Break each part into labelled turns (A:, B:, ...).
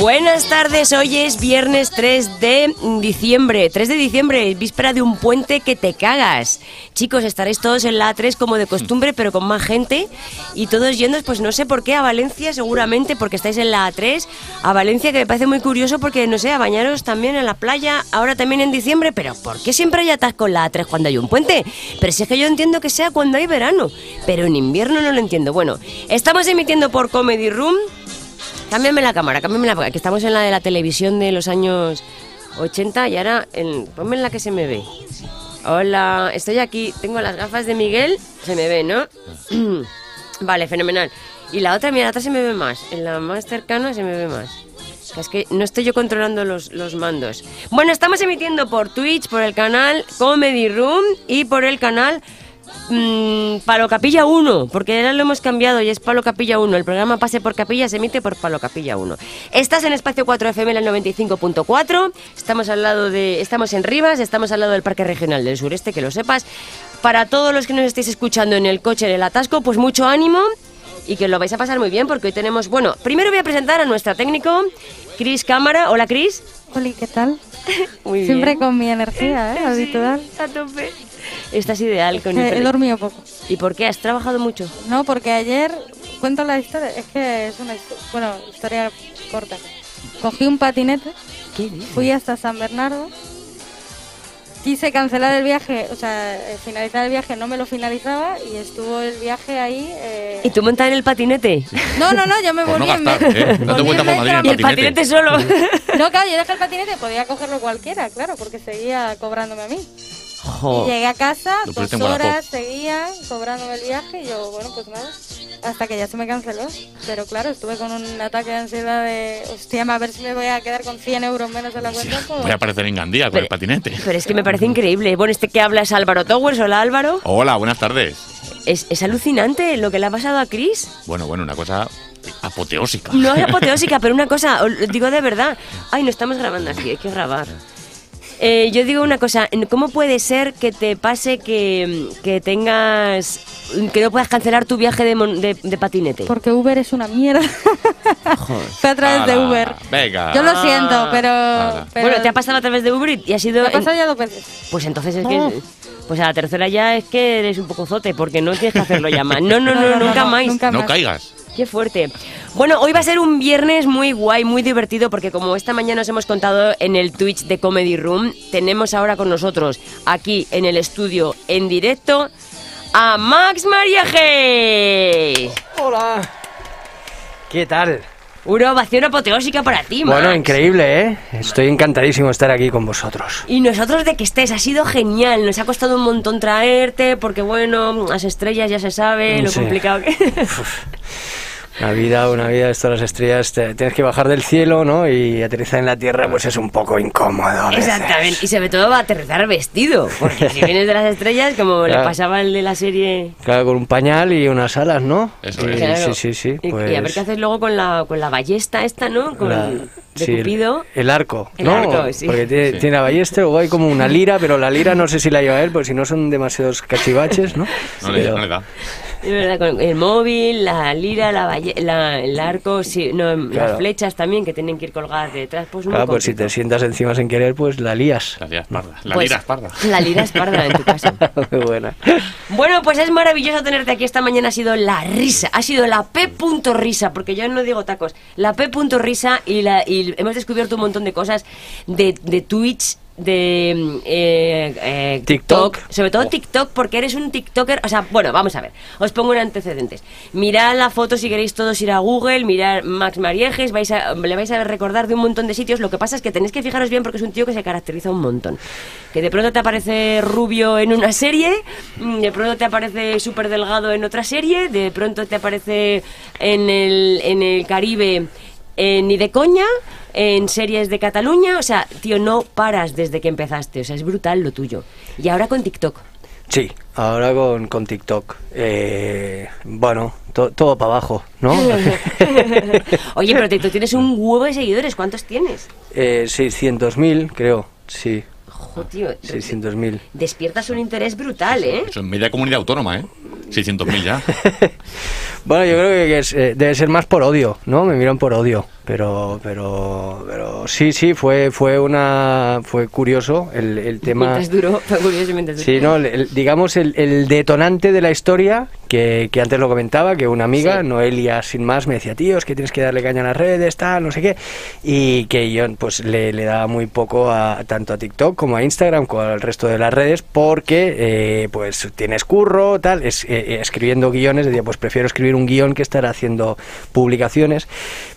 A: Buenas tardes, hoy es viernes 3 de diciembre. 3 de diciembre, víspera de un puente que te cagas. Chicos, estaréis todos en la A3 como de costumbre, pero con más gente. Y todos yendo, pues no sé por qué, a Valencia seguramente, porque estáis en la A3. A Valencia, que me parece muy curioso, porque no sé, a bañaros también en la playa, ahora también en diciembre. Pero ¿por qué siempre hay atasco con la A3 cuando hay un puente? Pero si es que yo entiendo que sea cuando hay verano, pero en invierno no lo entiendo. Bueno, estamos emitiendo por Comedy Room. Cámbiame la cámara, cámbiame la cámara, que estamos en la de la televisión de los años 80 y ahora en, ponme en la que se me ve. Hola, estoy aquí, tengo las gafas de Miguel, se me ve, ¿no? vale, fenomenal. Y la otra, mira, la otra se me ve más, en la más cercana se me ve más. Que Es que no estoy yo controlando los, los mandos. Bueno, estamos emitiendo por Twitch, por el canal Comedy Room y por el canal Mm, Palo Capilla 1, porque ahora lo hemos cambiado y es Palo Capilla 1. El programa Pase por Capilla se emite por Palo Capilla 1. Estás en Espacio 4 FM, en el 95.4. Estamos al lado de. Estamos en Rivas, estamos al lado del Parque Regional del Sureste, que lo sepas. Para todos los que nos estéis escuchando en el coche, en el atasco, pues mucho ánimo y que lo vais a pasar muy bien, porque hoy tenemos. Bueno, primero voy a presentar a nuestra técnico, Cris Cámara. Hola, Cris.
B: Oli, ¿qué tal?
A: Muy
B: Siempre
A: bien.
B: con mi energía, ¿eh? Habitual.
A: Sí, a tope. Estás ideal con
B: Eh, He
A: hiper-
B: dormido poco.
A: ¿Y por qué? ¿Has trabajado mucho?
B: No, porque ayer cuento la historia. Es que es una historia, bueno, historia corta. Cogí un patinete,
A: ¿Qué dices?
B: fui hasta San Bernardo. Quise cancelar el viaje, o sea, eh, finalizar el viaje, no me lo finalizaba y estuvo el viaje ahí. eh,
A: ¿Y tú montas en el patinete?
B: No, no, no, yo me
C: Por no
B: volví en
C: gastar,
B: metro,
C: ¿eh? No te
B: volví
C: vueltas por
B: metro
C: Madrid
B: a
C: en
A: Y el patinete solo.
B: No, claro, yo dejé el patinete, podía cogerlo cualquiera, claro, porque seguía cobrándome a mí.
A: Jo.
B: Y llegué a casa,
C: Oh. Lo
B: dos
C: perdiste en Wallapop.
B: horas seguía cobrándome el viaje y yo, bueno, pues nada, hasta que ya se me canceló. Pero claro, estuve con un ataque de ansiedad de, hostia, a ver si me voy a quedar con 100 euros menos en la cuenta. pues-
C: Voy a aparecer en Gandía con
A: Pero-
C: el patinete.
A: Pero es que me parece increíble. Bueno, este que habla es Álvaro Towers. Hola Álvaro.
C: Hola, buenas tardes.
A: Es, es alucinante lo que le ha pasado a Chris.
C: Bueno, bueno, una cosa apoteósica.
A: No es apoteósica, pero una cosa, os lo digo de verdad. Ay, no estamos grabando aquí, hay que grabar. Eh, yo digo una cosa, ¿cómo puede ser que te pase que, que tengas. que no puedas cancelar tu viaje de, mon- de- de patinete?
B: Porque Uber es una mierda. Fue a través de
C: Ala,
B: Uber.
C: Venga.
B: Yo lo siento,
C: Ala.
B: pero... pero
A: Bueno, te ha pasado a través de Uber y- y ha sido.
B: me ha
A: en-
B: pasado ya dos veces.
A: Pues entonces es que. Pues a la tercera ya es que eres un poco zote, porque no tienes que hacerlo ya más. No, no, no, nunca más.
B: nunca
C: No
B: más.
C: caigas.
A: Qué fuerte. Bueno, hoy va a ser un viernes muy guay, muy divertido, porque como esta mañana os hemos contado en el Twitch de Comedy Room, tenemos ahora con nosotros, aquí en el estudio, en directo, a Max Mariaje.
D: Hola. ¿Qué tal?
A: Una ovación apoteósica para ti, Max.
D: Bueno, increíble, ¿eh? Estoy encantadísimo de estar aquí con vosotros.
A: Y nosotros de que estés, ha sido genial. Nos ha costado un montón traerte, porque bueno, las estrellas ya se sabe, lo
D: Sí.
A: complicado que.
D: Una vida, una vida, esto de las estrellas, te- tienes que bajar del cielo, ¿no? Y aterrizar en la tierra, pues es un poco incómodo. a veces.
A: Exactamente, y sobre todo va a aterrizar vestido, porque si vienes de las estrellas, como le
D: Claro.
A: pasaba el de la serie...
D: Claro, con un pañal y unas alas, ¿no?
C: Eso
D: Y-
C: es.
A: Claro.
D: Sí, sí, sí.
A: Y-
D: pues,
A: Y a ver qué haces luego con la, con la ballesta esta, ¿no? Con
D: la-
A: de
D: sí, el-
A: Cupido.
D: El, arco,
A: El
D: ¿no?
A: arco, sí.
D: Porque tiene,
C: Sí.
D: tiene la ballesta, luego hay como una lira, pero la lira no sé si la lleva él, porque si no son demasiados cachivaches, ¿no?
C: No, le,
D: Pero-
C: no le da.
A: Es verdad, con el móvil, la lira, la balle- la- el arco, sí, no, las
D: Claro.
A: flechas también que tienen que ir colgadas de detrás. Pues, muy
D: Claro, pues si te
A: complicado.
D: sientas encima sin querer, pues la lías.
C: La lira esparda. La
A: Pues,
C: lira esparda.
A: La lira esparda en tu caso.
D: Muy buena.
A: Bueno, pues es maravilloso tenerte aquí esta mañana. Ha sido la risa, ha sido la P. risa, porque yo no digo tacos. La P. risa y, la, y hemos descubierto un montón de cosas de, de Twitch, de mm, eh, eh,
D: TikTok.
A: sobre todo TikTok, porque eres un TikToker. O sea, bueno, vamos a ver. Os pongo en antecedentes. Mirad la foto si queréis todos ir a Google, mirad Max Mariejes, vais a, le vais a recordar de un montón de sitios. Lo que pasa es que tenéis que fijaros bien porque es un tío que se caracteriza un montón. Que de pronto te aparece rubio en una serie, mm, de pronto te aparece súper delgado en otra serie, de pronto te aparece en el, en el Caribe eh, ni de coña, en series de Cataluña. O sea, tío, no paras desde que empezaste. O sea, es brutal lo tuyo. Y ahora con TikTok.
D: Sí, ahora con, con TikTok. Eh, bueno, to- todo para abajo, ¿no?
A: Oye, pero TikTok tienes un huevo de seguidores. ¿Cuántos tienes?
D: eh, 600.000, creo. Sí,
A: Jo, tío.
D: 600.000.
A: Despiertas un interés brutal, ¿eh?
C: Eso es media comunidad autónoma, ¿eh? 600.000 ya.
D: Bueno, yo creo que es, eh, debe ser más por odio, ¿no? Me miran por odio. Pero, pero, pero sí, sí, fue, fue una, fue curioso el, el tema.
A: Mientras duró, fue curioso mientras duró.
D: Sí, no, el- el- digamos el, el detonante de la historia, que, que antes lo comentaba, que una amiga, Noelia sin más, me decía, tío, es que tienes que darle caña a las redes, tal, no sé qué, y que yo pues le, le daba muy poco a tanto a TikTok como a Instagram, como al resto de las redes, porque eh, pues tienes curro, tal, es, eh, eh, escribiendo guiones, decía, pues prefiero escribir un guión que estar haciendo publicaciones,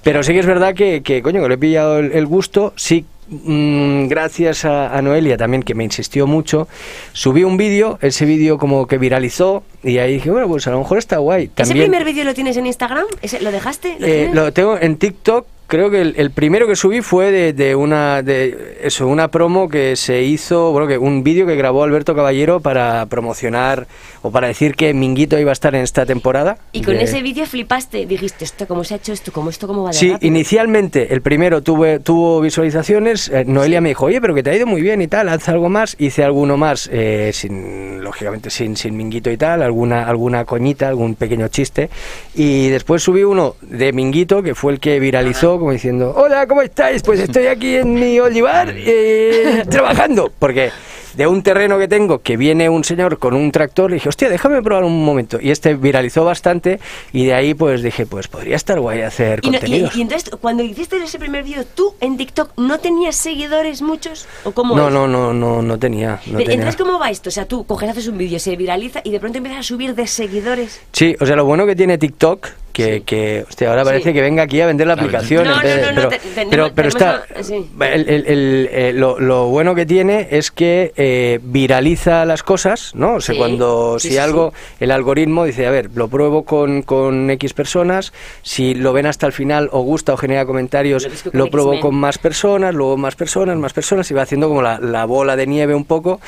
D: pero sí que es verdad que, que coño, que le he pillado el, el gusto, sí Mm, gracias a, a Noelia también que me insistió mucho, subí un vídeo, ese vídeo como que viralizó y ahí dije, bueno, pues a lo mejor está guay.
A: ¿Ese
D: También,
A: primer vídeo lo tienes en Instagram? ¿Ese- ¿Lo dejaste? ¿Lo
D: eh,
A: tienes?
D: lo tengo en TikTok. Creo que el, el primero que subí fue de, de una de eso, una promo que se hizo, bueno, que un vídeo que grabó Alberto Caballero para promocionar o para decir que Minguito iba a estar en esta temporada.
A: Y con
D: de-
A: ese vídeo flipaste, dijiste, esto cómo se ha hecho esto, cómo esto cómo va de
D: Sí,
A: rápido?
D: inicialmente el primero tuve, tuvo visualizaciones. eh, Noelia me dijo, oye, pero que te ha ido muy bien y tal, haz algo más. Hice alguno más, eh, sin, lógicamente sin, sin Minguito y tal, alguna, alguna coñita, algún pequeño chiste. Y después subí uno de Minguito, que fue el que viralizó, como diciendo, hola, ¿cómo estáis? Pues estoy aquí en mi olivar eh, trabajando. Porque de un terreno que tengo que viene un señor con un tractor, le dije, hostia, déjame probar un momento. Y este viralizó bastante y de ahí pues dije, pues podría estar guay hacer
A: Y, no- y-
D: contenidos.
A: y entonces, cuando hiciste ese primer vídeo, ¿tú en TikTok no tenías seguidores muchos? ¿O cómo
D: No,
A: es?
D: no, no, no, no tenía. no
A: Pero,
D: tenía.
A: Entonces, ¿cómo va esto? O sea, tú coges, haces un vídeo, se viraliza y de pronto empiezas a subir de seguidores.
D: Sí, o sea, lo bueno que tiene TikTok, que, que hostia, ahora parece
A: Sí.
D: que venga aquí a vender la
C: Claro.
D: aplicación.
A: No, no,
D: entonces,
A: no, no,
D: pero,
A: te- tenemos-
D: pero, pero está...
A: tenemos una- sí.
D: el- el- el, eh, lo, lo bueno que tiene es que eh, viraliza las cosas, ¿no? O sea,
A: Sí,
D: cuando
A: sí,
D: si
A: sí,
D: algo, el algoritmo dice, a ver, lo pruebo con, con X personas, si lo ven hasta el final o gusta o genera comentarios,
A: Lo mismo con
D: lo pruebo
A: X-Men.
D: con más personas, luego más personas, más personas, y va haciendo como la, la bola de nieve un poco,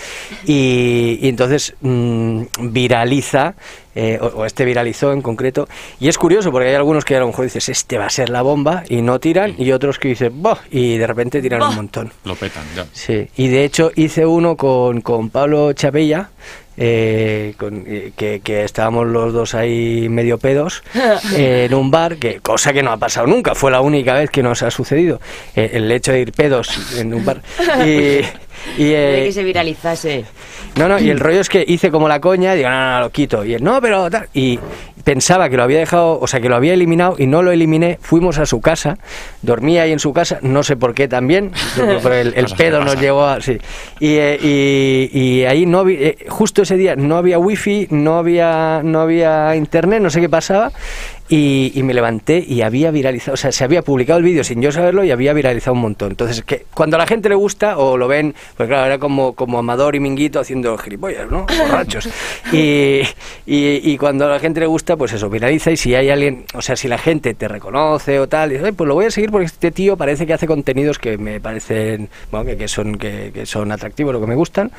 D: y, y entonces mm, viraliza, eh, o, o este viralizó en concreto, y es curioso porque hay algunos que a lo mejor dices, este va a ser la bomba, y no tiran, y otros que dicen, "Buah", y de repente tiran
A: Buah.
D: un montón.
C: Lo petan, ya.
D: Sí, y de hecho hice uno con, con Pablo Chapella, eh, con- eh, que, que estábamos los dos ahí medio pedos, eh, en un bar, que cosa que no ha pasado nunca, fue la única vez que nos ha sucedido, eh, el hecho de ir pedos en un bar. Y, y,
A: De
D: eh,
A: que se viralizase.
D: no, no, y el rollo es que hice como la coña, digo, no, no, no, lo quito. Y él, no, pero tal. Y pensaba que lo había dejado, o sea, que lo había eliminado y no lo eliminé. Fuimos a su casa, dormía ahí en su casa, no sé por qué también, pero el, el
C: Cosas que
D: pedo nos
C: pasan.
D: llegó a. Sí. Y, eh, y- y ahí no vi, eh, justo ese día no había wifi, no había, no había internet, no sé qué pasaba. Y, y me levanté y había viralizado, o sea, se había publicado el vídeo sin yo saberlo y había viralizado un montón. Entonces, que cuando a la gente le gusta o lo ven, pues claro, era como, como Amador y Minguito haciendo gilipollas, ¿no? Borrachos. Y, y, y cuando a la gente le gusta, pues eso, viraliza y si hay alguien, o sea, si la gente te reconoce o tal, dices, "Ay, pues lo voy a seguir porque este tío parece que hace contenidos que me parecen, bueno, que, que son, que, que son atractivos o que me gustan.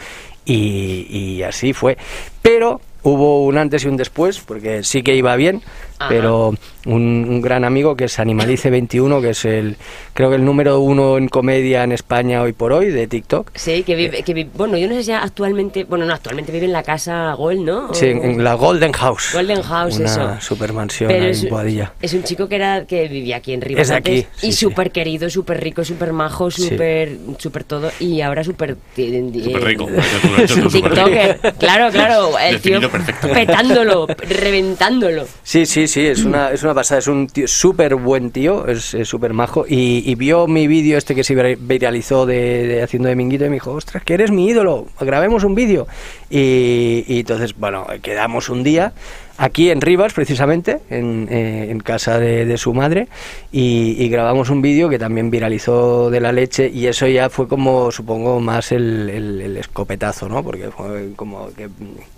D: Y, y así fue. Pero hubo un antes y un después, porque sí que iba bien,
A: Ajá.
D: pero un, un gran amigo que es Animalice21, que es el, creo que el número uno en comedia en España hoy por hoy, de TikTok.
A: Sí, que
D: eh.
A: vive, que vi- bueno, yo no sé si actualmente, bueno, no, actualmente vive en la casa Gol, ¿no?
D: Sí, en,
A: O-
D: en la Golden House.
A: Golden House,
D: una
A: eso.
D: supermansión
A: Pero
D: ahí
A: es,
D: en Boadilla.
A: es un chico que era que vivía aquí en Rivas
D: Es de aquí,
A: antes,
D: sí,
A: y
D: sí.
A: súper querido, súper rico, súper majo,
D: Sí.
A: súper súper todo y ahora súper
C: Súper
A: súper
C: rico. Lo he hecho tú, súper rico.
A: TikToker, claro, claro, el tío
C: Definido perfecto.
A: petándolo, reventándolo.
D: Sí, sí, sí, es una, es una pasada, es un tío- súper buen tío, es es súper majo y, y vio mi vídeo este que se vira- viralizó de, de haciendo de Minguito y me dijo, ostras, que eres mi ídolo, grabemos un vídeo. Y, y entonces, bueno, quedamos un día aquí en Rivas, precisamente, en, eh, en casa de, de su madre, y, y grabamos un vídeo que también viralizó de la leche y eso ya fue como, supongo, más el, el- el escopetazo, ¿no? Porque fue como que,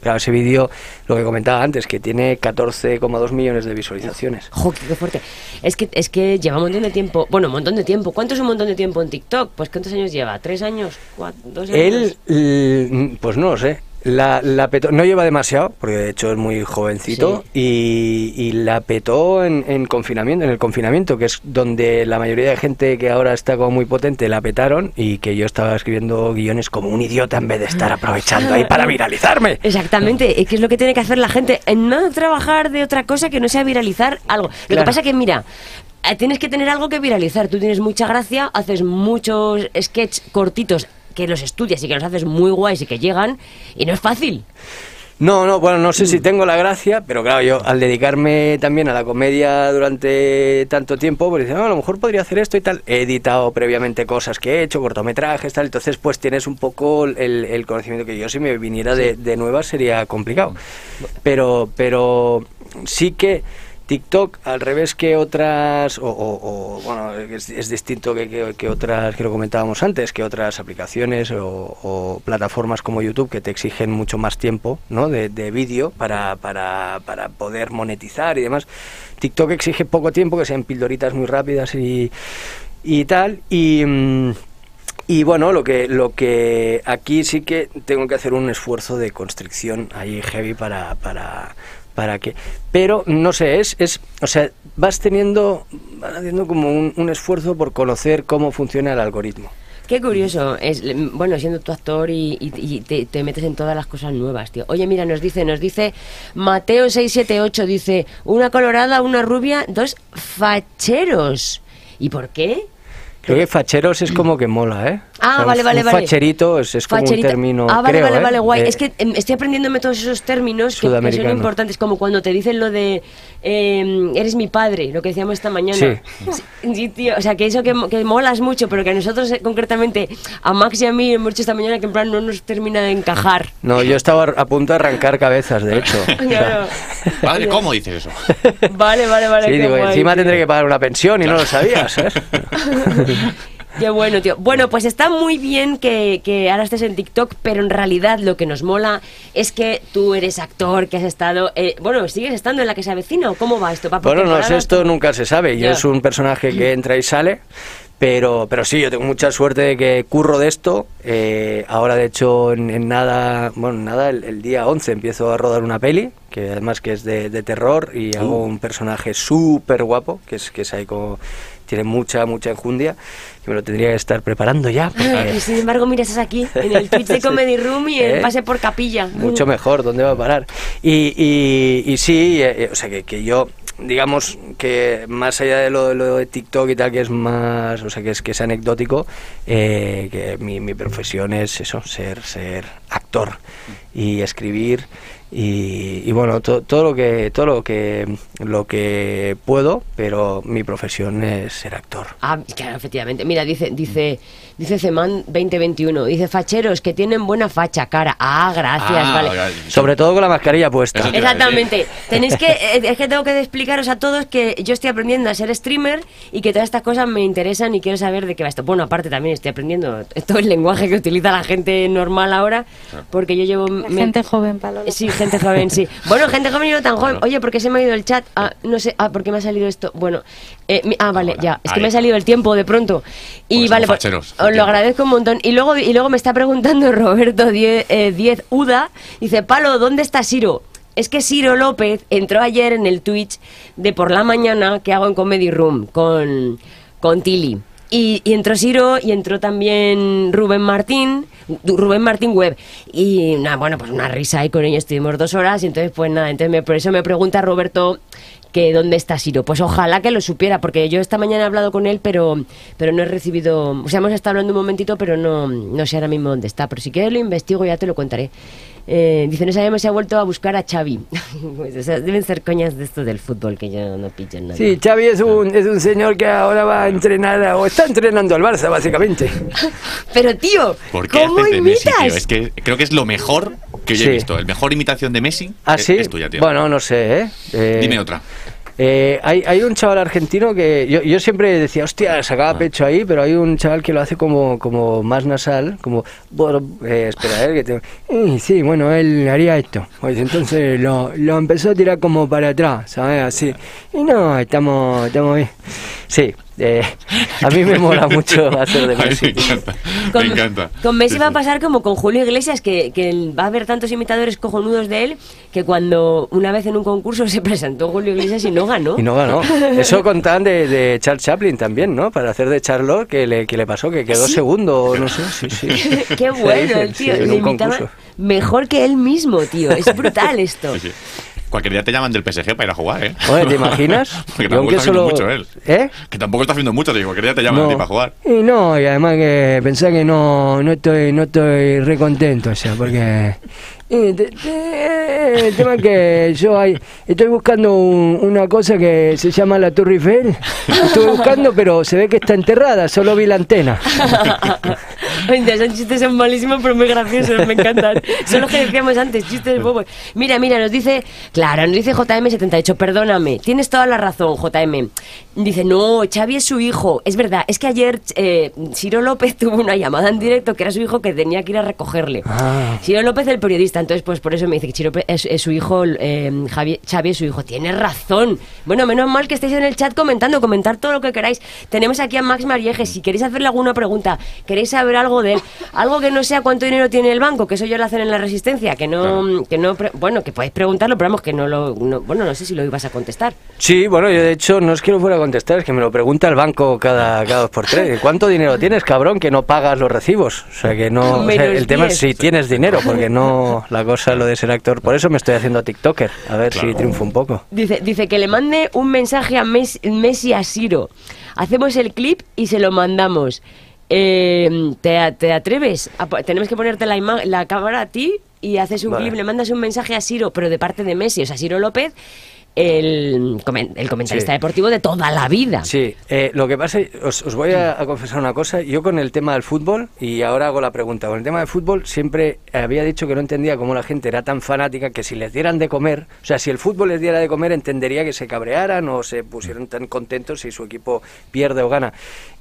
D: claro, ese vídeo, lo que comentaba antes, que tiene 14,2 millones de visualizaciones.
A: Jo, qué, qué fuerte. Es que es que lleva un montón de tiempo, bueno, un montón de tiempo. ¿Cuánto es un montón de tiempo en TikTok? Pues ¿cuántos años lleva? ¿Tres años? ¿Cuatro? ¿Dos años?
D: Él, l- pues no lo sé. La, la petó, no lleva demasiado, porque de hecho es muy jovencito, y, y la petó en, en confinamiento, en el confinamiento, que es donde la mayoría de gente que ahora está como muy potente la petaron, y que yo estaba escribiendo guiones como un idiota en vez de estar aprovechando ahí para viralizarme.
A: Exactamente, es que es lo que tiene que hacer la gente, en no trabajar de otra cosa que no sea viralizar algo. Lo que
D: Claro.
A: pasa que, mira, eh, tienes que tener algo que viralizar. Tú tienes mucha gracia, haces muchos sketches cortitos que los estudias y que los haces muy guays y que llegan, y no es fácil.
D: No, no, bueno, no sé si tengo la gracia, pero claro, yo al dedicarme también a la comedia durante tanto tiempo, pues dices, "Ah, a lo mejor podría hacer esto y tal. He editado previamente cosas que he hecho, cortometrajes, tal, entonces pues tienes un poco el, el conocimiento que yo si me viniera de, de nuevas sería complicado. Pero, pero sí que TikTok, al revés que otras, o, o- o, bueno, es, es distinto que, que- que otras, que lo comentábamos antes, que otras aplicaciones o, o plataformas como YouTube que te exigen mucho más tiempo ¿no? de, de vídeo para, para, para poder monetizar y demás. TikTok exige poco tiempo, que sean pildoritas muy rápidas y, y tal. Y. mm, y bueno, lo que, lo que aquí sí que tengo que hacer un esfuerzo de constricción ahí heavy para, para, para que... Pero no sé, es, es... O sea, vas teniendo, vas haciendo como un, un esfuerzo por conocer cómo funciona el algoritmo.
A: Qué curioso. Es, bueno, siendo tu actor y, y- y te, te metes en todas las cosas nuevas, tío. Oye, mira, nos dice, nos dice Mateo 678, dice, una colorada, una rubia, dos facheros. ¿Y por qué?
D: Creo que facheros es como que mola, ¿eh?
A: Ah,
D: O sea,
A: vale,
D: un-
A: vale,
D: un
A: vale.
D: Facherito es, es como
A: Facherita.
D: un término...
A: Ah, vale,
D: creo,
A: vale,
D: ¿eh?
A: vale, guay.
D: de-
A: Es que em, estoy aprendiéndome todos esos términos que- que, son
D: Sudamericano.
A: importantes, como cuando te dicen lo de em, eres mi padre, lo que decíamos esta mañana. Sí. tío, o sea, que eso que, mo- que molas mucho, pero que a nosotros, eh, concretamente, a Max y a mí, hemos dicho esta mañana que en plan no nos termina de encajar.
D: No, yo estaba a punto de arrancar cabezas, de hecho. O sea,
A: Claro.
C: Padre, ¿cómo dices eso?
A: Vale, vale, vale.
D: sí,
A: qué
D: digo,
A: guay,
D: encima
A: tío.
D: tendré que pagar una pensión y no lo sabías, ¿eh? ¿sabes?
A: Qué bueno, tío. Bueno, pues está muy bien que, que ahora estés en TikTok, pero en realidad lo que nos mola es que tú eres actor, que has estado... eh, bueno, ¿sigues estando en la que se avecina o cómo va esto? ¿Va por
D: Bueno, no sé,
A: temporadas?
D: esto nunca se sabe. Yo
A: Ya.
D: es un personaje que entra y sale. Pero, pero sí, yo tengo mucha suerte de que curro de esto. Eh, ahora, de hecho, en, en nada, bueno, en nada, el, el día 11 empiezo a rodar una peli, que además que es de, de terror,
A: Uh.
D: y hago un personaje súper guapo, que es, que es ahí como... Tiene mucha, mucha enjundia, que me lo tendría que estar preparando ya.
A: Ah, Y
D: porque-
A: sin embargo, mira, estás aquí, en el Twitch de
D: Sí.
A: Comedy Room y en
D: ¿Eh?
A: Pase por Capilla.
D: Mucho mejor, ¿dónde va a parar? Y, y- y sí, eh, eh, o sea, que, que yo, digamos que más allá de lo, lo de TikTok y tal, que es más, o sea, que es, que es anecdótico, eh, que mi, mi profesión es eso, ser, ser actor y escribir y, y bueno, to- todo lo que todo lo que lo que puedo, pero mi profesión es ser actor.
A: Ah, claro, efectivamente. Mira, dice, dice, dice Ceman 2021, dice facheros que tienen buena facha, cara. Ah, gracias,
C: Ah,
A: vale.
C: vale.
D: Sobre todo con la mascarilla puesta.
C: Eso te iba a decir.
A: Exactamente. Tenéis que, eh, es que tengo que explicaros a todos que yo estoy aprendiendo a ser streamer y que todas estas cosas me interesan y quiero saber de qué va esto. Bueno, aparte también estoy aprendiendo todo el lenguaje que utiliza la gente normal ahora, porque yo llevo
B: La
A: me-
B: gente joven, Paloma.
A: Eh, Sí, gente joven, sí. Bueno, gente joven y no tan joven. Oye, ¿por qué se me ha ido el chat? Ah, no sé. Ah, ¿por qué me ha salido esto? Bueno. eh, mi- ah, vale,
C: Ahora,
A: ya. Es que
C: ahí.
A: me ha salido el tiempo de pronto. Y
C: Porque
A: vale,
C: somos
A: pues,
C: facheros, el
A: os lo
C: tiempo.
A: agradezco un montón. Y luego, y luego me está preguntando Roberto 10 eh, 10 Uda. Dice, Palo, ¿dónde está Siro? Es que Ciro López entró ayer en el Twitch de por la mañana que hago en Comedy Room con, con Tilly. Y, y entró Ciro y entró también Rubén Martín, Rubén Martín Web. Y nada, bueno, pues una risa ahí con ellos estuvimos dos horas. Y entonces, pues nada, entonces me- por eso me pregunta Roberto que dónde está Siro. Pues ojalá que lo supiera, porque yo esta mañana he hablado con él, pero, pero no he recibido... O sea, hemos estado hablando un momentito, pero no, no sé ahora mismo dónde está. Pero si quieres lo investigo y ya te lo contaré. Eh, dice, no sabemos si ha vuelto a buscar a Xavi. Pues, o sea, deben ser coñas de estos del fútbol, que yo no pillo nada.
D: Sí, Xavi es un, es un señor que ahora va a entrenar, o está entrenando al Barça, básicamente.
A: Pero tío,
C: ¿Por qué
A: ¿cómo
C: haces de Messi,
A: imitas?
C: tío? Es que creo que es lo mejor que yo
D: Sí.
C: he visto. El mejor imitación de Messi
D: ¿Ah,
C: es,
D: sí?
C: es tuya, tío.
D: Bueno, no sé, ¿eh? Eh,
C: Dime otra.
D: eh, hay, hay un chaval argentino que yo, yo siempre decía, hostia, sacaba
C: Ah.
D: pecho ahí, pero hay un chaval que lo hace como, como más nasal, como, bueno, eh, espera, eh, que tengo- "Eh, sí, bueno, él haría esto. Pues entonces lo, lo empezó a tirar como para atrás, ¿sabes? Así. Y no, estamos, estamos bien. Sí, eh, a mí me mola mucho hacer de
C: Ay,
D: Messi.
C: me encanta.
A: Con,
C: me encanta.
A: con Messi
C: Sí,
A: va a
C: sí.
A: pasar como con Julio Iglesias, que, que el- va a haber tantos imitadores cojonudos de él que cuando una vez en un concurso se presentó Julio Iglesias y no ganó.
D: Y no ganó. Eso contaban de, de Charles Chaplin también, ¿no? Para hacer de Charlotte, que le, que le pasó, que quedó segundo, o no sé, sí, sí.
A: Qué bueno, el
D: Sí,
A: tío.
D: en
A: le
D: un
A: imitaba
D: concurso.
A: mejor que él mismo, tío. Es brutal esto.
C: Sí, sí. Cualquier día te llaman del PSG para ir a jugar, ¿eh?
D: Oye, ¿te imaginas?
C: Porque
D: Yo
C: tampoco
D: aunque
C: está haciendo
D: solo-
C: mucho él.
D: ¿Eh?
C: Que tampoco está haciendo mucho, te digo. Cualquier día te llaman a ti para jugar.
D: Y no, y además que pensé que no, no estoy, no estoy re contento, o sea, porque y te- te- el tema es que yo hay, estoy buscando un- una cosa que se llama la Torre Eiffel, estuve buscando, pero se ve que está enterrada, solo vi la antena.
A: Venga, son chistes son malísimos, pero muy graciosos, me encantan. Son los que decíamos antes, chistes bobos. Mira, mira, nos dice, claro, nos dice JM78, perdóname, tienes toda la razón, JM. Dice, no, Xavi es su hijo. Es verdad, es que ayer eh, Ciro López tuvo una llamada en directo que era su hijo que tenía que ir a recogerle.
D: Ah.
A: Ciro López, el periodista, entonces pues por eso me dice que Ciro Pe- es, es su hijo, eh, Javi, Xavi es su hijo. Tienes razón. Bueno, menos mal que estéis en el chat comentando, comentar todo lo que queráis. Tenemos aquí a Max Marieje, si queréis hacerle alguna pregunta, queréis saber algo de él, algo que no sea cuánto dinero tiene el banco, que eso ya lo hacen en la Resistencia, que no, que no, pre- bueno, que podéis preguntarlo, pero vamos, que no lo, no- bueno, no sé si lo ibas a contestar.
D: Sí, bueno, yo de hecho no es que lo fuera a contestar, es que me lo pregunta el banco cada, cada dos por tres. ¿Cuánto dinero tienes, cabrón, que no pagas los recibos? O sea, que no... o sea,
A: Menos
D: el tema es si
A: diez.
D: tienes dinero, porque no la cosa lo de ser actor. Por eso me estoy haciendo TikToker, a ver si triunfo un poco.
A: Dice, dice que le mande un mensaje a Mes- Messi a Siro. Hacemos el clip y se lo mandamos. Eh, ¿te, a- te atreves? a po- tenemos que ponerte la, ima- la cámara a ti y haces un
D: Vale.
A: clip, le mandas un mensaje a Siro, pero de parte de Messi, o sea, Siro López, el, comen- el comentarista
D: Sí.
A: deportivo de toda la vida.
D: Sí, eh, lo que pasa, os, os voy a, a confesar una cosa, yo con el tema del fútbol, y ahora hago la pregunta, con el tema del fútbol siempre había dicho que no entendía cómo la gente era tan fanática que si les dieran de comer, o sea, si el fútbol les diera de comer entendería que se cabrearan o se pusieran tan contentos si su equipo pierde o gana.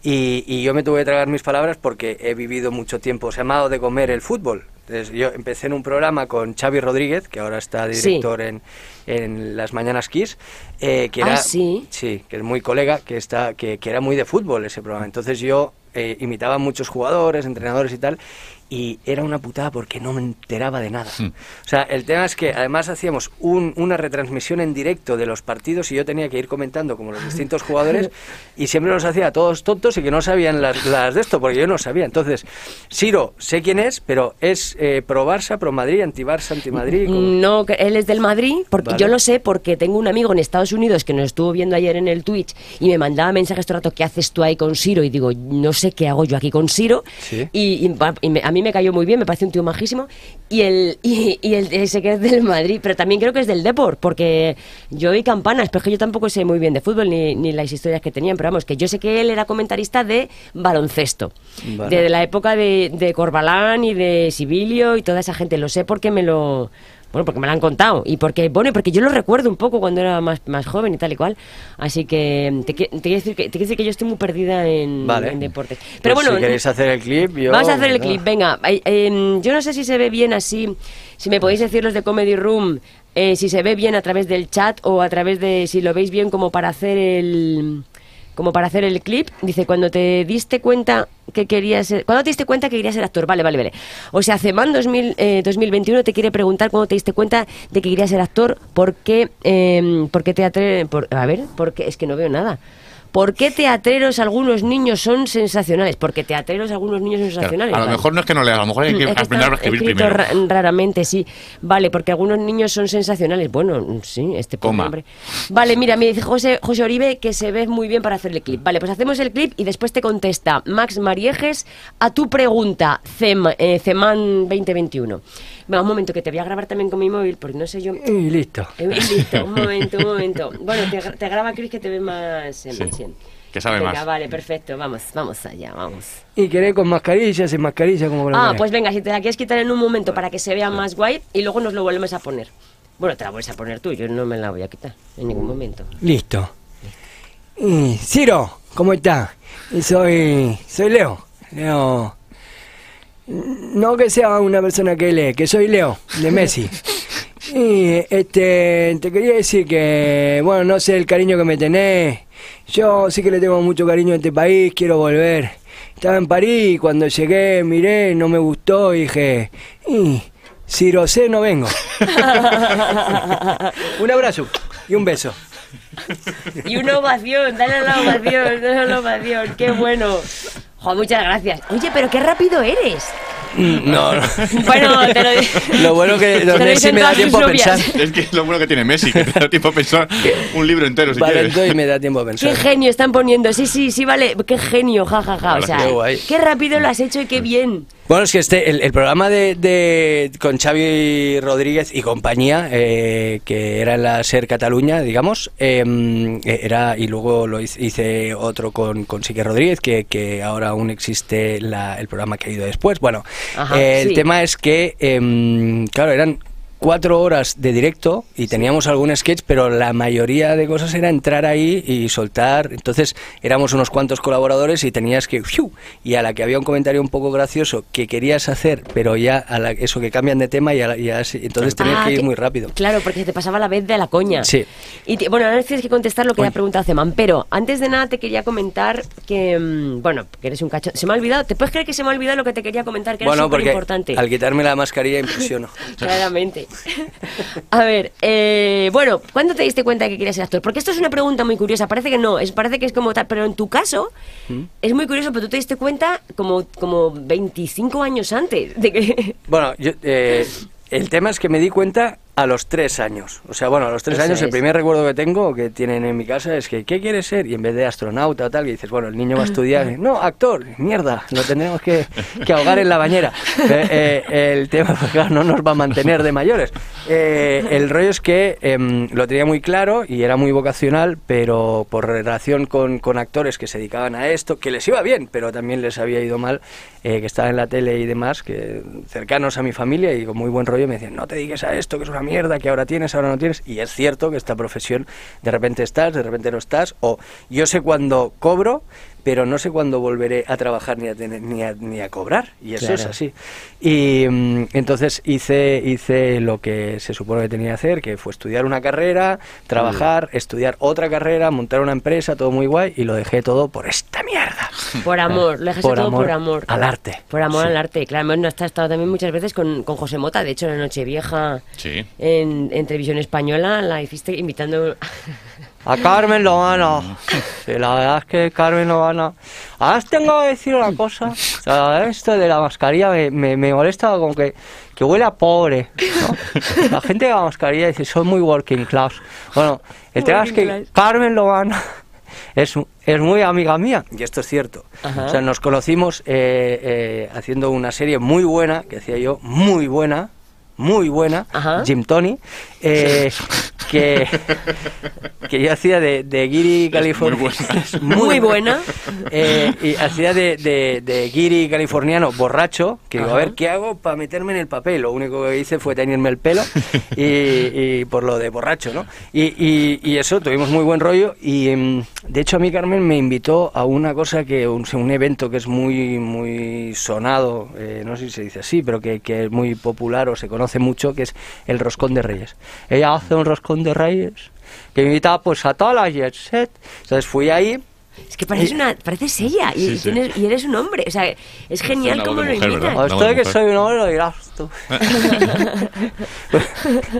D: Y, y yo me tuve que tragar mis palabras porque he vivido mucho tiempo, se ha amado de comer el fútbol. Entonces, yo empecé en un programa con Xavi Rodríguez, que ahora está
A: Sí.
D: director en, en Las Mañanas Kiss, eh, que
A: Ah,
D: era...
A: sí.
D: Sí, que es muy colega, que, está, que, que era muy de fútbol ese programa. Entonces yo eh, imitaba a muchos jugadores, entrenadores y tal, y era una putada porque no me enteraba de nada. O sea, el tema es que además hacíamos un- una retransmisión en directo de los partidos y yo tenía que ir comentando como los distintos jugadores y siempre los hacía a todos tontos y que no sabían las, las de esto, porque yo no sabía. Entonces, Ciro, sé quién es, pero es eh, pro Barça, pro Madrid, anti Barça, anti Madrid.
A: No, que él es del Madrid, porque
D: Vale.
A: yo lo sé porque tengo un amigo en Estados Unidos que nos estuvo viendo ayer en el Twitch y me mandaba mensajes todo el rato, ¿qué haces tú ahí con Siro? Y digo, no sé qué hago yo aquí con Siro.
D: Sí.
A: Y, y pa- y me- a mí me cayó muy bien, me parece un tío majísimo. Y el, y, y el ese que es del Madrid, pero también creo que es del Deport, porque yo y campanas, pero es que yo tampoco sé muy bien de fútbol ni, ni las historias que tenían, pero vamos, que yo sé que él era comentarista de baloncesto,
D: Vale.
A: de la época de, de Corbalán y de Sibilio y toda esa gente. Lo sé porque me lo. Bueno, porque me lo han contado. Y porque, bueno, y porque yo lo recuerdo un poco cuando era más, más joven y tal y cual. Así que te, qui- te quiero decir que te quiero decir que yo estoy muy perdida en,
D: Vale.
A: en deportes.
D: Pues
A: Pero bueno,
D: si queréis hacer el clip, yo-
A: vamos a hacer el
D: venga.
A: clip. Venga, Ay, em, yo no sé si se ve bien así, si me podéis decir los de Comedy Room, eh, si se ve bien a través del chat o a través de si lo veis bien como para hacer el como para hacer el clip. Dice, cuando te diste cuenta que querías ser, cuando te diste cuenta que querías ser actor. Vale, vale, vale. O sea, Cemán 2000, eh, 2021 te quiere preguntar cuando te diste cuenta de que querías ser actor, por qué em, por qué te atre- por- a ver, porque es que no veo nada. ¿Por qué teatreros algunos niños son sensacionales? Porque teatreros algunos niños son
C: Claro,
A: sensacionales.
C: a lo
A: vale.
C: mejor no es que no leas, a lo mejor hay que
A: Mm, Es que
C: aprender a
A: está
C: escribir
A: escrito
C: primero.
A: ra- raramente, sí. Vale, porque algunos niños son sensacionales. Bueno, sí, este pobre
C: Coma.
A: hombre. Vale, mira, me dice José, José Oribe que se ve muy bien para hacer el clip. Vale, pues hacemos el clip y después te contesta Max Mariejes a tu pregunta, Cem, eh, Ceman 2021. Venga, un momento, que te voy a grabar también con mi móvil, porque no sé yo...
D: Y listo.
A: Eh, listo, un momento, un momento. Bueno, te, gra- te graba Chris que te ve más... eh,
C: Sí,
A: más bien.
C: que sabe
A: Venga,
C: más.
A: vale, perfecto, vamos, vamos allá, vamos.
D: Y queréis con mascarilla, sin mascarilla, como lo
A: Ah,
D: queréis.
A: pues venga, si te la quieres quitar en un momento para que se vea más guay y luego nos lo volvemos a poner. Bueno, te la vuelves a poner tú, yo no me la voy a quitar en
D: Uh.
A: ningún momento.
D: Listo. Y, Ciro, ¿cómo está? Y Soy, soy Leo. Leo. No que sea una persona que lee, que soy Leo, de Messi. Y este, te quería decir que, bueno, no sé el cariño que me tenés. Yo sí que le tengo mucho cariño a este país, quiero volver. Estaba en París y cuando llegué, miré, no me gustó y dije, "Y, Ciro C, no vengo. un abrazo y un beso.
A: Y una ovación, dale la ovación, dale la ovación, qué bueno. Jo, muchas gracias. Oye, pero qué rápido eres.
D: Mm, No, no.
A: Bueno, te lo di-
D: Lo bueno que
A: Te
D: los
A: lo
D: Messi
A: dicen
D: me da
A: todas sus
D: tiempo a
A: novias.
D: pensar.
C: Es que es lo bueno que tiene Messi, que te da tiempo a pensar un libro entero si
D: Vale,
C: quieres.
D: entonces me da tiempo a pensar.
A: Qué genio están poniendo. Sí, sí, sí, vale. Qué genio, jajaja. O sea,
D: Qué guay. Mm.
A: qué rápido lo has hecho y qué bien.
D: Bueno, es que este, el, el programa de, de- con Xavi Rodríguez y compañía, eh, que era en la SER Cataluña, digamos, eh, era, y luego lo hice, hice otro con, con Sique Rodríguez, que, que ahora aún existe la- el programa que ha ido después. Bueno,
A: Ajá,
D: eh, el
A: sí.
D: tema es que, em, claro, eran cuatro horas de directo y teníamos algún sketch, pero la mayoría de cosas era entrar ahí y soltar. Entonces éramos unos cuantos colaboradores y tenías que... ¡fiu! Y a la que había un comentario un poco gracioso que querías hacer, pero ya a la, eso que cambian de tema y, a la- y así, entonces tenías
A: Ah,
D: que ir
A: que-
D: muy rápido.
A: Claro, porque se te pasaba la vez de la coña.
D: Sí.
A: Y te- bueno, ahora tienes que contestar lo que ya preguntado Zeman, pero antes de nada te quería comentar que, mm, bueno, que eres un cacho. Se me ha olvidado, ¿te puedes creer que se me ha olvidado lo que te quería comentar? Que
D: Bueno,
A: era súper
D: porque
A: importante.
D: al quitarme la mascarilla impresiono.
A: Claramente. A ver, eh, bueno, ¿cuándo te diste cuenta que querías ser actor? Porque esto es una pregunta muy curiosa. Parece que no, es, parece que es como tal, pero en tu caso
D: ¿Mm?
A: es muy curioso, pero tú te diste cuenta como, como 25 años antes de que...
D: Bueno, yo, eh, el tema es que me di cuenta a los tres años. O sea, bueno, a los tres
A: Eso
D: años el
A: es.
D: primer recuerdo que tengo, que tienen en mi casa, es que, ¿qué quieres ser? Y en vez de astronauta o tal, que dices, bueno, el niño va a estudiar. No, actor, mierda, lo tendremos que, que ahogar en la bañera. Eh, eh, el tema, pues, claro, no nos va a mantener de mayores. Eh, el rollo es que em, lo tenía muy claro y era muy vocacional, pero por relación con, con actores que se dedicaban a esto, que les iba bien, pero también les había ido mal, eh, que estaban en la tele y demás, que cercanos a mi familia y con muy buen rollo me decían, no te dediques a esto, que es una mierda, que ahora tienes, ahora no tienes. Y es cierto que esta profesión, de repente estás, de repente no estás, o yo sé cuándo cobro, pero no sé cuándo volveré a trabajar ni a, tener- ni a, ni a cobrar. Y eso
A: Claro.
D: es así. Y mm, entonces hice, hice lo que se supone que tenía que hacer, que fue estudiar una carrera, trabajar, estudiar otra carrera, montar una empresa, todo muy guay, y lo dejé todo por esta mierda.
A: Por amor, lo dejaste
D: Por
A: todo por
D: amor
A: amor.
D: al arte.
A: Por amor
D: Sí.
A: al arte, claro. Bueno, has estado también muchas veces con, con José Mota, de hecho, en la Nochevieja,
C: Sí.
A: en, en Televisión Española, la hiciste invitando...
D: A Carmen Lobana. Sí, la verdad es que Carmen Lobana. Ahora os tengo que decir una cosa. La verdad, esto de la mascarilla me, me, me molesta como que, que huele a pobre. ¿no? La gente de la mascarilla dice, soy muy working class. Bueno, el tema es
A: Working
D: que
A: class.
D: Carmen Lobana es, es muy amiga mía. Y esto es cierto.
A: Ajá.
D: O sea, nos conocimos eh, eh, haciendo una serie muy buena, que hacía yo, muy buena, muy buena,
A: Ajá.
D: Jim Tony, eh, que, que yo hacía de, de Giri californiano.
A: Muy
C: muy buena.
A: buena.
D: Eh, y hacía de, de, de Giri californiano borracho, que digo,
A: Ajá.
D: a ver, ¿qué hago para meterme en el papel? Lo único que hice fue teñirme el pelo y, y por lo de borracho, ¿no? Y, y- y eso, tuvimos muy buen rollo y em, de hecho a mí Carmen me invitó a una cosa que, un, un evento que es muy, muy sonado, eh, no sé si se dice así, pero que, que es muy popular o se conoce mucho, que es el Roscón de Reyes. Ella hace un Roscón de Reyes que invitaba pues a todas las jet set. Entonces fui ahí
A: Es que pareces,
D: Y-
A: una, pareces ella y,
C: Sí, sí.
A: tienes- y eres un hombre. O sea, es genial
C: una voz
A: cómo
C: de
A: lo
C: mujer,
A: invitan.
C: ¿verdad?
D: A
C: Una
D: usted
C: buena
D: que
C: mujer.
D: soy un hombre lo dirás tú.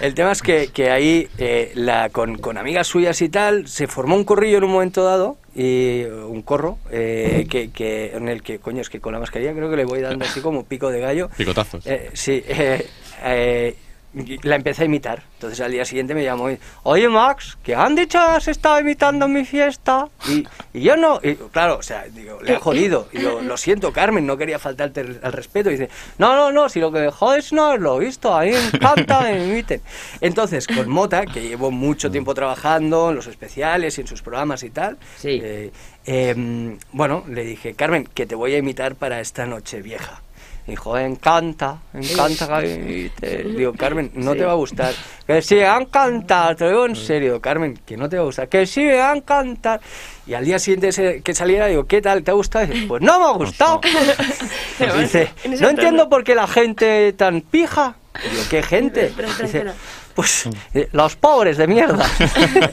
D: El tema es que, que ahí eh, la, con, con amigas suyas y tal se formó un corrillo en un momento dado y un corro eh, que, que en el que coño es que con la mascarilla creo que le voy dando así como pico de gallo.
C: Picotazos.
D: Eh, sí, eh, eh, y la empecé a imitar. Entonces al día siguiente me llamó y, oye Max, que han dicho que has estado imitando mi fiesta. Y, y yo no, y, claro, o sea, digo, le ha jodido. Y yo, lo siento Carmen, no quería faltarte el- al respeto. Y dice, no, no, no, si lo que me jodes no es lo visto, a mí me encanta que me imiten. Entonces con Mota, que llevo mucho
A: Mm.
D: tiempo trabajando en los especiales y en sus programas y tal,
A: Sí.
D: eh, eh, bueno, le dije, Carmen, que te voy a imitar para esta noche vieja. Dijo, encanta, encanta que me imites". Digo, Carmen, no te va a gustar. Que sí, me va a encantar, te lo
A: Mm.
D: digo en serio, Carmen, que no te va a gustar. Que sí, me va a encantar. Y al día siguiente se- que saliera, digo, ¿qué tal? ¿Te ha gustado? Dice, pues no me ha gustado.
A: Pero
D: Dice,
A: en ese
D: no
A: tono.
D: entiendo por qué la gente tan pija. Digo, ¿qué gente?
A: Espera, espera,
D: Dice,
A: espera.
D: pues eh, los pobres de mierda.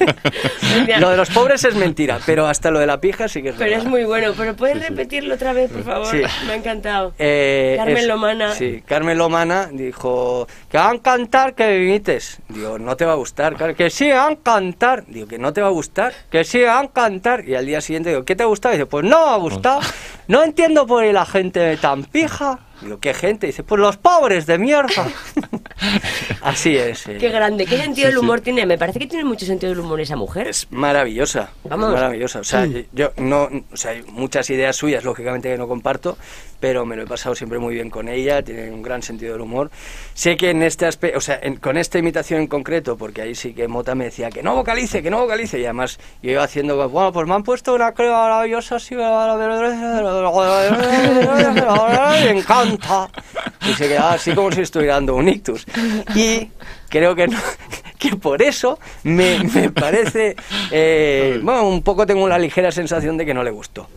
A: Mira,
D: Lo de los pobres es mentira, pero hasta lo de la pija sí que es
A: Pero
D: verdad.
A: es muy bueno. ¿Pero puedes repetirlo otra vez, por favor?
D: Sí.
A: Me ha encantado.
D: Eh,
A: Carmen
D: es-
A: Lomana.
D: Sí, Carmen Lomana dijo que van a cantar que imites. Digo, no te va a gustar. Claro, que sí, van a cantar. Digo, que no te va a gustar. Que sí, van a cantar. Y al día siguiente digo, ¿qué te ha gustado? Y dice, pues no me ha gustado. No entiendo por qué la gente tan pija. Digo, ¿qué gente? Dice, pues los pobres de mierda. Así es. eh. sí.
A: Qué grande, qué sentido del humor tiene. Me parece que tiene mucho sentido del humor esa mujer.
D: Es maravillosa.
A: Vamos. Mm.
D: es maravillosa. O sea, yo no, o sea, hay muchas ideas suyas, lógicamente, que no comparto, pero me lo he pasado siempre muy bien con ella, tiene un gran sentido del humor. Sé que en este aspecto, o sea, en- con esta imitación en concreto, porque ahí sí que Mota me decía que no vocalice, que no vocalice, y además yo iba haciendo, bueno, pues me han puesto una crema maravillosa, así, me encanta. Y se quedaba así como si estuviera dando un ictus. Y creo que no- que por eso me, me parece eh, bueno, un poco tengo una ligera sensación de que no le gustó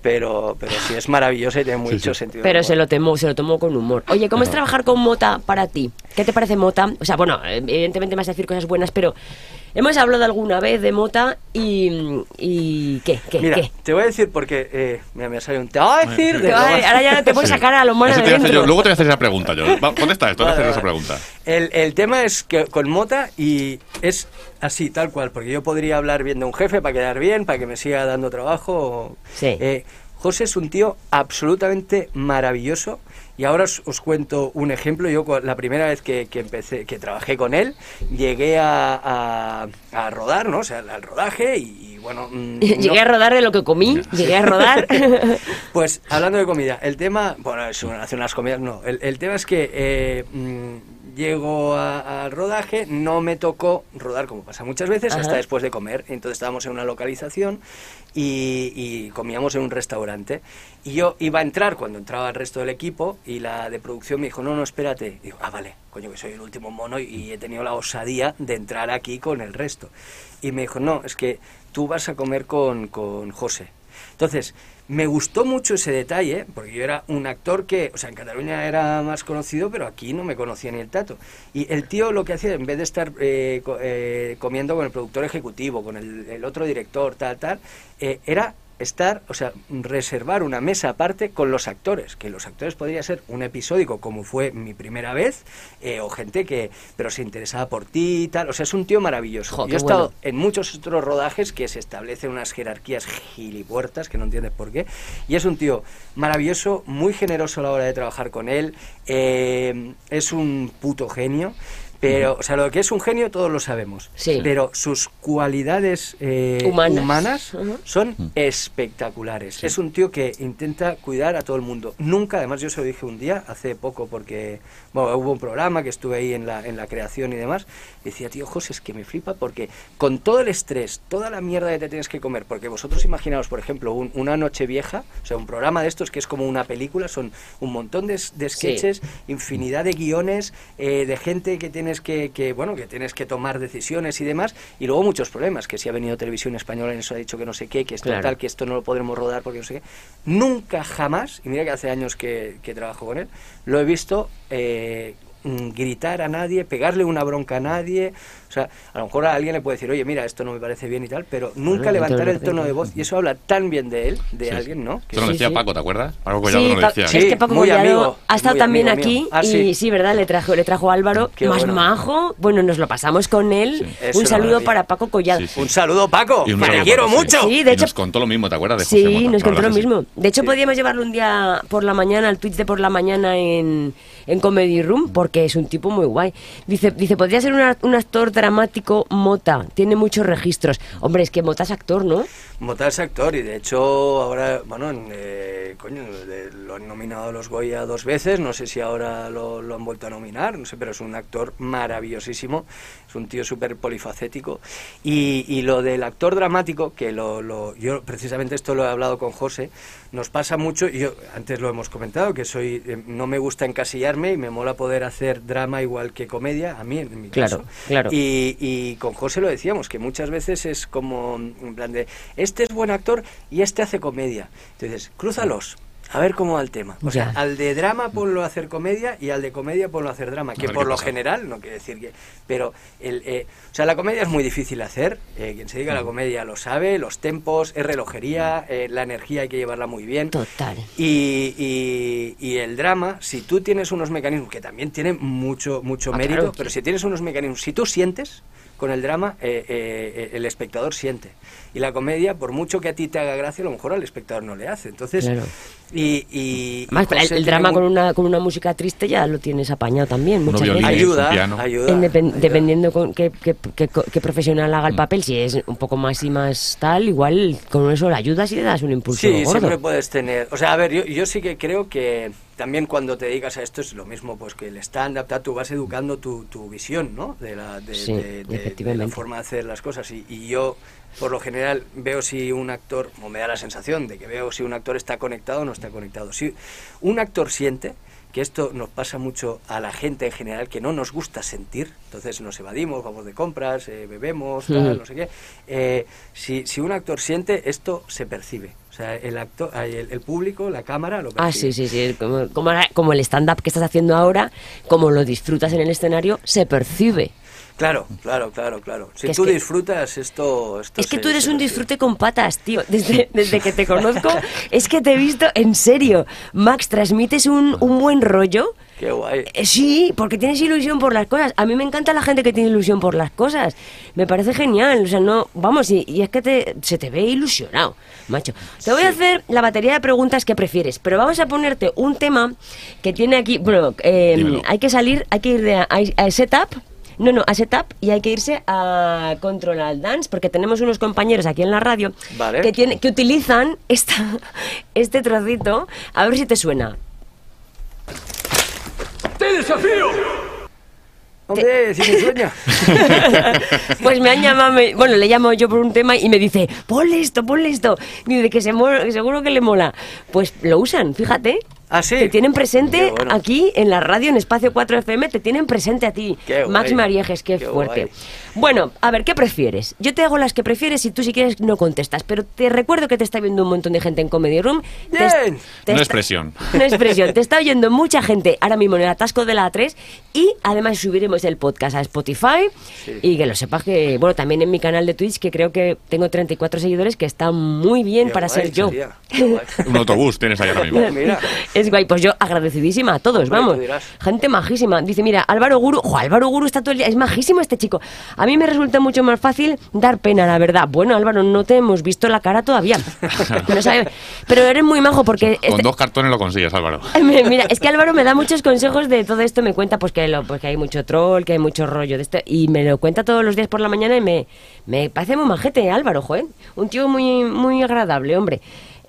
D: pero pero sí es maravilloso y tiene mucho sentido
A: Pero se lo, tomó, se lo tomó con humor. Oye, ¿cómo es trabajar con Mota para ti? ¿Qué te parece Mota? O sea, bueno, eh, evidentemente me vas a decir cosas buenas, pero hemos hablado alguna vez de Mota y... y ¿Qué? ¿Qué?
D: mira
A: ¿Qué?
D: te voy a decir porque eh, mira me sale un te voy a decir de
A: Te va-
D: lo-
A: ahora ya no te puedes
C: Sí.
A: sacar a lo malo
C: Eso
A: de
C: te voy a hacer yo.
A: dentro.
C: Luego te voy a hacer esa pregunta, yo. Va, contesta esto, voy a hacer
D: Vale,
C: esa
D: vale.
C: pregunta.
D: El, el tema es que con Mota y es así, tal cual, porque yo podría hablar bien de un jefe para quedar bien, para que me siga dando trabajo. o-
A: Sí.
D: Eh, José es un tío absolutamente maravilloso y ahora os, os cuento un ejemplo. Yo cua- la primera vez que, que empecé, que trabajé con él, llegué a, a- a rodar, ¿no? O sea, al rodaje y, y bueno... mm, no-
A: Llegué a rodar de lo que comí, llegué a rodar.
D: pues hablando de comida, el tema, bueno, es una- hace unas comidas, no, el, el tema es que eh, mm, llego a- al rodaje, no me tocó rodar como pasa muchas veces,
A: Ajá.
D: hasta después de comer, entonces estábamos en una localización y, y comíamos en un restaurante y yo iba a entrar cuando entraba el resto del equipo y la de producción me dijo, no, no, espérate, digo, ah, vale, coño, que soy el último mono y, y he tenido la osadía de entrar aquí con el resto. Y me dijo, no, es que tú vas a comer con, con José. Entonces, me gustó mucho ese detalle, porque yo era un actor que, o sea, en Cataluña era más conocido, pero aquí no me conocía ni el tato. Y el tío lo que hacía, en vez de estar eh, co- eh, comiendo con el productor ejecutivo, con el, el otro director, tal, tal, eh, era estar, o sea, reservar una mesa aparte con los actores, que los actores podría ser un episódico como fue mi primera vez, eh, o gente que, pero se interesaba por ti y tal, o sea, es un tío maravilloso.
A: Jo,
D: yo
A: qué
D: he estado
A: bueno.
D: en muchos otros rodajes que se establecen unas jerarquías gilipuertas que no entiendes por qué. Y es un tío maravilloso, muy generoso a la hora de trabajar con él. eh, es un puto genio. Pero, o sea, lo que es un genio todos lo sabemos.
A: Sí.
D: Pero sus cualidades eh,
A: Humanas.
D: humanas,
A: Ujú.
D: son espectaculares. Es un tío que intenta cuidar a todo el mundo. Nunca, además yo se lo dije un día, hace poco, porque bueno, hubo un programa que estuve ahí en la, en la creación y demás. Decía, tío José, es que me flipa porque con todo el estrés, toda la mierda que te tienes que comer, porque vosotros imaginaos, por ejemplo, un- una noche vieja, o sea, un programa de estos que es como una película, son un montón de, s- de sketches, infinidad de guiones, eh, de gente que tienes que, que, bueno, que tienes que tomar decisiones y demás, y luego muchos problemas, que si ha venido televisión española en eso ha dicho que no sé qué, que esto
A: Claro.
D: tal, que esto no lo podremos rodar porque no sé qué. Nunca jamás, y mira que hace años que, que trabajo con él, lo he visto eh, mm, gritar a nadie, pegarle una bronca a nadie. O sea, a lo mejor a alguien le puede decir, oye, mira, esto no me parece bien y tal, pero nunca
A: no te
D: levantar
A: Pues lo
D: el tono
A: digo.
D: de voz. Y eso habla tan bien de él, de
C: Sí,
D: alguien, ¿no? Que
C: Esto nos
A: Sí,
C: decía
A: sí.
C: Paco, ¿te acuerdas? Algo que
A: Sí,
C: nos
A: Pa-
C: decía.
A: es que
D: Sí,
A: Paco
D: muy
A: Collado
D: amigo,
A: ha estado
D: muy
A: también
D: amigo
A: aquí
D: mío. Ah,
A: y sí.
D: sí.
A: ¿verdad? Le trajo, le trajo Álvaro,
D: Qué
A: más
D: bueno.
A: majo. Bueno, nos lo pasamos con él.
D: Sí. Es
A: Un
D: una
A: saludo
D: maravilla.
A: para Paco Collado.
C: Sí,
A: Sí,
C: sí.
D: Un saludo, Paco,
C: Y un
D: que
C: saludo,
D: te quiero
C: Paco, sí.
D: mucho.
A: Sí, de
C: Y
A: hecho-
C: nos contó lo mismo, ¿te acuerdas? De José Mota,
A: nos
C: la
A: contó lo
C: verdad que sí.
A: mismo. De hecho, podríamos llevarlo un día por la mañana, al Twitch de por la mañana en, en Comedy Room, porque es un tipo muy guay. Dice, dice podría ser un, ar- un actor dramático Mota, tiene muchos registros. Hombre, es que Mota es actor, ¿no?
D: Mota es actor y de hecho ahora, bueno, en, eh, coño, de- lo han nominado a los Goya dos veces, no sé si ahora lo, lo han vuelto a nominar, no sé, pero es un actor maravillosísimo, es un tío súper polifacético. Y, y lo del actor dramático, que lo, lo- yo precisamente esto lo he hablado con José, nos pasa mucho, y yo antes lo hemos comentado, que soy, eh, no me gusta encasillarme y me mola poder hacer drama igual que comedia, a mí en mi
A: Claro,
D: caso.
A: claro.
D: Y y, y con José lo decíamos, que muchas veces es como en plan de, este es buen actor y este hace comedia. Entonces, crúzalos. A ver cómo va el tema. O sea,
A: Ya.
D: al de drama ponlo a hacer comedia y al de comedia ponlo a hacer drama. Que
C: ver
D: por
C: qué
D: lo
C: pasa.
D: general, no quiere decir que. Pero, el, eh, o sea, la comedia es muy difícil de hacer. eh, quien se dedica a la comedia lo sabe. Los tempos, es relojería, eh, la energía hay que llevarla muy bien.
A: Total.
D: Y, y- y el drama, si tú tienes unos mecanismos, que también tiene mucho, mucho
A: Ah,
D: mérito,
A: claro.
D: pero si tienes unos mecanismos, si tú sientes, con el drama, eh, eh, el espectador siente. Y la comedia, por mucho que a ti te haga gracia, a lo mejor al espectador no le hace. Entonces,
A: Claro.
D: y, y- y
A: Además, para el,
D: José
A: el
D: tiene
A: drama
D: un-
A: con una, con una música triste ya lo tienes apañado también.
C: Unos
A: Muchas veces.
C: violines,
D: ayuda,
C: un piano.
D: ayuda,
A: En depen-
D: ayuda.
A: Dependiendo con qué, qué- qué- qué profesional
C: Mm.
A: haga el papel, si es un poco más y más tal, igual con eso le ayudas y le das un impulso
D: Sí,
A: gordo.
D: siempre puedes tener. O sea, a ver, yo, yo sí que creo que también cuando te dedicas a esto es lo mismo pues que el stand-up, tal, tú vas educando tu, tu visión, ¿no? De la, de,
A: Sí,
D: de- de- de la
A: efectivamente.
D: forma de hacer las cosas. Y, y yo, por lo general, veo si un actor, o me da la sensación de que veo si un actor está conectado o no está conectado. Si un actor siente que esto nos pasa mucho a la gente en general, que no nos gusta sentir, entonces nos evadimos, vamos de compras, eh, bebemos, tal,
A: Ujú.
D: no sé qué. Eh, si, si un actor siente, esto se percibe. O sea, el, acto, ay, el, el público, la cámara, lo percibe.
A: Ah, sí, sí, sí. Como, como ahora- como el stand-up que estás haciendo ahora, como lo disfrutas en el escenario, se percibe.
D: Claro, claro, claro, claro. Si
A: Que es
D: tú
A: que-
D: disfrutas esto... esto
A: es que
D: se-
A: tú eres
D: se
A: un
D: percibe.
A: disfrute con patas, tío. Desde, desde que te conozco, es que te he visto, en serio. Max, transmites un, un buen rollo.
D: Qué guay.
A: Eh, Sí, porque tienes ilusión por las cosas. A mí me encanta la gente que tiene ilusión por las cosas. Me parece genial. O sea, no, vamos, y, y es que te- se te ve ilusionado, macho. Te voy a hacer la batería de preguntas que prefieres, pero vamos a ponerte un tema que tiene aquí. Bueno, eh,
C: Dímelo.
A: hay que salir, hay que ir de, a, a setup. No, no, a setup y hay que irse a Control Dance porque tenemos unos compañeros aquí en la radio
D: Vale.
A: que, tiene- que utilizan esta, este trocito. A ver si te suena.
D: Hombre, si me sueño.
A: Pues me han llamado, me- bueno, le llamo yo por un tema y me dice, ponle esto, ponle esto. Y dice que se mo- que seguro que le mola. Pues lo usan, fíjate.
D: Ah, sí.
A: Te tienen presente
D: Qué bueno.
A: aquí en la radio, en Espacio 4 FM, te tienen presente a ti,
D: Qué guay.
A: Max Mariejes, qué,
D: Qué
A: fuerte.
D: guay.
A: Bueno, a ver, ¿qué prefieres? Yo te hago las que prefieres y tú si quieres no contestas, pero te recuerdo que te está viendo un montón de gente en Comedy Room. Te es-
D: Bien.
A: te está-
C: Una expresión.
A: una expresión. Te está oyendo mucha gente ahora mismo en el atasco de la A3 y además subiremos el podcast a Spotify
D: Sí.
A: y que lo sepas que, bueno, también en mi canal de Twitch que creo que tengo 34 seguidores que está muy bien
D: Qué
A: para
D: guay,
A: ser yo.
D: María, qué guay.
C: Un autobús tienes ahí ahora mismo.
D: Mira.
A: Es guay, pues yo agradecidísima a todos,
D: Hombre,
A: vamos.
D: tú dirás.
A: Gente majísima. Dice, mira, Álvaro Guru, ojo, Álvaro Guru está todo el día, es majísimo este chico. A mí me resulta mucho más fácil dar pena, la verdad. Bueno, Álvaro, no te hemos visto la cara todavía. No sabes, pero eres muy majo porque...
C: Con
A: este-
C: dos cartones lo consigues, Álvaro.
A: Ay, me- Mira, es que Álvaro me da muchos consejos de todo esto. Me cuenta pues que, lo, pues, que hay mucho troll, que hay mucho rollo de esto. Y me lo cuenta todos los días por la mañana y me, me parece muy majete Álvaro, joder. Un tío muy, muy agradable, hombre.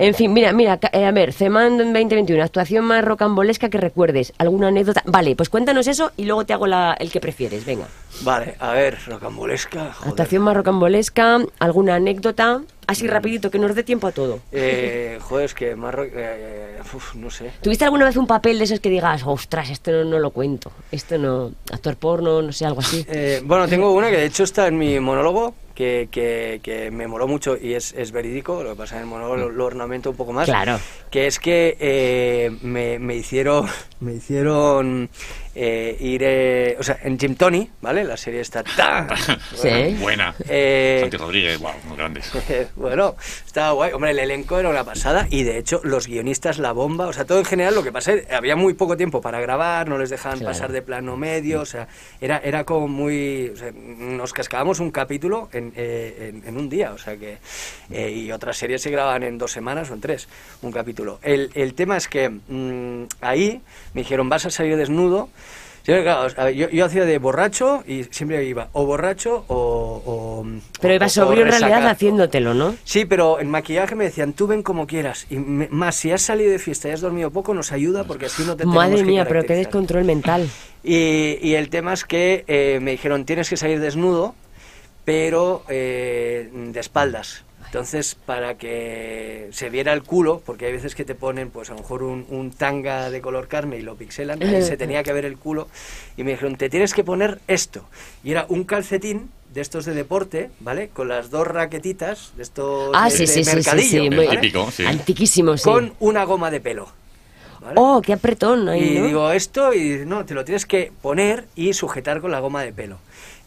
A: En fin, mira, mira, ca- eh, a ver, CEMAN 2021, actuación más rocambolesca que recuerdes, alguna anécdota. Vale, pues cuéntanos eso y luego te hago la- el que prefieres, venga.
D: Vale, a ver, rocambolesca. joder.
A: Actuación más rocambolesca, alguna anécdota, así rapidito, que nos dé tiempo a todo.
D: Eh, joder, es que más... ro- eh, uf, no sé.
A: ¿Tuviste alguna vez un papel de esos que digas, ostras, esto no, no lo cuento? Esto no. Actor porno, no sé, algo así.
D: Eh, bueno, tengo una que de hecho está en mi monólogo, que, que- que me moló mucho y es, es verídico, lo que pasa en el monólogo lo, lo ornamento un poco más.
A: Claro.
D: Que es que eh, me, me hicieron, me hicieron eh, ir, eh, o sea, en Jim Tony, ¿vale? La serie está tan...
A: Sí.
C: Buena.
D: Eh,
C: Santi Rodríguez, wow, unos grandes.
D: bueno, estaba guay. Hombre, el elenco era una pasada y de hecho los guionistas, la bomba, o sea, todo en general lo que pasa es había muy poco tiempo para grabar, no les dejaban
A: Claro.
D: pasar de plano medio, o sea, era, era como muy... o sea, nos cascábamos un capítulo en, eh, en- en un día, o sea que... eh, y otras series se grababan en dos semanas o en tres, un capítulo. El, el tema es que mm, ahí me dijeron, vas a salir desnudo. Yo, claro, o sea, yo- yo hacía de borracho y siempre iba o borracho o... o-
A: Pero
D: o-
A: ibas
D: o
A: sobrio en realidad
D: resacado.
A: haciéndotelo, ¿no?
D: Sí, pero en maquillaje me decían, tú ven como quieras. Y me- más, si has salido de fiesta y has dormido poco, nos ayuda porque así no te tenemos
A: Madre
D: que
A: mía, pero qué
D: caracterizar".
A: descontrol mental.
D: Y, y el tema es que eh, me dijeron, tienes que salir desnudo, pero eh, de espaldas. Entonces, para que se viera el culo, porque hay veces que te ponen, pues a lo mejor un, un tanga de color carne y lo pixelan, ahí se tenía que ver el culo, y me dijeron, te tienes que poner esto. Y era un calcetín de estos de deporte, ¿vale? Con las dos raquetitas, de estos
A: Ah,
D: Pues de,
A: sí, sí,
D: de
A: sí, sí,
D: mercadillo,
A: sí.
C: muy- Típico, sí.
A: Antiquísimo, sí.
D: con una goma de pelo. ¿vale?
A: Oh, qué apretón ahí,
D: Y
A: ¿no?
D: digo esto y no, te lo tienes que poner y sujetar con la goma de pelo.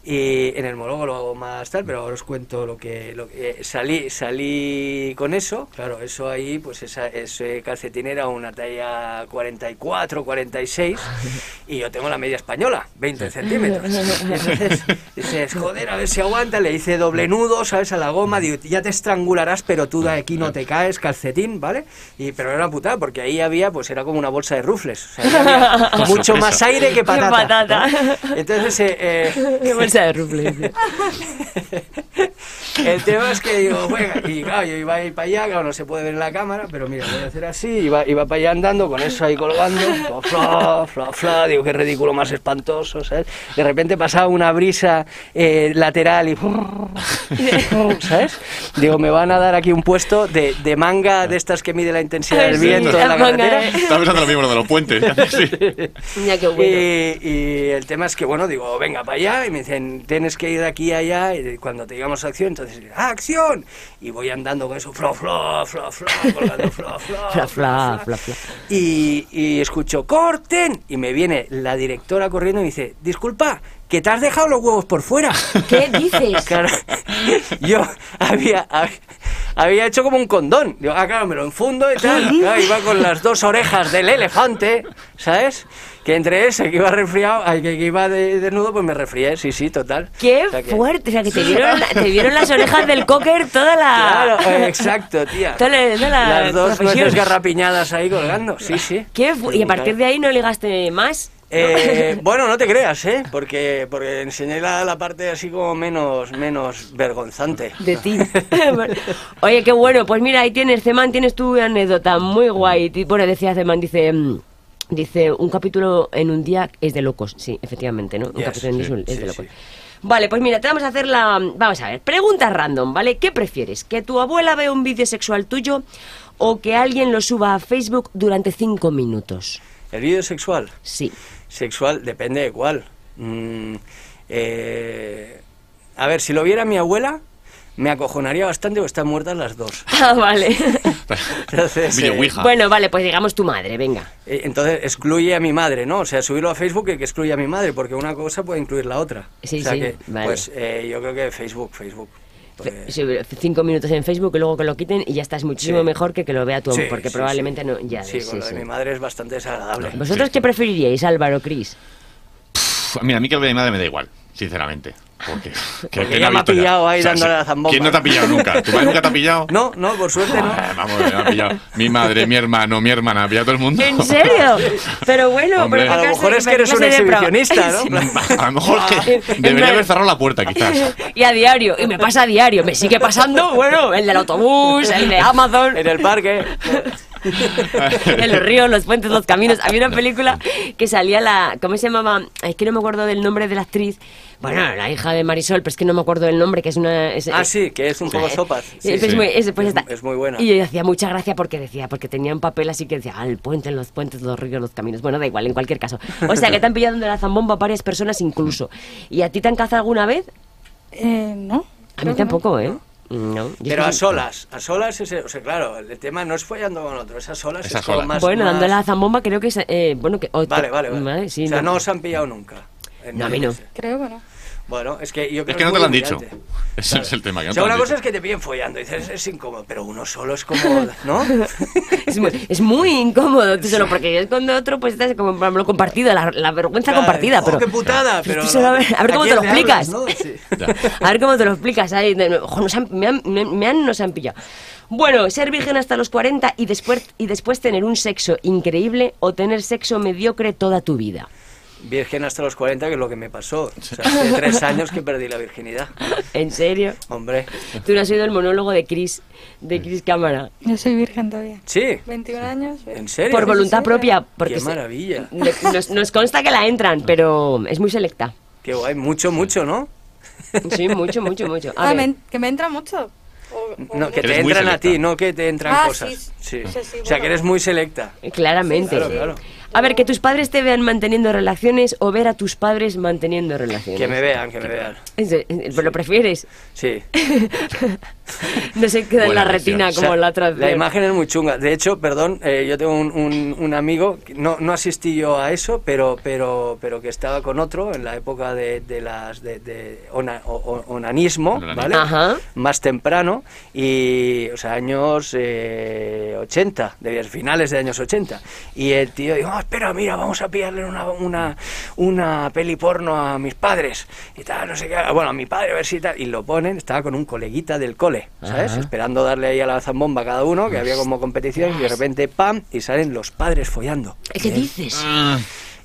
D: Y en el monólogo más tal, pero ahora os cuento lo que, lo que- eh, salí, salí con eso. Claro, eso ahí, pues esa, ese calcetín era una talla 44, 46 y yo tengo la media española, 20 centímetros. Entonces dices, joder, a ver si aguanta, le hice doble nudo, ¿sabes? A la goma, digo, ya te estrangularás, pero tú de aquí no te caes, calcetín, ¿vale? Y, pero era una putada, porque ahí había, pues era como una bolsa de rufles. O sea, ahí había
C: Qué
D: mucho
C: sorpresa.
D: más aire que patata.
A: patata.
D: ¿no? Entonces, eh, eh,
A: Qué bolsa de rufles.
D: el tema es que digo, bueno, y claro, yo iba a ir para allá, claro, no se puede ver en la cámara, pero mira, voy a hacer así, iba, iba para allá andando, con eso ahí colgando, fla, fla, fla, fla, digo, qué ridículo más espantoso, ¿sabes? De repente pasaba una brisa eh, lateral y... ¿Sabes? Digo, me van a dar aquí un puesto de, de manga de estas que mide la intensidad del
A: Sí,
D: viento en
A: la
D: la
A: manga,
D: carretera.
A: eh.
C: Estaba pensando lo mismo lo de los puentes. Sí.
A: Ya, qué bueno.
D: Y, y el tema es que, bueno, digo, venga para allá, y me dicen, tienes que ir de aquí a allá, y cuando te digamos acción, entonces, ¡ah, acción! Y voy andando con eso, flo, flo, flo, flo, colgando, flo, flo,
A: Fla, fla, fla, fla.
D: Y, y escucho, ¡corten! Y me viene la directora corriendo y me dice, disculpa, que te has dejado los huevos por fuera.
A: ¿Qué dices?
D: Claro, yo había, hab- había hecho como un condón. Digo, ah, claro, me lo enfundo y tal. Claro, iba con las dos orejas del elefante, ¿sabes? Que entre ese que iba resfriado, al que que iba de- desnudo, pues me resfrié, sí, sí, total.
A: Qué
D: O sea que-
A: fuerte. O sea, que te vieron, la- te vieron las orejas del cocker toda la.
D: Claro, eh, exacto, tía.
A: Toda la- toda la
D: las dos
A: profesión.
D: nueces garrapiñadas ahí colgando, sí, sí.
A: Qué fu- y a partir de ahí no ligaste más.
D: Eh, bueno, no te creas, ¿eh? Porque, porque enseñé la, la parte así como menos, menos vergonzante.
A: De ti. Oye, qué bueno. Pues mira, ahí tienes, Zeman, tienes tu anécdota muy guay. Ti- Bueno, decía Zeman, dice. mm, Dice, un capítulo en un día es de locos. Sí, efectivamente, ¿no? Un
D: Yes,
A: capítulo en un día es
D: sí,
A: un- es
D: sí,
A: de locos.
D: sí.
A: Vale, pues mira, te vamos a hacer la... Vamos a ver, preguntas random, ¿vale? ¿Qué prefieres? ¿Que tu abuela vea un vídeo sexual tuyo o que alguien lo suba a Facebook durante cinco minutos?
D: El vídeo sexual.
A: Sí.
D: Sexual, depende de cuál. Mm, eh, a ver, si lo viera mi abuela, me acojonaría bastante o están muertas las dos.
A: Ah, vale.
D: Entonces,
C: Video
D: eh,
C: Ouija.
A: bueno, vale, pues digamos tu madre, venga.
D: eh, entonces excluye a mi madre, ¿no? O sea, subirlo a Facebook y que excluya a mi madre, porque una cosa puede incluir la otra.
A: Sí,
D: o sea
A: sí,
D: que,
A: vale.
D: Pues eh, yo creo que Facebook, Facebook.
A: Fe-
D: Porque-
A: sobre Pues, cinco minutos en Facebook y luego que lo quiten y ya estás muchísimo
D: Sí.
A: mejor que que lo vea tu abuelo,
D: Sí,
A: porque
D: sí,
A: probablemente
D: sí.
A: no. Ya,
D: sí,
A: ves,
D: con
A: sí,
D: lo de
A: sí.
D: mi madre es bastante desagradable.
A: ¿Vosotros qué preferiríais, Álvaro Cris?
C: Pf, Mira, a mí que lo vea mi madre me da igual, sinceramente. Porque, que-
D: Porque
C: que
D: ya
C: ha
D: me ha
C: visto
D: pillado ahí dándole
C: sí.
D: la zambomba.
C: ¿Quién no te ha pillado nunca? ¿Tu madre nunca te ha pillado?
D: No, no, por suerte no.
C: Ah, vamos, me ha pillado. Mi madre, mi hermano, mi hermana, ha pillado todo el mundo.
A: ¿En serio? Pero bueno,
C: Hombre.
A: pero
D: A lo
A: clase-
D: mejor es que
A: pero
D: eres un
A: clase de pro-
D: exhibicionista, ¿no?
C: A lo mejor que
A: En
C: debería
A: plan-
C: haber cerrado la puerta, quizás.
A: Y a diario, y me pasa a diario, me sigue pasando, bueno, el del autobús, el de Amazon,
D: En el parque.
A: en los ríos, los puentes, los caminos. Había una película que salía la. ¿Cómo se llamaba? Es que no me acuerdo del nombre de la actriz. Bueno, la hija de Marisol, pero es que no me acuerdo del nombre, que es una. es-
D: Ah,
A: es-
D: sí, que es un poco sopas.
A: Eh,
D: Sí,
A: pues
D: sí.
A: muy- es, pues
D: Es-
A: está.
D: es muy buena.
A: Y yo hacía mucha gracia porque decía, porque tenía un papel así que decía, ah, el puente, los puentes, los ríos, los caminos. Bueno, da igual, en cualquier caso. O sea, que te han pillado de la zambomba varias personas incluso. ¿Y a ti te han cazado alguna vez?
B: Eh, no.
A: A
B: creo que
A: mí
B: no.
A: tampoco, ¿eh? No. Yo
D: Pero
A: es que
D: a
A: sí.
D: solas, a solas es, o sea, claro, el tema no es follando con otro, es a solas,
C: Es
D: es,
C: a
D: como
C: solas.
D: más...
A: Bueno,
D: más-
A: dando la zambomba creo que es... eh, bueno, que... o-
D: Vale, vale, vale.
A: sí,
D: o sea,
A: no.
D: no. os han pillado nunca. En
A: No, a mí no.
D: ningún-
B: Creo que no.
D: Bueno, es que yo creo
C: Es que no te
D: muy
C: lo han dicho.
D: humillante.
C: Ese es el tema. Que no
D: O sea,
C: te lo
D: una
C: han
D: cosa es
C: dicho.
D: que te pillen follando, y dices, es incómodo, pero uno solo es como... ¿No?
A: Es muy, es muy incómodo, tú solo, porque es con otro, pues estás como en plan, lo compartido, la, la vergüenza
D: Claro,
A: compartida,
D: oh,
A: pero...
D: qué putada!
A: pero
D: Pero,
A: tú solo a ver- a ver cómo te
D: quién
A: lo
D: le hablas,
A: explicas?
D: ¿no? Sí.
A: A ver cómo te lo explicas. ahí, de- ojo, nos han- me, han, me- me han- nos han pillado. Bueno, ser virgen hasta los 40 y después, y después tener un sexo increíble o tener sexo mediocre toda tu vida.
D: Virgen hasta los 40, que es lo que me pasó. O sea, hace tres años que perdí la virginidad.
A: ¿En serio?
D: Hombre.
A: Tú no has oído el monólogo de Chris, de Chris Cámara.
B: Yo soy virgen todavía.
D: Sí,
B: 21 años.
D: ¿en serio?
A: Por voluntad
B: sí,
A: propia.
B: claro.
A: Porque
D: Qué
A: se-
D: maravilla.
A: le- nos, nos consta que la entran, pero es muy selecta.
D: Qué guay, mucho, mucho, ¿no?
A: Sí, mucho, mucho, mucho. A
B: Ah,
A: ver.
B: me- que me entra mucho. O- o
D: No, que
C: Eres
D: te
C: muy
D: entran a
C: selecta.
D: ti, no que te entran
B: Ah,
D: cosas.
B: sí, sí, sí,
D: O sea,
B: bueno.
D: que eres muy selecta.
A: Claramente.
D: Claro, claro.
A: A ver, que tus padres te vean manteniendo relaciones o ver a tus padres manteniendo relaciones.
D: Que me vean, que me vean.
A: Ese- eh, ¿Pero lo prefieres?
D: Sí.
A: No se queda en
C: Buena
A: la retina
C: elección.
A: como
D: O sea,
A: la otra
D: La imagen es muy chunga. De hecho, perdón, eh, yo tengo un, un- un amigo, que no, no asistí yo a eso, pero, pero, pero que estaba con otro en la época de, de las de, de ona- o- o- onanismo,
C: Onanismo.
D: ¿vale?
A: Ajá.
D: Más temprano, y, o sea, años eh, 80, de finales de años 80. Y el tío dijo, "Ah, espera, mira, vamos a pillarle una, una, una peli porno a mis padres. Y tal, no sé qué, bueno, a mi padre, a ver si tal. Y lo ponen, estaba con un coleguita del cole, ¿sabes?
A: Ajá.
D: esperando darle ahí a la zambomba a cada uno, que había como competición, y de repente, ¡pam! y salen los padres follando.
A: ¿Qué dices?
C: Ah,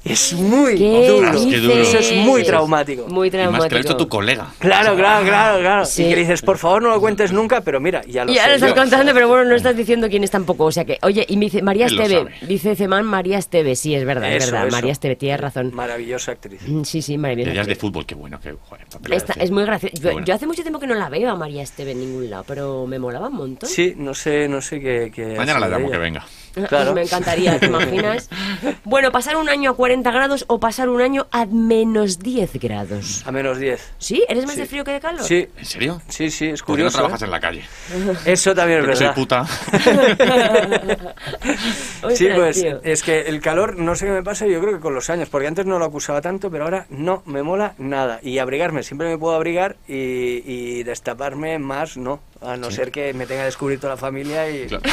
D: Es muy
A: ¿Qué
D: duro.
C: Ostras, qué duro.
A: dices?
D: Eso es muy traumático.
A: Muy
C: y más
A: traumático.
C: que lo ha visto tu colega.
D: Claro, claro, claro, claro.
A: Sí.
D: Y que le dices, por favor, no lo cuentes nunca, pero mira, ya lo
A: Y ahora
D: sé
A: lo estás
D: yo.
A: contando, pero bueno, no estás diciendo quién es tampoco. O sea que, oye, y me dice María
C: Él lo
A: Esteve.
C: sabe.
A: Dice Cemán María Esteve. Sí, es verdad, es
D: Eso,
A: verdad.
D: eso.
A: María Esteve, tienes razón.
D: Maravillosa actriz.
A: Mm, Sí, sí, maravilloso.
C: Ideas de fútbol, qué bueno, qué joder, papel.
A: Esta es muy graciosa.
C: Qué
A: Yo,
C: bueno.
A: yo hace mucho tiempo que no la veo a María Esteve en ningún lado, pero me molaba un montón.
D: Sí, no sé, no sé qué. qué ha
C: Mañana la
D: sido
C: damos que
D: ella.
C: venga.
D: Claro.
A: Pues Me encantaría, ¿te imaginas? Bueno, pasar un año a 40 grados o pasar un año a menos 10 grados.
D: A menos 10.
A: ¿Sí? ¿Eres más
D: Sí.
A: de frío que de calor?
D: Sí,
C: ¿En serio?
D: sí, sí, es
C: ¿Por qué no
D: curioso.
C: trabajas en la calle?
D: ¿eh? Eso también es
C: Yo que soy
D: verdad.
C: puta.
D: Sí,
A: Ostras,
D: pues
A: tío.
D: es que el calor, no sé qué me pasa, yo creo que con los años, porque antes no lo acusaba tanto, pero ahora no me mola nada. Y abrigarme, siempre me puedo abrigar y, y destaparme más, no, a no ser que me tenga que descubrir toda la familia y...
C: Claro.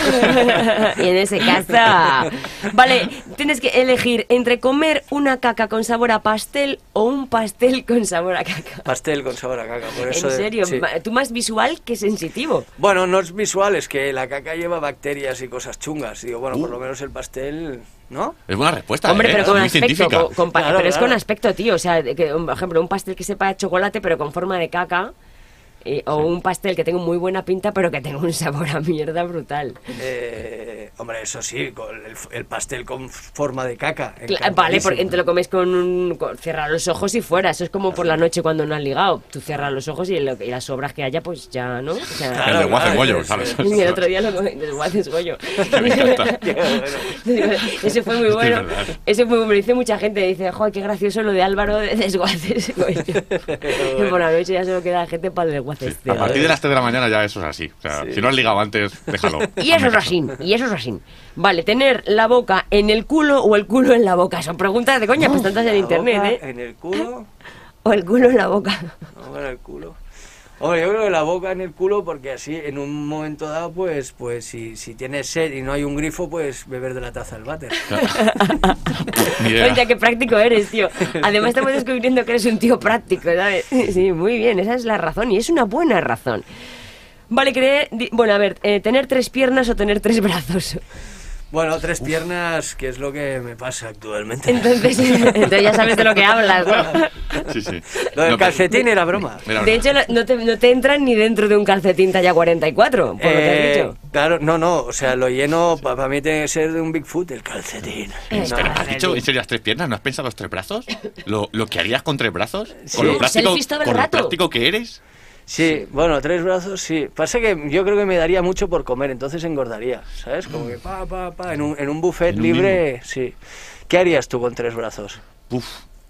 A: y en ese caso. Vale, tienes que elegir entre comer una caca con sabor a pastel o un pastel con sabor a caca.
D: Pastel con sabor a caca, por eso...
A: en
D: de-
A: serio,
D: sí.
A: ma- tú más visual que sensitivo.
D: Bueno, no es visual, es que la caca lleva bacterias y cosas chungas. Digo, bueno, por lo menos el pastel, ¿no?
C: Es buena respuesta.
A: Hombre,
C: ¿eh?
A: pero
C: Es
A: con
C: muy
A: aspecto,
C: científica.
A: con- con pa-
D: Claro,
A: pero es con
D: claro.
A: aspecto, tío. O sea, de que, un- por ejemplo, un pastel que sepa a chocolate pero con forma de caca. eh, o un pastel que tenga muy buena pinta pero que tenga un sabor a mierda brutal.
D: Eh, hombre, eso sí, con el, el pastel con forma de
A: Cla-
D: caca.
A: Vale,
D: encantadísimo.
A: porque te lo comes con un... con- cierra los ojos y fuera. Eso es como por la noche cuando no has ligado. Tú cierras los ojos y, lo- y las sobras que haya, pues ya, ¿no? O sea,
C: El de
D: Claro,
C: Guace
D: claro,
C: Goyo,
D: sí,
C: ¿sabes?
D: sí.
A: Y el otro día lo comí del Guaces Goyo.
C: Me encanta.
D: Qué bueno.
A: Ese fue muy bueno.
C: Es verdad.
A: Ese fue muy bueno. Dice mucha gente, dice, joder, qué gracioso lo de Álvaro de Desguaces Goyo. Y por la noche ya solo queda gente para el este". Desguaces.
C: A partir de las 3 de la mañana ya eso es así. O sea, si no has ligado antes, déjalo.
A: Y eso
C: Hazme
A: es
C: caso.
A: así, y eso es así. Vale, tener la boca en el culo o el culo en la boca. Son preguntas de coña, pues tantas en
D: La
A: internet,
D: boca
A: ¿eh?
D: En el culo.
A: O el culo en la boca.
D: Vamos en el culo. Hombre, yo creo que la boca en el culo porque así en un momento dado, pues, pues si, si tienes sed y no hay un grifo, pues beber de la taza del váter.
C: Ni idea.
A: Oye, qué práctico eres, tío. Además estamos descubriendo que eres un tío práctico, ¿sabes? Sí, muy bien, esa es la razón y es una buena razón. Vale, creer... di- Bueno, a ver, eh, tener tres piernas o tener tres brazos.
D: Bueno, tres piernas, que es lo que me pasa actualmente.
A: Entonces, entonces ya sabes de lo que hablas, ¿no?
C: Sí, sí.
D: lo del
C: No, pero-
D: calcetín era broma.
C: Mira,
A: De hecho, no- no te, no te entran ni dentro de un calcetín talla 44, por lo que has
D: Eh,
A: dicho.
D: Claro, no, no, o sea, lo lleno para mí tiene que ser de un Bigfoot el calcetín. No.
A: Ah,
C: Pero, Eh, ¿Has dicho en serio las tres piernas? ¿No has pensado los tres brazos? ¿Lo, lo que harías con tres brazos?
D: Sí.
C: ¿Con lo práctico,
A: Selfies todo el
C: con lo
A: rato.
C: práctico que eres?
D: Sí, bueno, tres brazos, sí. Pasa que yo creo que me daría mucho por comer, entonces engordaría, ¿sabes? Como que pa, pa, pa, en un, en un buffet
C: En un
D: libre, sí. ¿Qué harías tú con tres brazos?
C: Puf,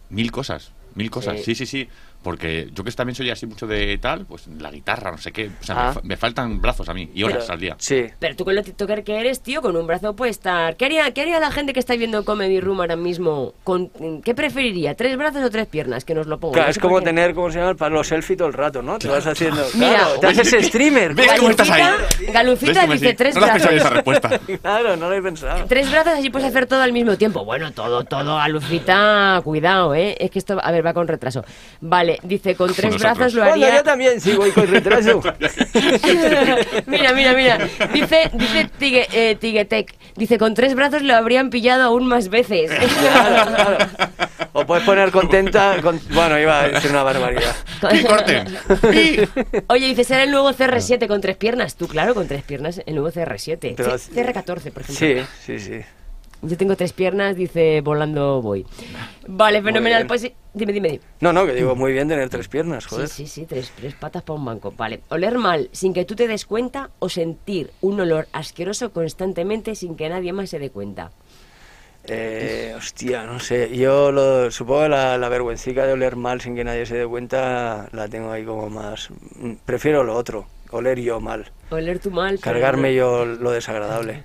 C: mil cosas, mil cosas. Sí, sí, sí. Porque yo que también soy así mucho de tal, pues la guitarra, no sé qué. O sea,
D: Ah.
C: me, fa- me faltan brazos a mí y horas
D: Pero-
C: al día.
D: Sí.
A: Pero tú con lo TikToker que eres, tío, con un brazo puede estar. ¿Qué haría, ¿Qué haría la gente que está viendo Comedy Room ahora mismo? Con, ¿Qué preferiría? ¿Tres brazos o tres piernas? Que nos lo pongo.
D: Claro,
A: No
D: es
A: sé
D: como
A: por qué.
D: tener, ¿cómo se llama? Para los selfies todo el rato, ¿no? Te vas haciendo.
A: Mira,
D: claro, te haces streamer.
C: ¿Ves
D: coño.
C: cómo estás ahí?
A: Galucita- Galucita
C: ¿Ves cómo
A: dice
C: sí?
A: tres
C: No lo has pensado en esa
A: brazos.
C: respuesta.
D: Claro, no lo he pensado.
A: Tres brazos, así puedes hacer todo al mismo tiempo. Bueno, todo, todo, Galucita, cuidado, ¿eh? Es que esto, a ver, va con retraso. Vale, dice, con tres
C: nosotros.
A: brazos lo
D: Bueno,
A: haría.
D: yo también sí voy con retraso.
A: mira, mira, mira. Dice, dice Tigue- eh, Tiguetec, dice, con tres brazos lo habrían pillado aún más veces.
D: Claro, claro. O puedes poner contenta. con- Bueno, iba a decir una barbaridad.
C: ¡Pi, corte! ¡Pi!
A: Oye, dice, será el
D: Ah.
A: nuevo CR7 con tres piernas. Tú, claro, con tres piernas, el nuevo CR7.
D: Pero-
A: Sí, CR14, por ejemplo.
D: Sí, sí, sí.
A: Yo tengo tres piernas, dice, volando voy. Vale, fenomenal.
D: bien.
A: Pues sí, dime, dime, dime.
D: No, no, que digo muy bien tener tres piernas,
A: Sí,
D: joder.
A: sí, sí, tres, tres patas para un banco. Vale. Oler mal sin que tú te des cuenta o sentir un olor asqueroso constantemente sin que nadie más se dé cuenta.
D: Eh, hostia, no sé. Yo lo, supongo que la, la vergüencica de oler mal sin que nadie se dé cuenta la tengo ahí como más. mm, Prefiero lo otro, oler yo mal.
A: Oler tu mal. pero-
D: Cargarme yo lo desagradable.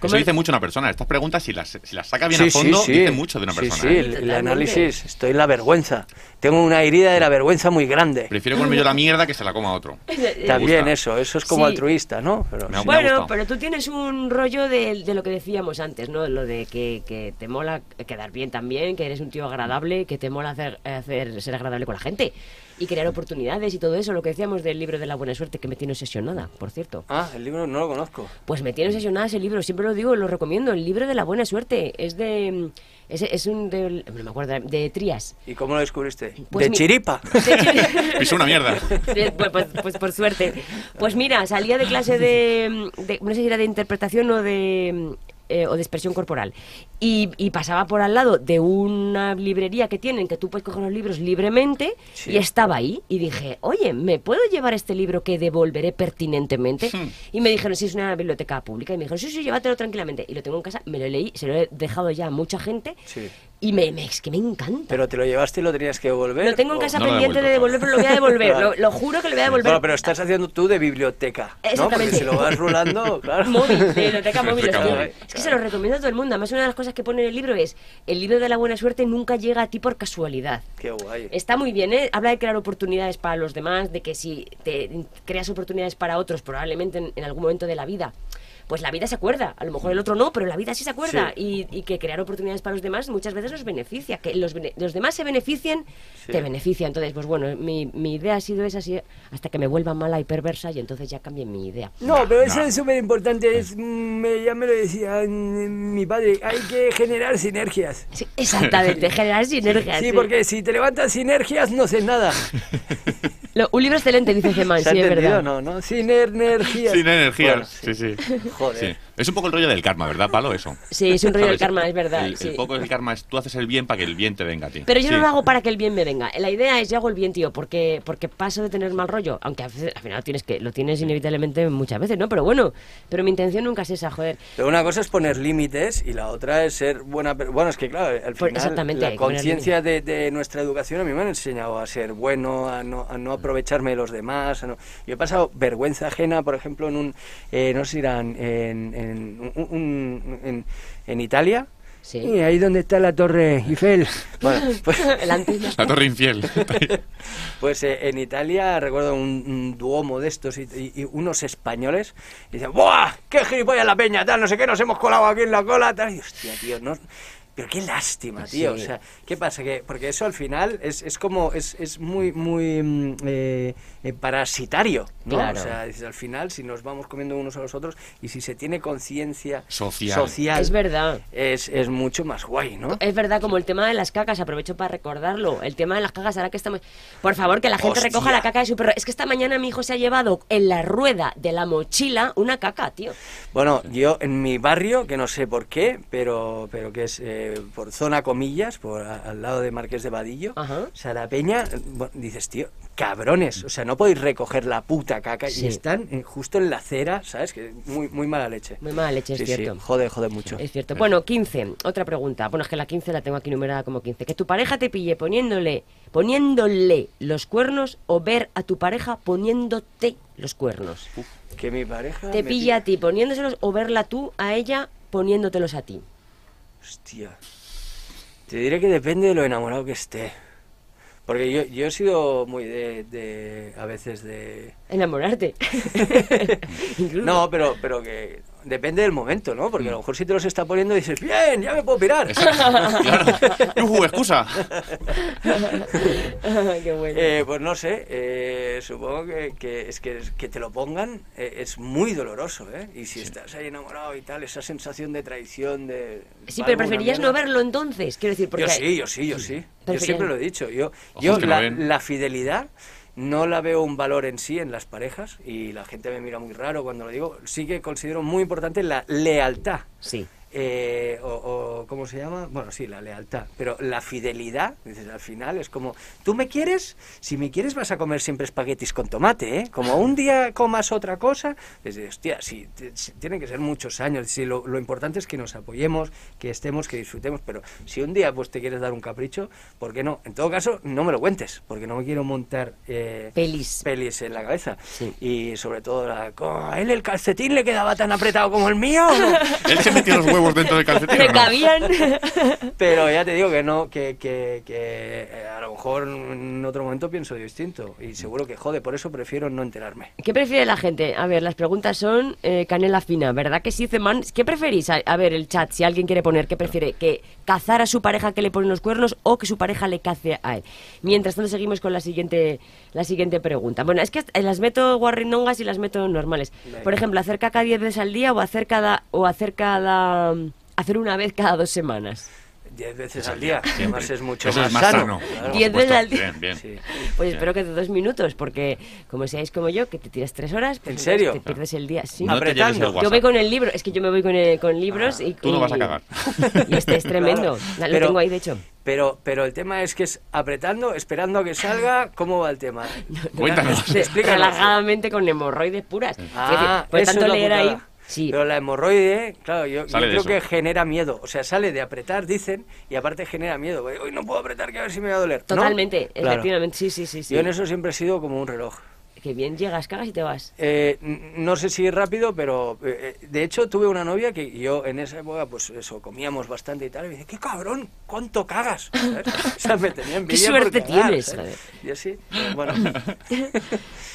C: Eso dice mucho una persona. Estas preguntas, si las, si las saca bien a fondo, dice mucho de una persona.
D: Sí, sí,
C: ¿eh?
D: el, el
A: Totalmente.
D: análisis. Estoy en la vergüenza. Tengo una herida de la vergüenza muy grande.
C: Prefiero comerme yo la mierda que se la coma otro.
D: También
C: gusta.
D: eso, eso es como
A: Sí.
D: altruista, ¿no? Pero
C: Me
D: sí.
C: gusta.
A: Bueno, pero tú tienes un rollo de, de lo que decíamos antes, ¿no? Lo de que, que te mola quedar bien también, que eres un tío agradable, que te mola hacer, hacer ser agradable con la gente y crear oportunidades y todo eso, lo que decíamos del libro de la buena suerte que me tiene obsesionada, por cierto.
D: Ah, el libro no lo conozco.
A: Pues me tiene obsesionada ese libro, siempre lo digo, lo recomiendo, el libro de la buena suerte, es de... Es, es un... del- no me acuerdo, de Trías.
D: ¿Y cómo lo descubriste?
A: Pues
D: de
A: mi-
D: chiripa.
C: Pisó una mierda.
A: Sí, pues, pues- pues por suerte. Pues mira, salía de clase de, de- no sé si era de interpretación o de eh, o de expresión corporal y, y pasaba por al lado de una librería que tienen que tú puedes coger los libros libremente
D: Sí.
A: y estaba ahí y dije oye me puedo llevar este libro que devolveré pertinentemente
D: Hmm.
A: y me dijeron si es una biblioteca pública y me dijeron sí sí llévatelo tranquilamente y lo tengo en casa me lo leí se lo he dejado ya a mucha gente
D: Sí.
A: y me, me- es que me encanta
D: Pero oh, te lo llevaste y lo tenías que devolver.
A: lo tengo en
D: o-
A: casa
C: No lo he
A: pendiente de
C: devuelto.
A: devolver, pero lo voy a devolver.
D: Vale.
A: lo, lo juro que lo voy a devolver.
D: Bueno, pero estás haciendo tú de biblioteca, ¿no? Porque
A: Exactamente.
D: si lo vas rulando, claro.
A: Móvil, de biblioteca móvil.
C: Biblioteca
A: estoy.
C: móvil.
A: Es que se lo recomiendo a todo el mundo. Además, una de las cosas que pone en el libro es: el libro de la buena suerte nunca llega a ti por casualidad.
D: Qué guay.
A: Está muy bien, ¿eh? Habla de crear oportunidades para los demás, de que si te creas oportunidades para otros, probablemente en, en algún momento de la vida, pues la vida se acuerda. A lo mejor el otro no, pero la vida sí se acuerda. Y, y que crear oportunidades para los demás muchas veces nos beneficia. Que los, bene- los demás se beneficien,
D: Sí.
A: te beneficia. Entonces, pues bueno, mi, mi idea ha sido esa así, hasta que me vuelva mala y perversa y entonces ya cambie mi idea.
D: No, pero eso
C: no.
D: es súper importante. es, mm, me- Ya me lo decía mm, mi padre. Hay que generar sinergias.
A: Sí, exactamente, generar sinergias.
D: Sí, porque si te levantas sinergias, no sé nada.
A: Lo- un libro excelente, dice Gemán,
D: ¿Se ha
A: sí, Pues es
D: entendido
A: verdad.
D: o no? no? Sinergias.
C: Sin energía.
D: Bueno,
C: sí, sí.
D: Joder.
C: Sí. Es un poco el rollo del karma, ¿verdad, Palo? Eso.
A: Sí, es un rollo del
C: ¿Sabes?
A: karma, es verdad.
C: El, el
A: sí.
C: poco del karma es tú haces el bien para que el bien te venga a ti.
A: Pero yo no
C: Sí.
A: lo hago para que el bien me venga. La idea es yo hago el bien, tío, porque, porque paso de tener mal rollo. Aunque a veces- al final tienes que, lo tienes inevitablemente muchas veces, ¿no? Pero bueno, pero mi intención nunca es esa, joder.
D: Pero una cosa es poner límites y la otra es ser buena per- Bueno, es que claro, al
A: Pues
D: final
A: exactamente, hay
D: la
A: que poner
D: conciencia de, de nuestra educación a mí me han enseñado a ser bueno, a no, a no aprovecharme de los demás. a no- Yo he pasado vergüenza ajena, por ejemplo, en un... eh, no sé si era en, en, en- un- un- en- en Italia.
A: Sí.
D: Y ahí donde está la torre Eiffel. Bueno, pues...
A: La antigua.
C: La torre infiel.
D: Pues eh, en Italia recuerdo un, un duomo de estos y, y- y unos españoles y dicen, ¡buah! ¡Qué gilipollas la peña! Tal, no sé qué, nos hemos colado aquí en la cola, tal. Y hostia, tío, no... Pero qué lástima, tío.
A: Pues Sí.
D: O sea, ¿qué pasa? Que, porque eso al final es, es como, es, es muy, muy mm, eh, eh, parasitario, ¿no?
A: Claro.
D: O sea, dices, al final, si nos vamos comiendo unos a los otros y si se tiene conciencia
C: Social.
A: Es verdad.
D: es, es mucho más guay, ¿no?
A: Es verdad, como el tema de las cacas, aprovecho para recordarlo. El tema de las cacas, ahora que estamos. Por favor, que la gente
D: Hostia.
A: recoja la caca de su perro. Es que esta mañana mi hijo se ha llevado en la rueda de la mochila una caca, tío.
D: Bueno, yo en mi barrio, que no sé por qué, pero, pero que es eh, por zona comillas, por a- al lado de Marqués de Vadillo,
A: Ajá.
D: Sarapeña, eh, bueno, dices, tío, cabrones, o sea, no podéis recoger la puta caca
A: Sí.
D: y están eh, justo en la acera, ¿sabes? Que muy, muy mala leche.
A: Muy mala leche, es
D: Sí,
A: cierto.
D: Sí, jode, jode mucho.
A: Es cierto. Bueno, 15. Otra pregunta. Bueno, es que la 15 la tengo aquí numerada como 15. Que tu pareja te pille poniéndole, poniéndole los cuernos o ver a tu pareja poniéndote los cuernos.
D: Que mi pareja...
A: Te
D: me
A: pilla a ti poniéndoselos o verla tú a ella poniéndotelos a ti.
D: Hostia. Te diré que depende de lo enamorado que esté. Porque yo, yo he sido muy de- de a veces de...
A: Enamorarte. Incluso.
D: No, pero, pero que depende del momento, ¿no? Porque a lo mejor si te los está poniendo dices, bien, ya me puedo pirar.
C: claro. Yujú, excusa.
A: Qué bueno.
D: Eh, pues no sé, eh, supongo que, que es que, que te lo pongan eh, es muy doloroso, ¿eh? Y si estás ahí enamorado y tal, esa sensación de traición, de...
A: Sí, pero
D: valgo una
A: preferirías
D: mierda.
A: no verlo entonces. Quiero decir, porque.
D: Yo sí, yo sí, yo sí. Yo
A: Preferían-
D: siempre lo he dicho. Yo,
C: Ojo,
D: yo
C: es que no
D: la,
C: ven.
D: la fidelidad no la veo un valor en sí en las parejas y la gente me mira muy raro cuando lo digo. Sí que considero muy importante la lealtad.
A: Sí.
D: eh, o, o, ¿cómo se llama? Bueno, sí, la lealtad, pero la fidelidad, dices, al final es como, tú me quieres, si me quieres vas a comer siempre espaguetis con tomate, ¿eh? Como un día comas otra cosa, dices, hostia, si, si- tienen que ser muchos años, si lo, lo importante es que nos apoyemos, que estemos, que disfrutemos, pero si un día pues te quieres dar un capricho, ¿por qué no? En todo caso, no me lo cuentes, porque no me quiero montar... eh,
A: Pelis.
D: pelis en la cabeza.
A: Sí.
D: Y sobre todo, la, "Co- ¿a él el calcetín le quedaba tan apretado como el mío?
C: Él se metió los huevos dentro del calcetín.
A: ¿Le
C: o no?
A: cabían?
D: Pero ya te digo que no, que, que, que eh, a lo mejor en otro momento pienso distinto. Y seguro que jode, por eso prefiero no enterarme.
A: ¿Qué prefiere la gente? A ver, las preguntas son eh, canela fina, ¿verdad que sí, Zeman? ¿Qué preferís? A, a ver, el chat, si alguien quiere poner, ¿qué prefiere? ¿Que cazar a su pareja que le ponen los cuernos o que su pareja le cace a él? Mientras tanto, seguimos con la siguiente, la siguiente pregunta. Bueno, es que hasta- las meto guarrindongas y las meto normales. Por ejemplo, hacer caca 10 veces al día o hacer cada... O hacer cada mm, hacer una vez cada dos semanas.
D: Diez veces al día, que además es mucho
C: Eso
D: más,
C: es más sano.
D: Claro.
C: por
A: Diez veces
C: supuesto.
A: al día.
C: Bien, bien.
D: Sí.
A: Pues espero que de dos minutos, porque como seáis como yo, que te tiras tres horas, pues
D: ¿En
A: entonces
D: serio?
A: te pierdes el día. Sí.
C: No te lleves el
D: Apretando. Yo
C: WhatsApp. Ah,
A: Yo voy con el libro, es que yo me voy con, eh, con libros y...
C: tú no
A: y-
C: vas a cagar.
A: Y este es tremendo,
D: Claro.
A: La- lo
D: Pero-
A: tengo ahí de hecho.
D: Pero, pero el tema es que es apretando, esperando a que salga, ¿cómo va el tema?
C: Cuéntanos.
A: De-
D: Explícanos.
A: Relagadamente con hemorroides puras. Es decir, por
D: Ah, eso
A: tanto
D: es la
A: leer ahí...
D: putada.
A: Sí,
D: Pero la hemorroide, claro, yo, yo
C: Sale de
D: creo
C: eso.
D: que genera miedo. O sea, sale de apretar, dicen, y aparte genera miedo. Hoy no puedo apretar, que a ver si me va a doler. ¿No?
A: totalmente,
D: Claro.
A: efectivamente, sí, sí, sí. sí.
D: Yo en eso siempre he sido como un reloj.
A: Que bien llegas, cagas y te vas.
D: Eh, n- no sé si rápido, pero eh, eh, de hecho tuve una novia que yo en esa época, pues eso, comíamos bastante y tal. Y me dice, qué cabrón, cuánto cagas. ¿sabes? O sea, me tenía envidia por
A: suerte
D: cagar,
A: tienes,
D: ¿sabes?
A: joder.
D: Yo sí, pero bueno.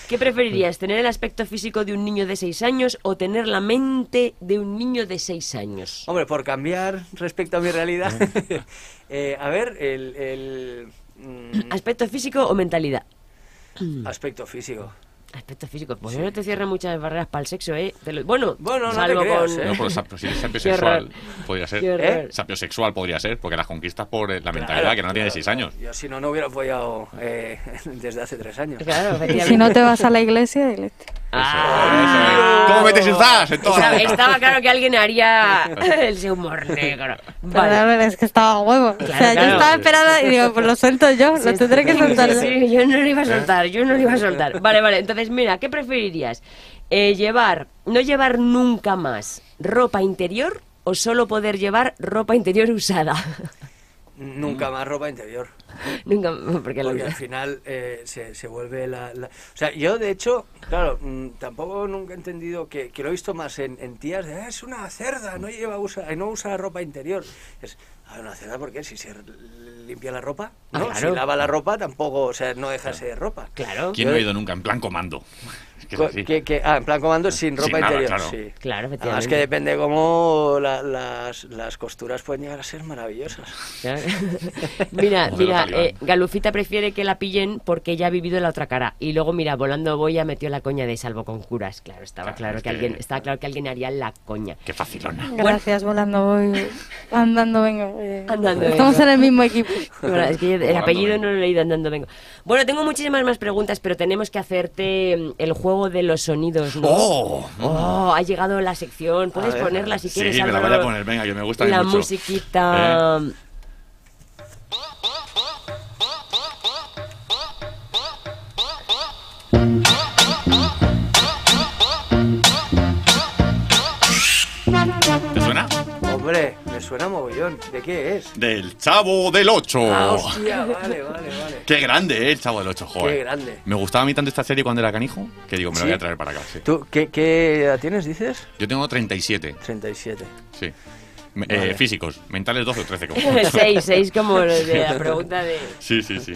A: ¿Qué preferirías, tener el aspecto físico de un niño de 6 años o tener la mente de un niño de 6 años?
D: Hombre, por cambiar respecto a mi realidad. eh, a ver, el, el, mm,
A: ¿Aspecto físico o mentalidad?
D: aspecto físico.
A: Aspecto físico. Pues no te cierran muchas barreras para el sexo, ¿eh? Te lo- Bueno,
D: Bueno, no te
A: salvo
D: creas,
A: con...
C: No,
D: ¿eh?
C: pues, pero sapio- si eres sapio
A: Qué horror.
C: sexual, podría ser.
A: Qué horror.
D: ¿Eh?
C: Sapio sexual podría ser, porque las conquistas por eh, la mentalidad,
D: Claro,
C: que no tiene
D: claro,
C: 6 años.
D: Yo si no, no hubiera apoyado eh, desde hace tres años.
A: Claro, efectivamente.
B: Si no te vas a la iglesia, dile.
A: Ah.
C: ¿Cómo metes el zas? En toda
A: Estaba,
C: la-
A: estaba claro que alguien haría el humor negro.
B: Pero,
A: Vale.
B: a ver, es que estaba a huevo. o sea,
A: claro.
B: yo estaba esperada y digo, pues lo suelto yo, lo tendré que
A: Sí,
B: soltar ¿eh?
A: sí,
B: yo.
A: sí, yo no lo iba a soltar, yo no lo iba a soltar. Vale, vale, entonces mira, ¿qué preferirías? Eh, llevar, no llevar nunca más ropa interior o solo poder llevar ropa interior usada.
D: Nunca más ropa interior.
A: nunca, porque lo
D: Porque al final eh, se, se vuelve la, la- O sea, yo de hecho, claro, mm, tampoco nunca he entendido que, que lo he visto más en, en tías de, "Ah, es una cerda, no lleva usa, eh, no usa ropa interior. Es, "Ah, una cerda, ¿por qué? Si se r- limpia la ropa,
A: Ah,
D: ¿no?
A: claro.
D: Si lava la ropa, tampoco, o sea, no deja de ser ropa.
A: Claro.
C: ¿Quién no ha ido nunca? En plan comando. Es que es
D: Co-
C: así.
D: que- que- ah, en plan comando sin ropa
C: Sin nada,
D: interior,
C: claro.
D: sí.
A: Claro,
D: Además
A: efectivamente.
D: que depende cómo la- las, las costuras pueden llegar a ser maravillosas.
A: Claro. mira,
C: Modelo
A: mira,
C: talibán.
A: eh, Galucita prefiere que la pillen porque ya ha vivido la otra cara. Y luego, mira, volando boya metió la coña de salvo con curas. Claro, estaba
C: Claro,
A: claro,
C: es
A: que,
C: que-
A: alguien, estaba claro que alguien haría la coña.
C: Qué facilona.
B: Gracias, volando voy. Andando vengo. eh.
A: Andando
B: Estamos
A: vengo.
B: en el mismo equipo.
A: Bueno, es que yo el
C: Volando
A: apellido
C: vengo.
A: no lo he leído andando vengo. Bueno, tengo muchísimas más preguntas, pero tenemos que hacerte mm, el juego de los sonidos. ¿no?
C: ¡Oh!
A: Oh, ha llegado la sección. Puedes
D: ver.
A: ponerla si
C: Sí,
A: quieres.
C: me la voy
A: Álvaro.
C: a poner, venga, que me gusta a mí
A: La
C: mucho. Eh.
A: musiquita.
C: ¿Eh? ¿Te suena?
D: Hombre, me suena mogollón. ¿De qué es?
C: Del Chavo del Ocho.
D: Ah, hostia, vale, vale, vale.
C: Qué grande, ¿eh? El Chavo del Ocho, joder.
D: Qué grande.
C: Me gustaba a mí tanto esta serie cuando era canijo que digo, me la
D: ¿Sí?
C: voy a traer para acá. sí.
D: ¿Tú qué, qué edad tienes, dices?
C: Yo tengo 37,
D: 37.
C: sí. Me-
D: Vale.
C: eh, físicos, mentales 12 o 13. como-
A: mm, seis, seis como de la pregunta de...
C: Sí, sí, sí.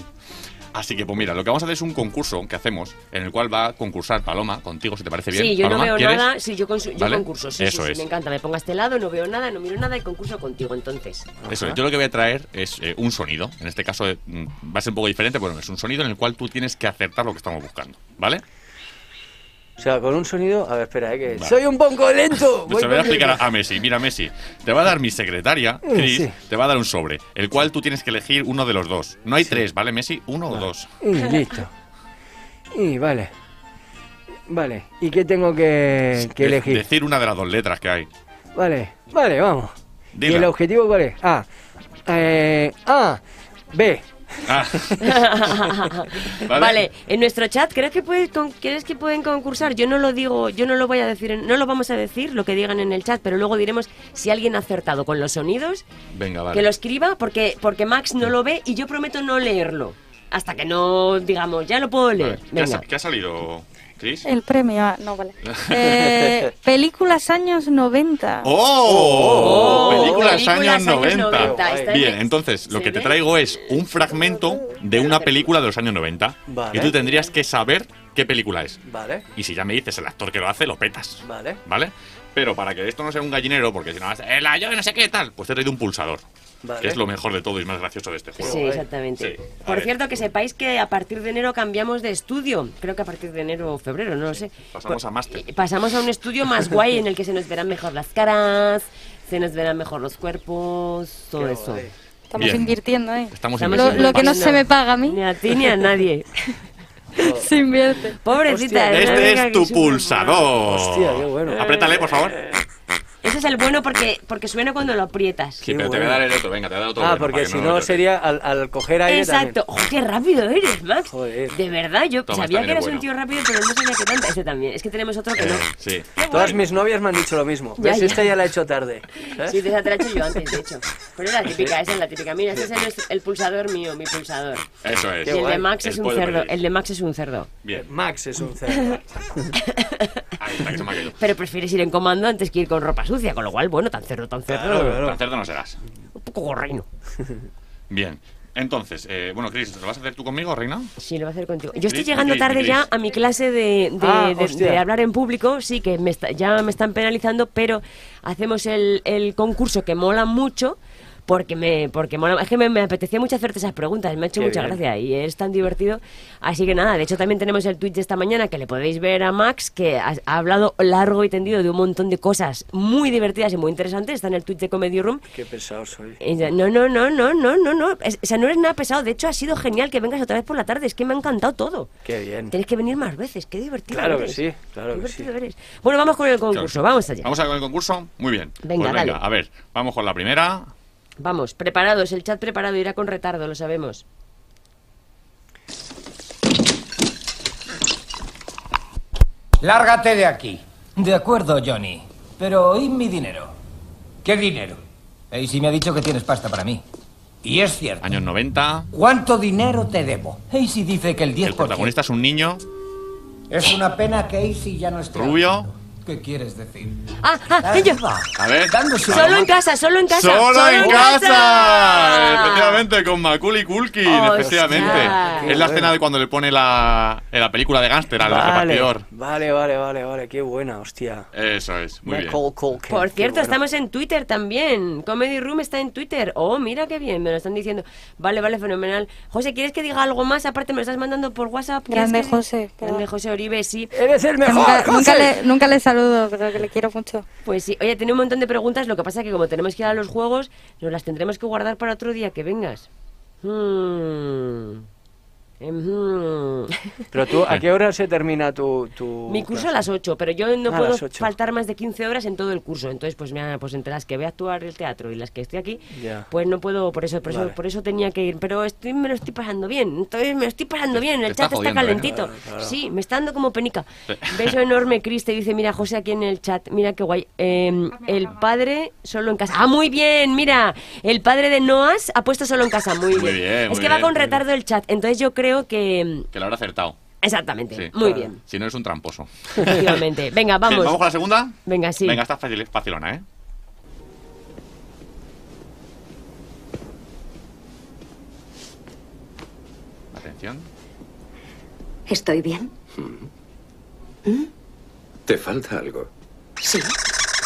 C: Así que, pues mira, lo que vamos a hacer es un concurso que hacemos en el cual va a concursar Paloma contigo, si te parece bien.
A: Sí, yo
C: Paloma,
A: no veo
C: ¿quieres?
A: nada. Sí, yo, consu- yo
C: ¿Vale?
A: concurso. Sí,
C: Eso
A: sí, sí,
C: es.
A: me encanta. Me pongo a este lado, no veo nada, no miro nada y concurso contigo. Entonces,
C: Eso es.
D: Ajá.
C: Yo lo que voy a traer es eh, un sonido. En este caso eh, mm, va a ser un poco diferente, pero es un sonido en el cual tú tienes que acertar lo que estamos buscando, ¿vale?
D: O sea, con un sonido. A ver, espera, eh, que.
C: Vale.
D: ¡Soy un poco lento!
C: Pues te voy a explicar a, a Messi. Mira, Messi, te va a dar mi secretaria, Cris,
D: Mm, sí.
C: te va a dar un sobre, el cual tú tienes que elegir uno de los dos. No hay tres, ¿vale, Messi? Uno o dos.
D: Y listo. Y vale. Vale. ¿Y qué tengo que, que
C: De-
D: elegir?
C: Decir una de las dos letras que hay.
D: Vale, vale, vamos. ¿Y el
C: Dila.
D: objetivo cuál es? A. Eh, A. B.
C: Ah.
A: ¿Vale? en nuestro chat, ¿crees que, puedes con- ¿crees que pueden concursar? Yo no lo digo, yo no lo voy a decir, en- no lo vamos a decir lo que digan en el chat, pero luego diremos si alguien ha acertado con los sonidos,
C: Venga, vale.
A: que lo escriba, porque, porque Max no lo ve y yo prometo no leerlo. Hasta que no digamos, ya lo puedo
C: Vale.
A: leer.
C: ¿Qué, ha,
A: Venga. Eh,
C: sa- qué ha salido, Chris?
B: El premio, ah, no vale. Eh, películas años 90.
A: Oh,
C: ¡Oh! películas,
A: películas
C: años
A: años
C: 90.
A: 90, está
C: Bien,
A: en-
C: entonces lo
A: ¿se
C: que
A: ve?
C: te
B: ¿eh?
C: traigo es un fragmento de una película de los años 90.
D: Vale.
C: Y tú tendrías que saber qué película es.
D: Vale,
C: Y si ya me dices el actor que lo hace, lo petas.
D: vale.
C: ¿Vale? Pero para que esto no sea un gallinero, porque si no vas a- el año de no sé qué tal, pues te he traído un pulsador.
D: Vale.
C: Que es lo mejor de todo y más gracioso de este juego.
A: Sí, exactamente.
C: Sí, a
A: Por
C: ver.
A: cierto, que sepáis que a partir de enero cambiamos de estudio. Creo que a partir de enero o febrero, no lo sé.
C: pasamos a máster.
A: Eh, Pasamos a un estudio más guay en el que se nos verán mejor las caras, se nos verán mejor los cuerpos, todo eso.
B: Estamos
C: Bien.
B: invirtiendo, ¿eh?
C: Estamos
A: Estamos
B: Lo,
C: invirtiendo.
B: lo que no
A: invirtiendo.
B: se me paga a mí,
A: Ni a ti ni a nadie.
B: se invierte.
A: Pobrecita. es una
C: Este
A: amiga
C: es
A: que
C: tu
A: sufre mucho.
C: pulsador.
D: Hostia, qué bueno. Eh,
C: Apriétale, por favor.
A: Ese es el bueno porque, porque suena cuando lo aprietas.
C: Sí, pero te voy a
D: bueno.
C: dar el otro, venga, te voy a dar otro.
D: Ah,
C: bueno, para
D: porque
C: que
D: si
C: lo
D: no
C: notes.
D: sería al, al coger aire
A: Exacto. Oh, ¡Qué rápido eres, Max!
D: Joder.
A: De verdad, yo
C: Toma,
A: sabía que
C: también es
A: eras
C: bueno.
A: un tío rápido, pero no sabía que tanto. Ese también. Es que tenemos otro que no.
C: Eh, sí.
A: Qué
D: también. Todas
A: guay.
D: mis novias me han dicho lo mismo.
A: Ya,
D: ¿Ves?
A: ya.
D: Esta ya la he hecho tarde. ¿sabes?
A: Sí, te esa te la he hecho yo antes, de hecho. Pero es la típica, esa es la típica. Mira, ese es el, el pulsador mío, mi pulsador.
C: Eso es.
A: Y el
D: guay.
A: de Max es
C: El
A: un
C: pollo
A: cerdo.
C: perdido.
A: El de Max es un cerdo.
C: Bien.
D: Max es un cerdo.
C: Ahí está, que se me ha caído.
A: Pero prefieres ir en comando antes que ir con ropa sucia, con lo cual, bueno, tan cerdo, tan cerdo.
D: Claro, claro.
C: Tan cerdo no serás.
A: Un poco gorrino.
C: Bien. Entonces, eh, bueno, Chris, ¿lo vas a hacer tú conmigo, Reina?
A: Sí, lo voy a hacer contigo. Yo estoy
C: Gris,
A: llegando
C: gris,
A: tarde
C: gris.
A: ya a mi clase de, de-
D: Ah,
A: de-
D: hostia.
A: de hablar en público. Sí, que me está- ya me están penalizando, pero hacemos el, el concurso que mola mucho. Porque me, porque mola- es que me, me apetecía mucho hacerte esas preguntas, me ha hecho
D: Qué
A: mucha
D: bien.
A: gracia y es tan divertido. Así que nada, de hecho también tenemos el tweet de esta mañana que le podéis ver a Max, que ha, ha hablado largo y tendido de un montón de cosas muy divertidas y muy interesantes. Está en el tweet de Comedy Room
D: Qué pesado soy.
A: y yo, No, no, no, no, no, no, no. Es- O sea, no eres nada pesado. De hecho, ha sido genial que vengas otra vez por la tarde. Es que me ha encantado todo.
D: Qué bien.
A: Tienes que venir más veces. Qué divertido.
D: Claro que
A: eres.
D: sí, claro
A: Qué
D: que
A: divertido
D: sí.
A: eres. Bueno, vamos con el concurso.
C: Claro.
A: Vamos allá. Vamos.
C: ¿Vamos a ver con el concurso? Muy bien.
A: Venga,
C: Pues
A: dale.
C: A ver, vamos con la primera.
A: preparados. El chat preparado irá con retardo, lo sabemos.
E: Lárgate de aquí. De acuerdo, Johnny. Pero ¿y mi dinero? ¿Qué dinero? Y si me ha dicho que tienes pasta para mí. Y es cierto.
C: Años 90.
E: ¿Cuánto dinero te debo? Casey dice que el 10%.
C: El protagonista es un niño
E: Es una pena que Casey ya no esté.
C: rubio.
E: ¿Qué quieres decir?
A: Ah, ah, ello.
E: Arriba.
C: A ver.
E: Dándose
A: Solo
E: la
A: en casa, solo en casa.
C: ¡Solo, en casa!
A: casa!
C: Efectivamente, con Macaulay Culkin,
A: Hostia.
C: efectivamente.
A: Qué
C: Es la
D: bueno.
C: escena de cuando le pone la, en la película de gángster al
D: Vale,
C: repartidor.
D: vale, vale, vale, vale. Qué buena, hostia.
C: Eso es, muy bien.
D: Michael Culkin,
A: Por
D: qué
A: cierto,
D: bueno.
A: estamos en Twitter también. Comedy Room está en Twitter. Oh, mira qué bien, me lo están diciendo. Vale, vale, fenomenal. José, ¿quieres que diga algo más? Aparte, me lo estás mandando por WhatsApp. ¿Quieres
B: Grande
A: que-
B: José, pero-
A: Grande José Oribe, sí.
D: ¡Eres el mejor,
B: Nunca,
D: José!
B: nunca le, nunca le saludo, pero que le quiero mucho.
A: Pues sí, oye, tiene un montón de preguntas. Lo que pasa es que como tenemos que ir a los juegos, nos las tendremos que guardar para otro día que vengas. Hmm. Em, hmm.
D: Pero tú, ¿a qué hora se termina tu... tu
A: Mi curso a las
D: clase?
A: 8, pero yo no
D: A
A: puedo
D: las ocho.
A: faltar más de 15 horas en todo el curso. Entonces, pues mira, pues entre las que voy a actuar el teatro y las que estoy aquí,
D: Ya.
A: pues no puedo, por eso, por
D: Vale.
A: eso, por eso tenía que ir. Pero estoy, me lo estoy pasando bien, entonces me lo estoy pasando bien,
C: te
A: el
C: está
A: chat está
C: jodiendo, ¿eh?
A: calentito. Sí, me está dando como penica. Beso enorme, Cris, te dice, mira, José, aquí en el chat, mira qué guay. Eh, el padre solo en casa. Ah, muy bien, mira, el padre de Noas ha puesto solo en casa, muy,
C: Muy bien,
A: Es
C: muy
A: que va
C: bien,
A: con
C: muy
A: retardo el chat, entonces yo creo que...
C: Que lo habrá acertado.
A: Exactamente,
C: Sí.
A: muy
C: Claro.
A: bien.
C: Si no es un tramposo.
A: Efectivamente. Venga,
C: Bien,
A: vamos.
C: ¿Vamos con la segunda?
A: Venga, sí.
C: Venga, está fácil, facilona, ¿eh? Atención.
F: ¿Estoy bien?
G: Te falta algo.
F: Sí.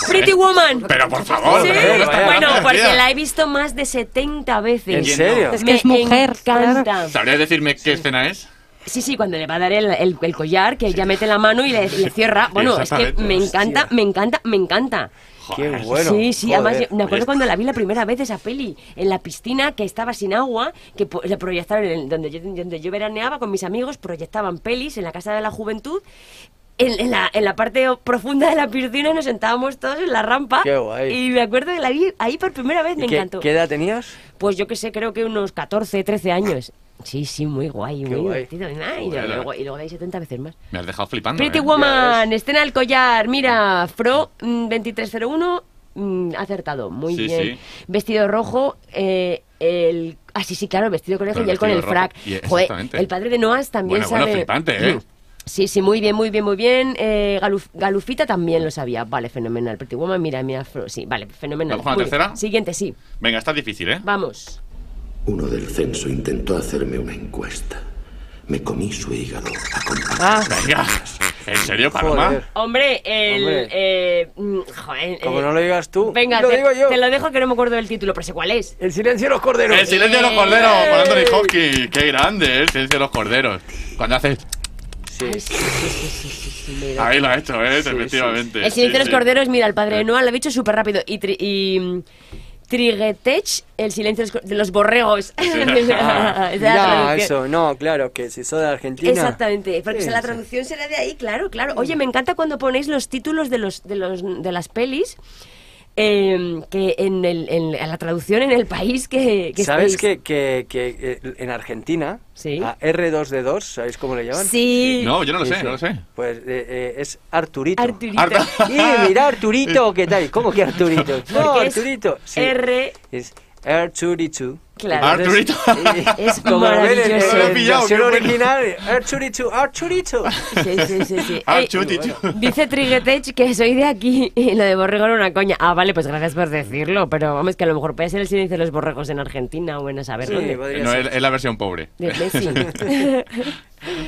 A: Pretty Woman.
C: Pero por favor,
A: Sí,
C: pero no está
A: bueno,
C: tan
A: porque
C: divertida.
A: la he visto más de 70 veces.
D: ¿En
C: ¿Quién
D: serio?
C: no?
B: Es que es mujer,
A: encanta.
B: claro.
C: ¿Sabrías decirme qué escena es?
A: Sí, sí, cuando le va a dar el, el- el collar, que ella mete la mano y le, le cierra. Bueno, es que
C: Exactamente.
A: me encanta, me encanta, me encanta.
D: ¡Qué
C: Joder.
D: bueno!
A: sí, sí, además
D: joder. pues
A: yo- me
C: Oye,
A: acuerdo cuando la vi la primera vez esa peli, en la piscina que estaba sin agua, que po- la proyectaron en- donde yo, donde yo veraneaba con mis amigos, proyectaban pelis en la Casa de la Juventud en, en la, en la parte o- profunda de la piscina y nos sentábamos todos en la rampa.
D: Qué guay.
A: Y me acuerdo que la vi ahí por primera vez, me
D: ¿Y qué,
A: encantó.
D: qué edad tenías?
A: Pues yo que sé, creo que unos 14, 13 años. Sí, sí, muy guay, muy
D: guay.
A: divertido. Ay, y,
C: Joder.
A: luego, y luego la vi 70 veces más.
C: Me has dejado flipando.
A: Pretty
C: ¿eh?
A: Woman, escena al collar. Mira, Fro mm, 2301, mm, acertado, muy
C: Sí,
A: bien.
C: sí.
A: Vestido rojo, eh, el. Ah, sí, sí, claro, el vestido conejo
C: Con el
A: y él con el
C: vestido rojo.
A: frac.
C: Y-
A: Joder,
C: exactamente.
A: el padre de Noas también
C: Bueno,
A: sabe.
C: bueno, flipante, ¿eh?
A: Sí, sí, muy bien, muy bien, muy bien. Eh, Galuf- Galufita también lo sabía. Vale, fenomenal. Pretty Woman, mira, mira, Fro. Sí, vale, fenomenal.
C: ¿Vamos con la
A: Muy bien.
C: tercera?
A: Siguiente, sí.
C: Venga, está difícil, ¿eh?
A: Vamos.
G: Uno del censo intentó hacerme una encuesta. Me comí su hígado acompañado.
D: Ah,
C: Venga. ¿En serio, Paloma?
D: Joder.
A: Hombre, el.
D: Hombre.
A: eh, mm, joder,
D: como
A: eh,
D: no lo digas tú,
A: Venga,
D: lo
A: te,
D: digo yo.
A: te lo dejo que no me acuerdo del título, pero sé cuál es.
D: El silencio de los corderos.
C: El silencio de los corderos, con Anthony Hopkins. Qué grande, ¿eh? el silencio de los corderos. Cuando haces.
A: Ay, sí, sí, sí, sí, sí, sí, me lo-
C: Ahí lo ha hecho, ¿eh?
D: Sí,
C: Efectivamente.
A: El silencio de
C: Sí,
A: los
C: sí.
A: corderos, mira, el padre de Noah lo ha dicho súper rápido. Y, tri- y, mm, Trigetech, el silencio de los cor- de los borregos. Esa es la
D: Ya,
A: traducción.
D: Ah, eso, no, claro, que si sos de Argentina.
A: Exactamente, porque
D: Sí,
A: la
D: sí.
A: traducción será de ahí, claro, claro. Oye, me encanta cuando ponéis los títulos de los de los de las pelis eh, que en, el, en la traducción en el país que, que
D: ¿Sabes
A: estéis.
D: que, que, que, eh, en Argentina,
A: Sí.
D: a R2D2, ¿sabéis cómo le llaman?
A: Sí.
C: No, yo no lo
D: Sí,
C: sé,
D: sí.
C: no lo sé.
D: Pues eh, eh, es Arturito.
A: Arturito.
C: Arta-
D: Y mira Arturito, ¿qué tal? ¿Cómo que Arturito? No,
A: Porque es
D: Arturito. Sí.
A: R.
D: Es Arturito.
A: Claro.
C: Arturito.
D: Entonces, eh,
A: Es
D: como lo ven en-
A: maravilloso.
D: en
A: Lo he
D: la
C: pillado,
D: versión
C: qué bueno.
D: original, Arturito, Arturito.
A: Sí, sí, sí, sí.
C: Ah,
A: Ey,
C: chuti, chu-
A: Dice Trigetech que soy de aquí y lo de borrego era una coña. Ah, vale, pues gracias por decirlo, pero vamos, que a lo mejor puede ser el silencio de los borregos en Argentina o en a saber
D: Sí,
A: dónde.
D: podría
C: No,
D: ser.
C: es, es la versión pobre.
A: De Messi.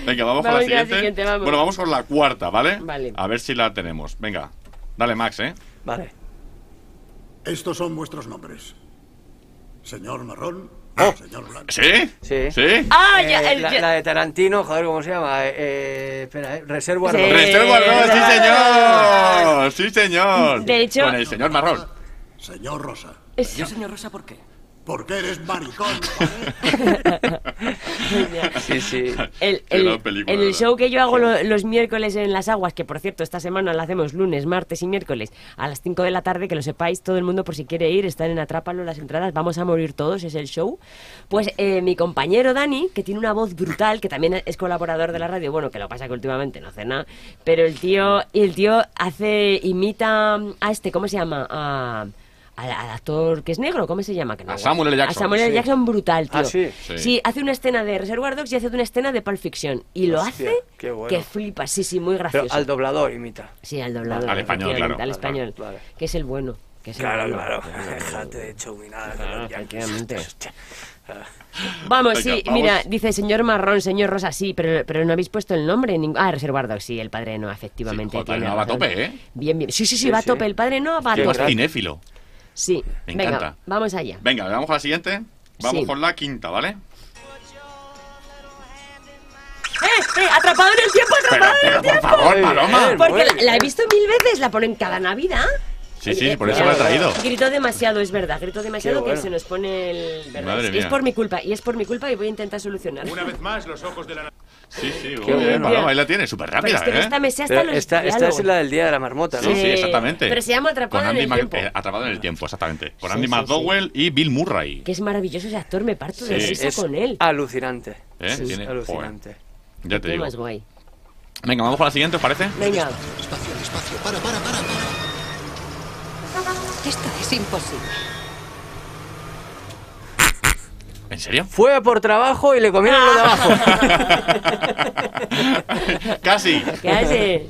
C: Venga,
A: Vamos con
C: vamos, con la
A: la
C: siguiente.
A: siguiente, vamos.
C: Bueno, vamos con la cuarta, ¿vale?
A: Vale.
C: A ver si la tenemos. Venga, dale, Max, ¿eh?
D: Vale.
H: Estos son vuestros nombres. Señor Marrón,
G: Ah.
H: señor Blanco.
C: ¿Sí?
D: Sí.
C: ¿Sí?
A: ¡Ah,
D: Eh,
A: ya! el-
D: la,
A: ya-
D: la de Tarantino, joder, ¿cómo se llama? Eh, eh, espera, eh, Reserva
A: Sí.
D: Dogs.
C: Reserva Ross, sí,
A: Eh,
C: señor. Sí, señor.
A: De hecho-
C: Con el señor marrón.
H: Señor Rosa,
A: es-
E: Señor Rosa, ¿por qué?
H: porque eres maricón.
D: Sí, sí.
A: el,
C: Qué
A: el-
C: gran película,
A: en el
C: ¿verdad?
A: show que yo hago lo- los miércoles en las aguas, que por cierto esta semana lo hacemos lunes, martes y miércoles a las 5 de la tarde, que lo sepáis todo el mundo por si quiere ir, están en Atrápalo las entradas, vamos a morir todos, es el show. Pues eh, mi compañero Dani, que tiene una voz brutal, que también es colaborador de la radio, bueno, que lo pasa que últimamente no hace nada, pero el tío, el tío hace, imita a este, ¿cómo se llama? A- al, al actor que es negro, ¿cómo se llama? Que
C: A Samuel L. Jackson.
A: A Samuel L.
C: Sí.
A: Jackson brutal, tío.
D: Ah, sí.
C: Sí.
A: sí, hace una escena de Reservoir Dogs y hace una escena de Pulp Fiction. Y lo
D: Hostia,
A: hace
D: qué bueno.
A: que flipa. Sí, sí, muy gracioso.
D: Pero al doblador imita.
A: Sí, al doblador.
C: Al español,
A: efectivamente,
C: claro.
A: Al español.
D: Vale.
A: Que es el bueno. Que es el
D: Claro,
A: bueno.
D: claro. Déjate de chuminada.
A: Claro,
D: los yankees.
A: Ah, efectivamente.
D: Hostia.
A: Vamos,
C: Venga,
A: sí,
C: vamos.
A: mira, dice señor Marrón, señor Rosa, sí, pero, pero no habéis puesto el nombre. ning- Ah, Reservoir Dogs, sí, el padre no, efectivamente.
C: Sí, joder,
A: tiene
C: no, va a
A: razón.
C: tope, ¿eh?
A: Bien, bien. Sí, sí, sí,
D: Sí,
A: va a
D: sí.
A: tope. El padre no va a
C: Qué más
A: tope.
C: cinéfilo.
A: Sí,
C: Me
A: venga,
C: encanta.
A: vamos allá.
C: Venga, vamos a la siguiente. Vamos
A: Sí.
C: con la quinta, ¿vale?
A: ¡Eh, eh! ¡Atrapado en el tiempo!
C: Pero,
A: ¡Atrapado en
C: pero
A: el
C: por
A: tiempo!
C: favor,
D: Muy bien.
C: Paloma.
A: Porque
D: Muy
A: la, la he visto mil veces, la ponen cada Navidad.
C: Sí, sí,
A: Eh,
C: por eso
A: ya,
C: lo he traído.
A: Grito demasiado, es verdad. Grito demasiado
D: bueno.
A: que se nos pone el. ¿verdad?
C: Madre
A: es,
C: mía.
A: es por mi culpa, y es por mi culpa y voy a intentar solucionar.
H: vez más, los ojos de la
C: Sí, sí, muy
D: Qué
C: bien,
D: bueno.
C: Paloma, ahí la tiene, súper
A: Pero
C: rápida,
A: es este que de
C: ¿eh?
A: esta me sé hasta
D: Pero
A: los
D: esta, esta
A: diálogos.
D: es la del día de la marmota, ¿no?
C: Sí, sí,
A: Eh,
C: exactamente.
A: pero se llama Atrapado
C: Con
A: en
C: Andy
A: el
C: Mac-
A: tiempo.
C: eh, Atrapado en el tiempo, exactamente. Con
A: Sí,
C: Andy
A: sí,
C: McDowell y Bill Murray.
A: Que es maravilloso ese actor, me parto de
C: Sí.
A: risa
D: Es
A: con él.
D: alucinante.
C: ¿eh?
A: Sí,
C: Tiene-
D: Alucinante.
C: joder, ya te
A: Qué
C: digo.
A: más guay.
C: Venga, vamos con la siguiente, ¿os parece?
A: Venga,
G: Espacio, espacio, para, para, para, para.
F: Esto es imposible.
C: ¿En serio?
D: Fue por trabajo y le comieron lo de abajo.
C: Ah. Casi.
A: ¿qué hace?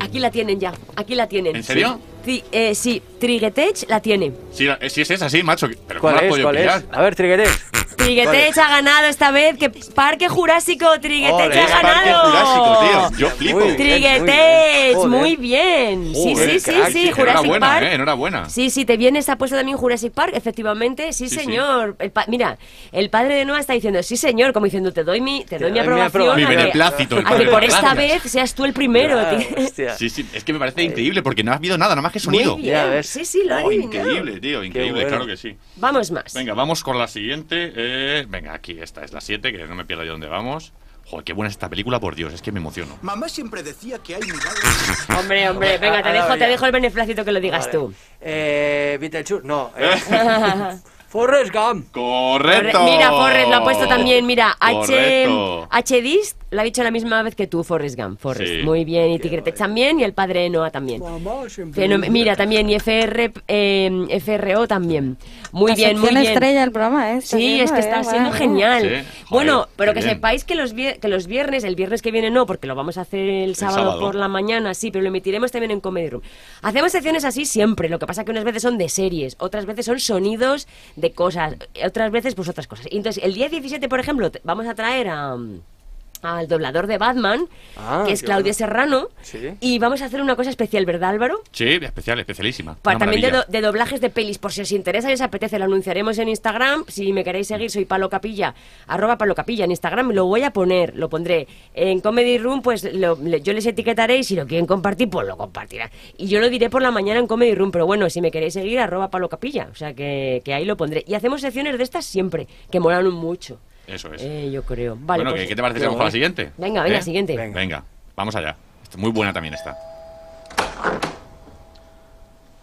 A: Aquí la tienen ya, aquí la tienen.
C: ¿En serio?
A: Sí, eh, sí, Trigetech la tiene.
C: Si, eh, si es esa, sí, macho. ¿Pero cómo
D: ¿Cuál
C: la has
D: es?
C: podido
D: ¿Cuál
C: pillar?
D: es? A ver, Trigueres.
A: Trigetech ha ganado esta vez. Que Parque Jurásico, Trigetech
D: Ole,
A: ha
C: Es Parque
A: ganado.
C: Jurásico, tío. Yo flipo.
D: Muy bien.
A: Triguetech,
D: Joder.
A: muy bien. Sí,
C: Joder,
A: sí, sí,
C: crack,
A: sí, Jurassic
C: Enhorabuena,
A: Park.
C: eh, enhorabuena.
A: Sí, sí, te viene esta puesta también Jurassic Park, efectivamente, sí,
C: Sí, sí.
A: señor. El pa- mira, el padre de Noah está diciendo, sí, señor, como diciendo, te doy mi, te doy mi
D: doy mi
A: aprobación.
D: aprobación.
C: Mi
A: a que-
C: beneplácito, el
A: a que
C: padre.
A: por esta
C: Gracias.
A: vez seas tú el primero,
D: Ah,
A: tío.
D: hostia.
C: Sí, sí, es que me parece increíble porque no has habido nada, nada más que
A: Muy
C: sonido.
A: bien,
D: Ya ves.
A: sí, sí, lo ha
C: Oh,
A: adivinado.
C: increíble, tío, increíble,
D: bueno.
C: claro que sí.
A: Vamos más.
C: Venga, vamos con la siguiente. eh, venga, aquí esta es la 7, que no me pierdo yo dónde vamos. Joder, qué buena es esta película, por Dios, es que me emociono.
I: Mamá siempre decía que hay milagros.
A: Hombre, hombre,
D: Hombre,
A: venga, te
D: ahora
A: dejo,
D: voy
A: te
D: yo.
A: dejo el beneplácito que lo digas
D: Vale.
A: tú.
D: Eh, Beetlejuice, no. eh. Forrest Gump.
C: ¡Correcto!
A: Forre- Mira, Forrest lo ha puesto también, mira, H,
C: Correcto.
A: HDist lo ha dicho la misma vez que tú, Forrest Gump, Forrest.
C: Sí.
A: Muy bien, y Tigretex también, y el padre de Noah también.
D: Mamá siempre
A: Fenome-
D: decía-
A: mira, también, y FR, eh, FRO también. Muy
B: La
A: bien, muy
B: sección
A: bien.
B: estrella el programa, ¿eh? Está
A: Sí, es
B: siendo,
A: que
B: eh,
A: está siendo
B: guau.
A: genial.
C: Sí, joder,
A: bueno, pero
C: qué
A: que
C: bien.
A: sepáis que los, vier- que los viernes, el viernes que viene no, porque lo vamos a hacer el sábado,
C: sábado.
A: por la mañana, sí, pero lo emitiremos también en Comedy Room. Hacemos secciones así siempre, lo que pasa que unas veces son de series, otras veces son sonidos de cosas, otras veces pues otras cosas. Y Entonces, el día 17, por ejemplo, te- vamos a traer a... mm, al doblador de Batman,
D: Ah,
A: que es
D: qué
A: Claudia
D: bueno.
A: Serrano,
D: Sí.
A: y vamos a hacer una cosa especial, ¿verdad Álvaro?
C: Sí, especial, especialísima.
A: Para
C: Una
A: Pues también de,
C: maravilla.
A: do- de doblajes de pelis, por si os interesa y os apetece, lo anunciaremos en Instagram. Si me queréis seguir, soy Palo Capilla, arroba Palo Capilla en Instagram, lo voy a poner, lo pondré. En Comedy Room, pues lo- le- yo les etiquetaré y si lo quieren compartir, pues lo compartirán. Y yo lo diré por la mañana en Comedy Room, pero bueno, si me queréis seguir, arroba Palo Capilla, o sea que, que ahí lo pondré. Y hacemos secciones de estas siempre, que molan mucho.
C: Eso es.
A: Eh, yo creo. Vale,
C: bueno,
A: pues-
C: ¿qué, qué te parece si vamos con la siguiente?
A: Venga, venga,
C: ¿Eh?
A: siguiente.
D: Venga.
C: Venga, vamos allá. Está Muy buena también está.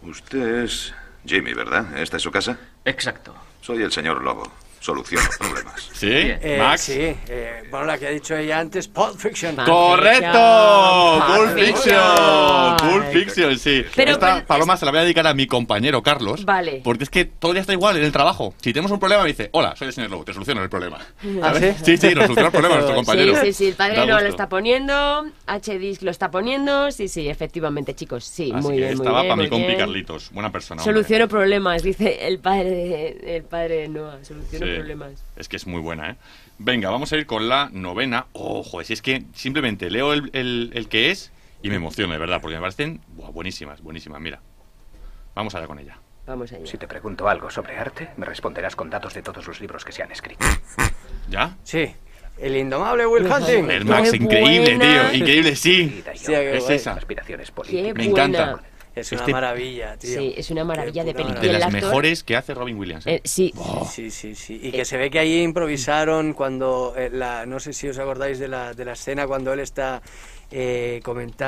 I: Usted es Jimmy, ¿verdad? ¿Esta es su casa?
J: Exacto.
I: Soy el señor Lobo. Soluciono problemas.
C: ¿Sí?
J: Bien.
D: Eh,
C: Max.
D: Sí, eh, bueno, la que ha dicho ella antes, Pulp Fiction.
A: Vale.
C: ¡Correcto! Pulp
A: Pulp
C: Fiction.
A: Fiction.
C: Pulp Fiction, sí.
A: Pero-
C: Esta
A: pero-
C: paloma se la voy a dedicar a mi compañero Carlos.
A: Vale.
C: Porque es que todo el día está igual en el trabajo. Si tenemos un problema, me dice: Hola, soy el señor Lobo, te soluciono el problema.
D: ¿Ah,
C: ¿Sabes?
D: sí?
C: sí, nos soluciona el problema nuestro compañero.
A: Sí, sí, sí, el
C: Da
A: padre no lo
C: gusto.
A: está poniendo, H-Disc lo está poniendo, sí, sí, efectivamente, chicos, sí,
C: Así
A: muy
C: que
A: bien, muy
C: esta va
A: bien,
C: para
A: muy
C: mi compi
A: bien.
C: Carlitos. Buena persona. hombre.
A: Soluciono problemas, dice el padre de, el padre de Noah, soluciono
C: Sí.
A: problemas.
C: Es que es muy buena, ¿eh? Venga, vamos a ir con la novena. Ojo, si es que simplemente leo el, el- el que es y me emociona, de verdad, porque me parecen buah, buenísimas, buenísimas. Mira, vamos allá con ella.
A: Vamos allá.
J: Si te pregunto algo sobre arte, me responderás con datos de todos los libros que se han escrito.
C: ¿Ya?
D: Sí, el indomable Will Hunting.
C: El Max,
A: Qué
C: increíble,
A: buena.
C: tío. Increíble, sí.
J: Vida y
D: Hostia,
J: obra,
D: qué
C: Es
D: guay.
C: esa.
J: aspiraciones
A: Qué
J: políticas.
C: Me
A: buena.
C: encanta.
D: Es una
C: Este-
D: maravilla, tío.
A: Sí, es una
D: Qué
A: maravilla de
D: puta
A: película.
C: De
A: ¿Y el
C: las
A: actor?
C: mejores que hace Robin Williams. ¿eh?
A: Eh, sí,
D: Sí, sí, sí. Y que se ve que ahí improvisaron cuando, eh, la, no sé si os acordáis de la, de la escena cuando él está eh,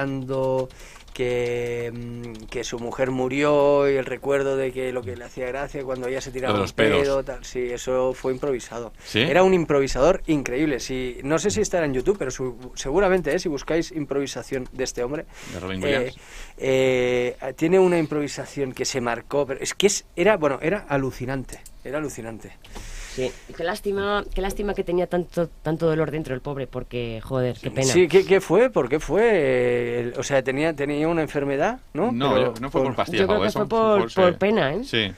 D: comentando que, mm, que su mujer murió y el recuerdo de que lo que le hacía gracia cuando ella se tiraba
C: Lo de
D: un
C: los pedos.
D: pedo, tal. Sí, eso fue improvisado.
C: ¿Sí?
D: Era un improvisador increíble. Sí, no sé si estará en YouTube, pero su- seguramente eh, si buscáis improvisación de este hombre.
C: De Robin Williams.
D: eh, eh, tiene una improvisación que se marcó, pero es que es- era, bueno, era alucinante. Era alucinante.
A: sí. Y Qué lástima, qué lástima que tenía tanto, tanto dolor dentro el pobre, porque, joder, qué pena.
D: Sí, ¿qué, qué fue? ¿Por qué fue? Eh, el- O sea, tenía, tenía una enfermedad, ¿no?
C: No,
D: Pero
C: no fue por,
D: por-
C: pastillas
A: Yo creo
C: o
A: que
C: eso,
A: fue por- por
C: sí.
A: pena, ¿eh?
C: Sí.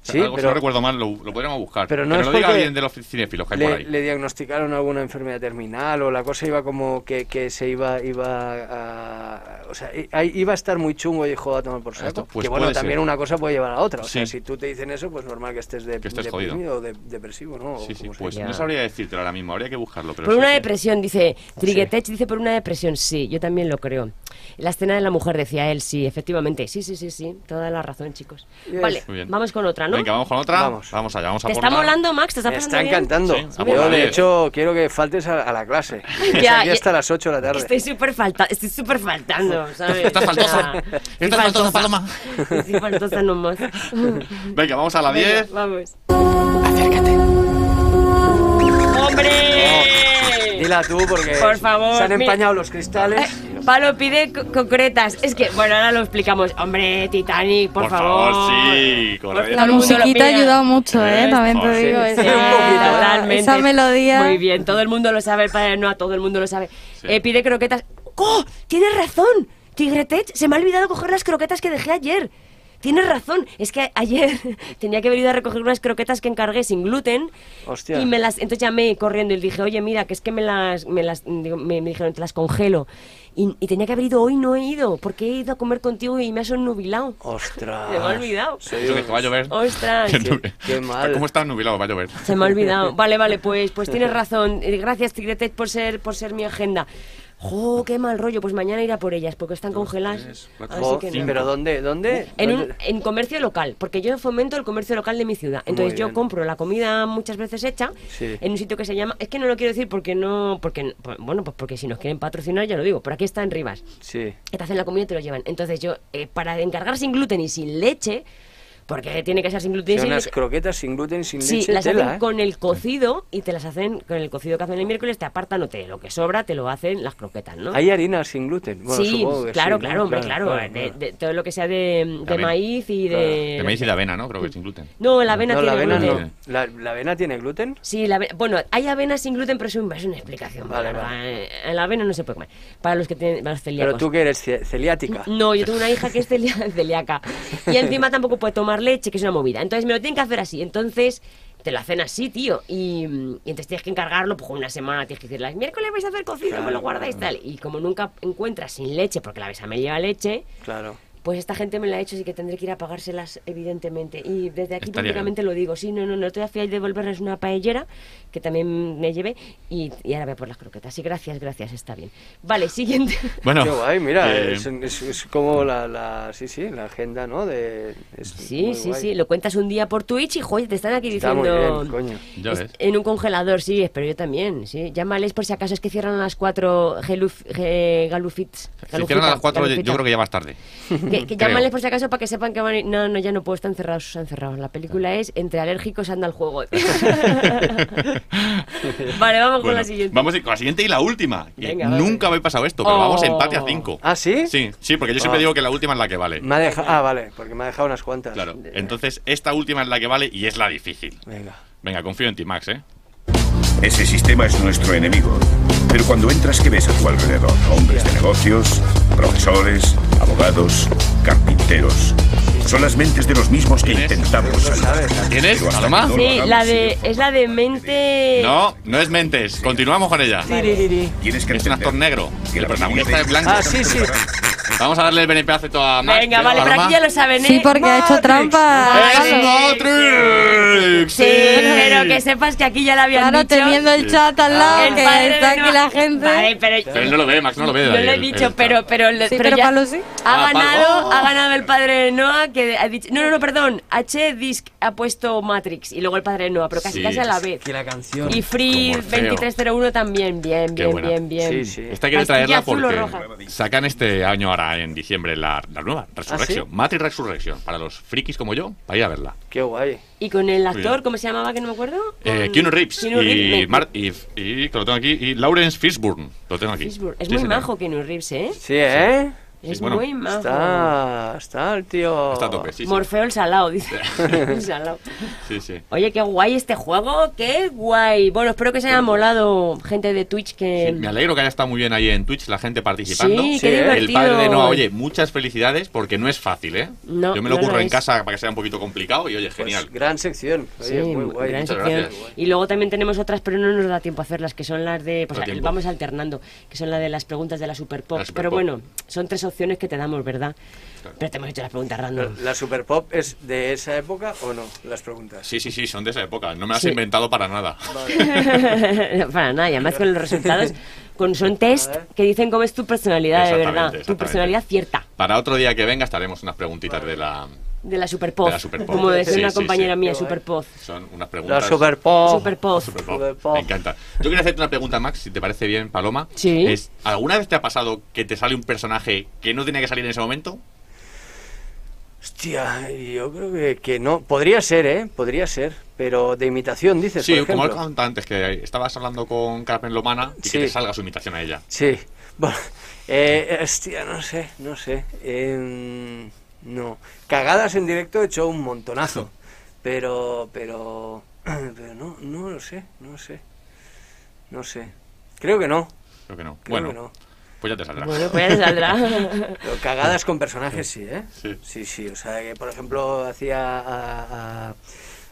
C: O sea,
D: Sí,
C: algo, si
D: pero-
C: no recuerdo mal, lo, lo podríamos buscar.
D: Pero no
C: que
D: es
C: nos lo diga
D: porque
C: alguien de los cinéfilos que hay por
D: Le,
C: ahí.
D: le diagnosticaron alguna enfermedad terminal o la cosa iba como que, que se iba, iba a... O sea, i- ahí iba a estar muy chungo y dijo a tomar por saco.
C: Esto, pues
D: que bueno,
C: puede
D: también
C: ser.
D: una cosa puede llevar a la otra. O sea,
C: Sí.
D: si tú te dicen eso, pues normal que estés, de,
C: Que estés
D: deprimido
C: jodido.
D: o de- depresivo, ¿no? O
C: Sí, sí,
D: como sea.
C: pues
A: Oh, Ya.
C: no sabría decírtelo ahora mismo, habría que buscarlo. Pero
A: Por
C: sí,
A: una
C: sí.
A: depresión, dice Triguetech, dice por una depresión, sí, yo también lo creo. La escena de la mujer, decía él, sí, efectivamente, sí, sí, sí, sí, toda la razón, chicos.
D: Yes.
A: Vale,
C: Muy bien.
A: vamos con otra, ¿no?
C: Venga, vamos con otra.
D: Vamos.
C: Vamos allá, vamos a
A: ¿Te
C: por
A: está
C: la-
A: molando, Max? ¿Te está
D: Me
A: pasando
D: está
A: bien?
D: encantando.
C: Sí, a por
D: Yo,
C: la
D: de
C: diez.
D: hecho, quiero que faltes a, a la clase. Estás
A: Ya,
D: aquí
A: ya.
D: hasta las 8 de la tarde.
A: Estoy súper falta, estoy súper faltando, ¿sabes?
C: Estás faltosa.
A: O sea, estoy
C: Estás faltosa, Paloma.
A: Estoy faltosa nomás.
C: Venga, vamos a la 10.
A: Vamos.
F: Acércate.
A: ¡Hombre!
D: Dila tú porque
A: Por favor,
D: se han
A: mira.
D: empañado los cristales.
A: Palo pide co- concretas. Es que, bueno, ahora lo explicamos. Hombre, Titanic, por,
C: Por favor, sí, correcto.
A: Por favor,
B: La
A: todo el mundo lo
B: musiquita ha
A: pide.
B: ayudado mucho, ¿eh?
C: Sí,
B: También
C: joder,
B: te
C: sí. ¿eh?
B: digo. esa-
A: Sí, pues, eh,
B: ¿eh?
A: totalmente.
B: Esa melodía.
A: Muy bien, todo el mundo lo sabe, el padre no, todo el mundo lo sabe.
C: Sí.
A: Eh, pide croquetas. ¡Oh! ¡Tienes razón! Tigretech, se me ha olvidado coger las croquetas que dejé ayer. Tienes razón, es que a- ayer tenía que haber ido a recoger unas croquetas que encargué sin gluten.
D: Hostia.
A: Y me las, entonces llamé corriendo y dije, oye, mira, que es que me las, me las, digo, me, me dijeron, te las congelo. Y, y tenía que haber ido hoy, no he ido, porque he ido a comer contigo y me has nubilado.
D: Ostras.
A: Se me ha olvidado.
C: Eso que va a llover.
A: Ostras.
C: Que
A: qué-
C: nube-
D: qué mal.
C: ¿Cómo está nubilado? Va a llover.
A: se me ha olvidado. Vale, vale, pues, pues tienes razón. Eh, Gracias, Tigretec, por ser, por ser mi agenda. ¡Jo, qué mal rollo! Pues mañana irá por ellas, porque
D: Pues
A: están congeladas. así
D: Oh,
A: que no.
D: ¿Pero dónde? ¿Dónde?
A: En, un-
D: ¿Dónde?
A: en comercio local, porque yo fomento el comercio local de mi ciudad. Entonces yo
D: bien.
A: compro la comida muchas veces hecha
D: Sí.
A: en un sitio que se llama. Es que no lo quiero decir porque no. porque pues, Bueno, pues porque si nos quieren patrocinar ya lo digo, pero aquí está en Rivas.
D: Sí.
A: que te hacen la comida y te lo llevan. Entonces yo, eh, para encargar sin gluten y sin leche, porque tiene que ser sin gluten y
D: Son
A: sin
D: unas
A: leche,
D: croquetas sin gluten, sin
A: sí,
D: leche,
A: las
D: tela,
A: hacen
D: ¿eh?
A: con el cocido y te las hacen con el cocido que hacen el miércoles, te apartan o te lo que sobra, te lo hacen las croquetas, ¿no?
D: Hay harina sin gluten. Bueno,
A: sí,
D: supongo que
A: claro,
D: sí, ¿no?
A: claro, hombre, claro. de- de todo lo que sea de, de
C: avena.
A: maíz y de...
C: De maíz y de avena, ¿no? Creo que sin gluten.
A: No, la avena
D: No, la
A: tiene
D: avena
A: gluten.
D: no. ¿La, la avena tiene gluten?
A: Sí, la avena- bueno, hay avena sin gluten, pero es, un- es una explicación. muy
D: Vale,
A: larga. Eh, La avena no se puede comer. Para los que tienen para los celíacos.
D: Pero tú que eres ce- celiática.
A: No, yo tengo una hija que es celia- celíaca. Y encima tampoco puede tomar leche, que es una movida. Entonces me lo tienen que hacer así. Entonces te lo hacen así, tío. Y, mm, y entonces tienes que encargarlo, pues con una semana tienes que decirle, miércoles vais a hacer cocido, me lo guardáis tal. Y como nunca encuentras sin leche, porque la me lleva leche,
D: Claro.
A: pues esta gente me la ha hecho, así que tendré que ir a pagárselas, evidentemente. Y desde aquí
C: Estaría
A: públicamente lo digo. Sí, no, no, no, todavía fui a devolverles una paellera, que también me llevé, y, y ahora voy a por las croquetas. Y gracias, gracias, está bien. Vale, siguiente.
C: Bueno,
D: Qué guay, mira,
C: eh,
D: es, es- es como la, la, sí, sí, la agenda, ¿no? De, es
A: Sí,
D: muy
A: sí,
D: guay.
A: sí. Lo cuentas un día por Twitch y, joder, te están aquí
D: Está muy
A: diciendo...
D: bien, coño.
C: Ya
A: Es-
C: ves.
A: En un congelador, sí, pero yo también, sí. Llámales por si acaso, es que cierran a las 4 geluf, ge- galufits.
C: si cierran a las 4, yo,
A: galufita.
C: creo que ya vas tarde.
A: Que, que
C: creo.
A: llámales por si acaso para que sepan que van a ir- No, no, ya no puedo, están cerrados, están cerrados. La película es Entre alérgicos anda el juego. vale, vamos con
C: Bueno,
A: la siguiente.
C: vamos a ir con la siguiente y la última. que
A: Venga, vale.
C: nunca me ha pasado esto, pero
A: Oh.
C: vamos empate a 5.
D: ¿Ah, sí?
C: Sí, sí, porque yo siempre
D: Ah.
C: digo que la última es la que vale.
D: Me ha dejado, ah, vale, porque me ha dejado unas cuantas.
C: Claro. Entonces, esta última es la que vale y es la difícil.
D: Venga.
C: Venga, confío en ti, Max, ¿eh?
K: Ese sistema es nuestro enemigo. Pero cuando entras, ¿qué ves a tu alrededor? Hombres de negocios, profesores, abogados, carpinteros. Son las mentes de los mismos que intentamos salvar.
C: ¿Tienes?
K: Pero hasta
C: ¿Paloma?
K: que no lo
A: Sí,
K: hagamos,
A: la de, es la de mente...
C: No, no es mentes. Continuamos con ella.
D: Tiririri.
K: Tienes que
C: Es un actor
K: entender
C: negro.
K: que
C: El
K: la
C: protagonista
K: mayoría
C: es
K: de-
C: blanco.
D: Ah, sí, sí.
C: Vamos a darle el benepazo a Max.
A: Venga, vale, pero
C: Paloma.
A: aquí ya lo saben, ¿eh?
B: Sí, porque ha hecho trampa.
C: ¡Es Matrix!
A: ¿eh? Sí, pero que sepas que aquí ya la habían
B: Claro,
A: dicho.
B: teniendo el chat al
A: El
B: lado, que
A: padre
B: está
A: no-
B: aquí la gente.
A: Vale, pero...
C: Pero él no lo ve, Max no lo ve.
A: Yo
C: Daniel.
A: lo he
C: Él
A: dicho,
C: está- Este
A: pero, pero, le-
B: Sí, pero
A: ya
B: Pablo sí.
A: ha
C: Ah, Pablo.
A: ganado, ha ganado el padre de Noah que ha dicho, no, no, no, perdón, H Disc ha puesto Matrix y luego el padre de Noah, pero casi
C: Sí.
A: casi a la vez.
D: Que la canción.
A: Y Free
C: Como Orfeo.
A: 2301 también, bien,
C: Qué
A: bien,
C: buena.
A: bien, bien.
D: Sí, sí.
C: Esta quiero
A: Pastilla
C: traerla
A: azul o
C: porque
A: roja.
C: sacan este año ahora en diciembre la, la nueva Resurrection,
A: ¿Ah,
C: Matrix Resurrection, para los frikis como yo, para ir a verla.
D: Qué guay.
A: Y con el actor,
C: Cuidado.
A: ¿cómo se llamaba que no me acuerdo?
C: Eh,
A: Con-
C: Keanu Reeves
A: Keanu
C: y,
A: Reeves, no,
C: Mar- y, y- que lo tengo aquí, y Lawrence Fishburne, lo tengo aquí.
A: Fishburne. Es
C: Sí,
A: muy
C: señor.
A: majo Keanu Reeves, ¿eh?
D: Sí, ¿eh?
A: Es
C: bueno,
A: muy majo.
D: Está, está el tío. Pues,
C: Está a tope, sí, sí.
A: Morfeo el salado, dice. el salado.
C: Sí, sí.
A: Oye, qué guay este juego, qué guay. Bueno, espero que se haya molado gente de Twitch que...
C: Sí, Me alegro que haya estado muy bien ahí en Twitch la gente participando.
A: Sí,
D: Sí,
A: qué
D: ¿eh?
A: divertido.
C: El padre de Noah, oye, muchas felicidades porque no es fácil, ¿eh?
A: No,
C: Yo me lo
A: no lo
C: ocurro en
A: es.
C: casa para que sea un poquito complicado y oye,
D: Pues,
C: genial.
D: gran sección. Oye,
A: Sí,
D: muy guay.
A: gran
C: Muchas
A: sección.
C: gracias.
A: Y luego también tenemos otras, pero no nos da tiempo a hacerlas, que son las de. Pues,
C: Da tiempo.
A: vamos alternando, que son las de las preguntas de la Super Pop.
C: La Super
A: pero
C: Pop.
A: bueno, son tres opciones que te damos, ¿verdad? Pero te hemos hecho las preguntas random.
D: ¿La Super Pop es de esa época o no? Las preguntas.
C: Sí, sí, sí, son de esa época. No me las
A: Sí.
C: he inventado para nada.
A: Para nada, y además con los resultados, con son test que dicen cómo es tu personalidad de
C: Exactamente,
A: verdad, tu
C: exactamente.
A: personalidad cierta.
C: Para otro día que venga estaremos unas preguntitas de la...
A: De la Super Pop,
C: De la Super Pop.
A: como decía
C: Sí,
A: una
C: sí,
A: compañera
C: sí.
A: mía,
D: Qué guay.
A: Super Pop.
C: Son unas
D: La
C: preguntas...
D: Super Pop.
A: Super Pop.
C: Super
D: Super
C: Pop.
D: Pop.
C: Me encanta. Yo quería hacerte una pregunta, Max, si te parece bien, Paloma.
A: Sí.
C: Es, ¿Alguna vez te ha pasado que te sale un personaje que no tenía que salir en ese momento?
D: Hostia, yo creo que, que no. Podría ser, ¿eh? Podría ser. Pero de imitación, dices.
C: Sí,
D: por
C: como
D: ejemplo.
C: lo comentaba antes, que estabas hablando con Carmen Lomana y
D: Sí.
C: que te salga su imitación a ella.
D: Sí. Bueno, eh, hostia, no sé, no sé. Em, no. Cagadas en directo he hecho un montonazo. Pero, pero, pero no, no lo sé, no lo sé. No sé. Creo que no.
C: Creo que no.
D: Creo
C: bueno,
D: que no.
C: pues ya te saldrá.
A: Bueno, pues ya saldrá.
D: Pero cagadas con personajes sí, ¿eh?
C: Sí.
D: sí, sí, O sea, que por ejemplo hacía a. a-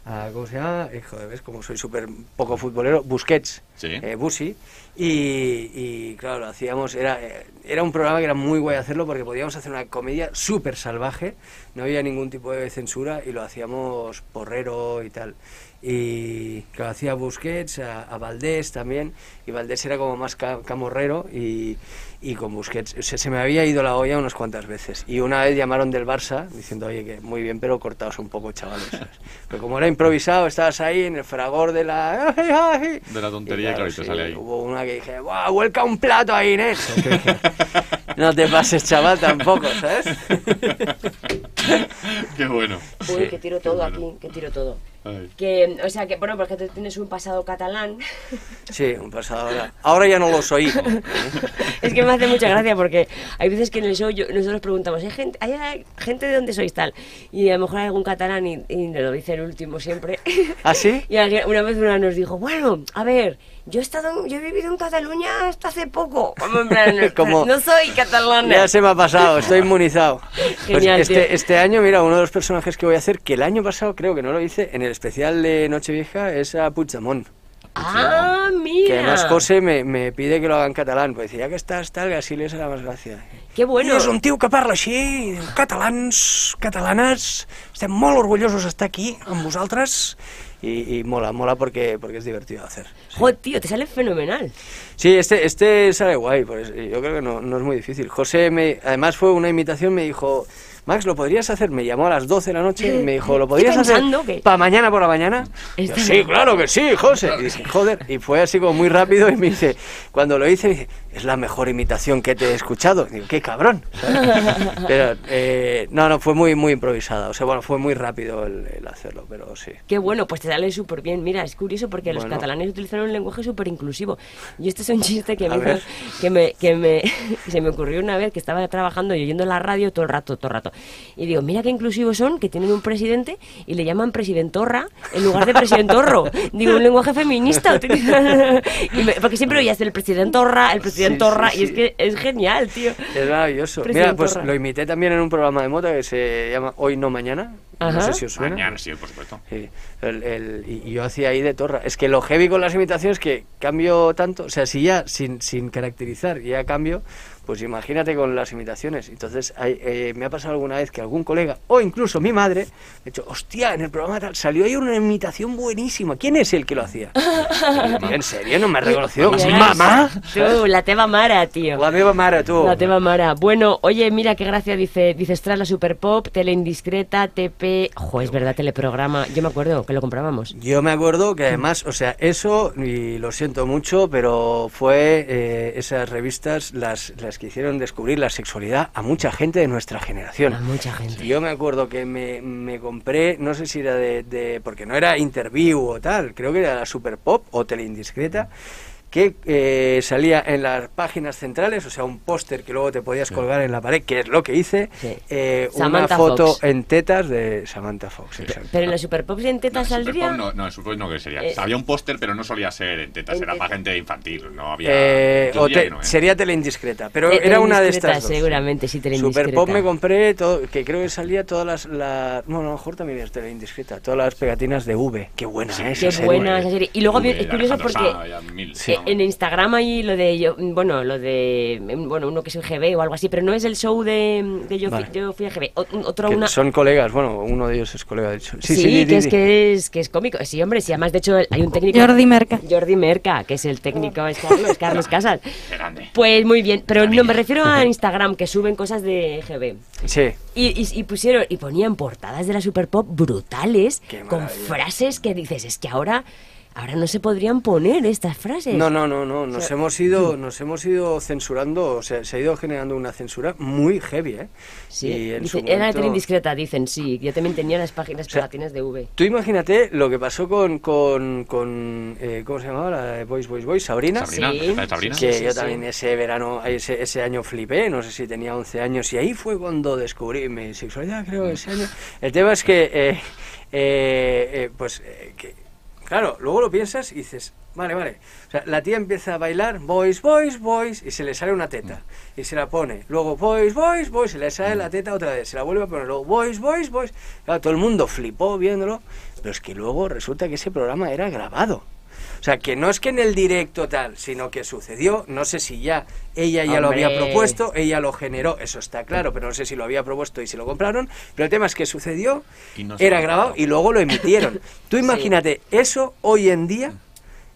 D: a- ¿Cómo se llama? Hijo de ves, como soy súper poco futbolero. Busquets.
C: Sí.
D: eh, Busi, y, y, claro, lo hacíamos, era, eh, era un programa que era muy guay hacerlo porque podíamos hacer una comedia súper salvaje, no había ningún tipo de censura y lo hacíamos porrero y tal. Y claro, hacía Busquets, a, a Valdés también, y Valdés era como más ca- camorrero y, y con Busquets se, se me había ido la olla unas cuantas veces. Y una vez llamaron del Barça diciendo, oye, que muy bien, pero cortaos un poco, chavales. ¿sabes? Pero como era improvisado, estabas ahí en el fragor de la...
C: De la tontería,
D: Y
C: claro, y te
D: sí,
C: sale ahí.
D: Hubo una que dije, ¡buah, vuelca un plato ahí, Inés! Que dije, no te pases, chaval, tampoco, ¿sabes?
C: Qué bueno.
A: Uy, que tiro
C: Qué
A: todo
C: bueno.
A: aquí, que tiro todo.
C: Ay.
A: Que, o sea, que, bueno, porque tú tienes un pasado catalán.
D: Sí, un pasado ahora. Ahora ya no lo soy.
A: Es que me hace mucha gracia porque hay veces que en el show yo- nosotros preguntamos, ¿hay gente, ¿hay gente de dónde sois tal? Y a lo mejor hay algún catalán y, y nos lo dice el último siempre.
D: ¿Ah, sí?
A: Y alguien- una vez una nos dijo, bueno, a ver, yo he estado, yo he vivido en Cataluña hasta hace poco. Como en plan, no-
D: Como-
A: no soy catalana.
D: Ya se me ha pasado, estoy inmunizado. Pues
A: Genial, tío.
D: este, este año, mira, uno de los personajes que voy a hacer, que el año pasado creo que no lo hice, en el especial de Nochevieja, es a Puigdemont.
A: Ah, mira.
D: Que además José me, me pide que lo haga en catalán, pues decía, ya que estás tal, que así le será más gracia.
A: Qué bueno.
D: És un tio que parla així, i diu, catalans, catalanes, estem molt orgullosos d'estar aquí amb vosaltres. Y, y mola, mola porque, porque es divertido de hacer.
A: Jo, tío, te sale fenomenal.
D: Sí, este, este sale guay, pues, y yo creo que no, no es muy difícil. José, me, además fue una imitación, me dijo, Max, ¿lo podrías hacer? Me llamó a las 12 de la noche y me dijo, ¿lo
A: Estoy
D: podrías hacer
A: pensando que-
D: para mañana por la mañana? Y yo,
A: Está
D: sí,
A: bien.
D: claro que sí, José. Y dije, joder, y fue así como muy rápido y me dice, cuando lo hice, me dice, es la mejor imitación que te he escuchado. Y digo, qué cabrón. Pero, eh, no, no, fue muy, muy improvisada. O sea, bueno, fue muy rápido el, el hacerlo, pero sí.
A: Qué bueno, pues te sale súper bien. Mira, es curioso porque los
D: Bueno.
A: catalanes utilizan un lenguaje súper inclusivo. Y este es un chiste que,
D: A
A: me hizo-
D: ver.
A: que, me, que me- se me ocurrió una vez que estaba trabajando y oyendo la radio todo el rato, todo el rato. Y digo, mira qué inclusivos son, que tienen un presidente y le llaman presidentorra en lugar de presidentorro. digo, un lenguaje feminista. utilizan. Y me- porque siempre oías el presidentorra, el presidentorra,
D: sí,
A: y es
D: sí.
A: que es genial, tío.
D: Es maravilloso.
A: Presidente
D: Mira, pues
A: Torra.
D: lo imité también en un programa de moto que se llama Hoy no mañana.
A: Ajá.
D: No sé si os suena.
C: Mañana, sí, por supuesto.
D: Sí. El- el- y y yo hacía ahí de torra. Es que lo heavy con las imitaciones es que cambio tanto. O sea, si ya sin, sin caracterizar ya cambio, pues imagínate con las imitaciones. Entonces, hay- eh, me ha pasado alguna vez que algún colega, o incluso mi madre, me ha dicho, hostia, en el programa tal salió ahí una imitación buenísima. ¿Quién es el que lo hacía? Y yo, ¿En serio? ¿No me ha reconocido?
A: Y- y-
D: ¿Mamá?
A: Tú, la teba mara, tío.
D: La misma madre, tú.
A: La tema Mara. Bueno, oye, mira qué gracia dice, dices tras la Super Pop, Tele Indiscreta, TP. Jo, es verdad, teleprograma. Yo me acuerdo que lo comprábamos.
D: Yo me acuerdo que además, o sea, eso, y lo siento mucho, pero fue eh, esas revistas las, las que hicieron descubrir la sexualidad a mucha gente de nuestra generación.
A: A mucha gente.
D: Yo me acuerdo que me, me compré, no sé si era de, de- porque no era Interview o tal, creo que era la Super Pop o Tele Indiscreta, que eh, salía en las páginas centrales, o sea, un póster que luego te podías colgar en la pared, que es lo que hice,
A: Sí.
D: eh, una
A: Samantha
D: foto
A: Fox.
D: en tetas de Samantha Fox. exacto.
A: Pero en la Super Pop en teta
C: No, Super
A: saldría.
C: Pop No, no, Super Pop no que sería.
A: Eh,
C: había un póster, pero no solía ser en tetas, era para gente infantil. No había.
D: Eh,
C: yo
D: o
C: diría
D: te-
C: que no, ¿eh?
D: Sería tele indiscreta, pero
A: Eh, Tele
D: era una de
A: Indiscreta,
D: estas. Dos.
A: seguramente, sí, Tele
D: Super
A: Indiscreta.
D: Pop me compré, todo, que creo que salía todas las, la- Bueno, a lo mejor también es tele indiscreta, todas las pegatinas de V. Qué buena
C: Sí,
D: ¿eh? esa
A: Qué
D: serie.
A: buena esa serie. Y luego
C: Uy,
A: vi- es
C: de
A: curioso
C: Alejandro
A: porque
C: Sanz, había mil,
A: eh,
C: vamos.
A: en Instagram hay lo de yo- bueno, lo de em, bueno, uno que es GB o algo así, pero no es el show de, de yo, fui-
D: Vale.
A: yo fui a GB. O- Otro
D: Que
A: una
D: Son colegas, bueno, uno de ellos es colega de hecho. Sí,
A: Sí,
D: sí, di,
A: que,
D: di,
A: es,
D: di.
A: que, es, que es cómico. Sí, hombre, sí, además, de hecho, el- hay un técnico.
B: Jordi Merca.
A: Jordi Merca, que es el técnico, es Carlos, Carlos Casas.
C: Qué grande.
A: Pues muy bien, pero no me refiero a Instagram, que suben cosas de GB.
D: Sí.
A: Y, y- y pusieron y ponían portadas de la Super Pop brutales,
D: Qué
A: con
D: maravilla.
A: frases que dices, es que ahora, ahora no se podrían poner estas frases.
D: No, no, no, no. Nos hemos ido, nos hemos ido censurando, o sea, se ha ido generando una censura muy heavy, ¿eh?
A: Sí,
D: Y en
A: dice,
D: su
A: era la tele
D: momento-
A: indiscreta, dicen, sí. Yo también tenía las páginas
D: sea,
A: pegatinas de V.
D: Tú imagínate lo que pasó con, con, con eh, ¿cómo se llamaba? La de Boys, Boys, Boys, Sabrina.
C: Sabrina,
A: Sí.
C: ¿está de Sabrina?
A: Sí,
D: Que
A: sí,
D: yo
A: sí.
D: también ese verano, ese, ese año flipé, no sé si tenía 11 años, y ahí fue cuando descubrí mi sexualidad,
A: Mm.
D: creo, ese año. El tema es que, eh, eh, eh, pues, eh, que, claro, luego lo piensas y dices, vale, vale. O sea, la tía empieza a bailar, boys, boys, boys, y se le sale una teta,
A: Mm.
D: y se la pone. Luego, boys, boys, boys, se le sale la teta otra vez, se la vuelve a poner, luego, boys, boys, boys. Claro, todo el mundo flipó viéndolo, pero es que luego resulta que ese programa era grabado. O sea, que no es que en el directo tal, sino que sucedió, no sé si ya ella ya lo
L: Hombre.
D: había propuesto, ella lo generó, eso está claro, pero no sé si lo había propuesto y si lo compraron, pero el tema es que sucedió,
L: Y no se
D: era
L: lo
D: grabado y luego lo emitieron. Tú imagínate eso hoy en día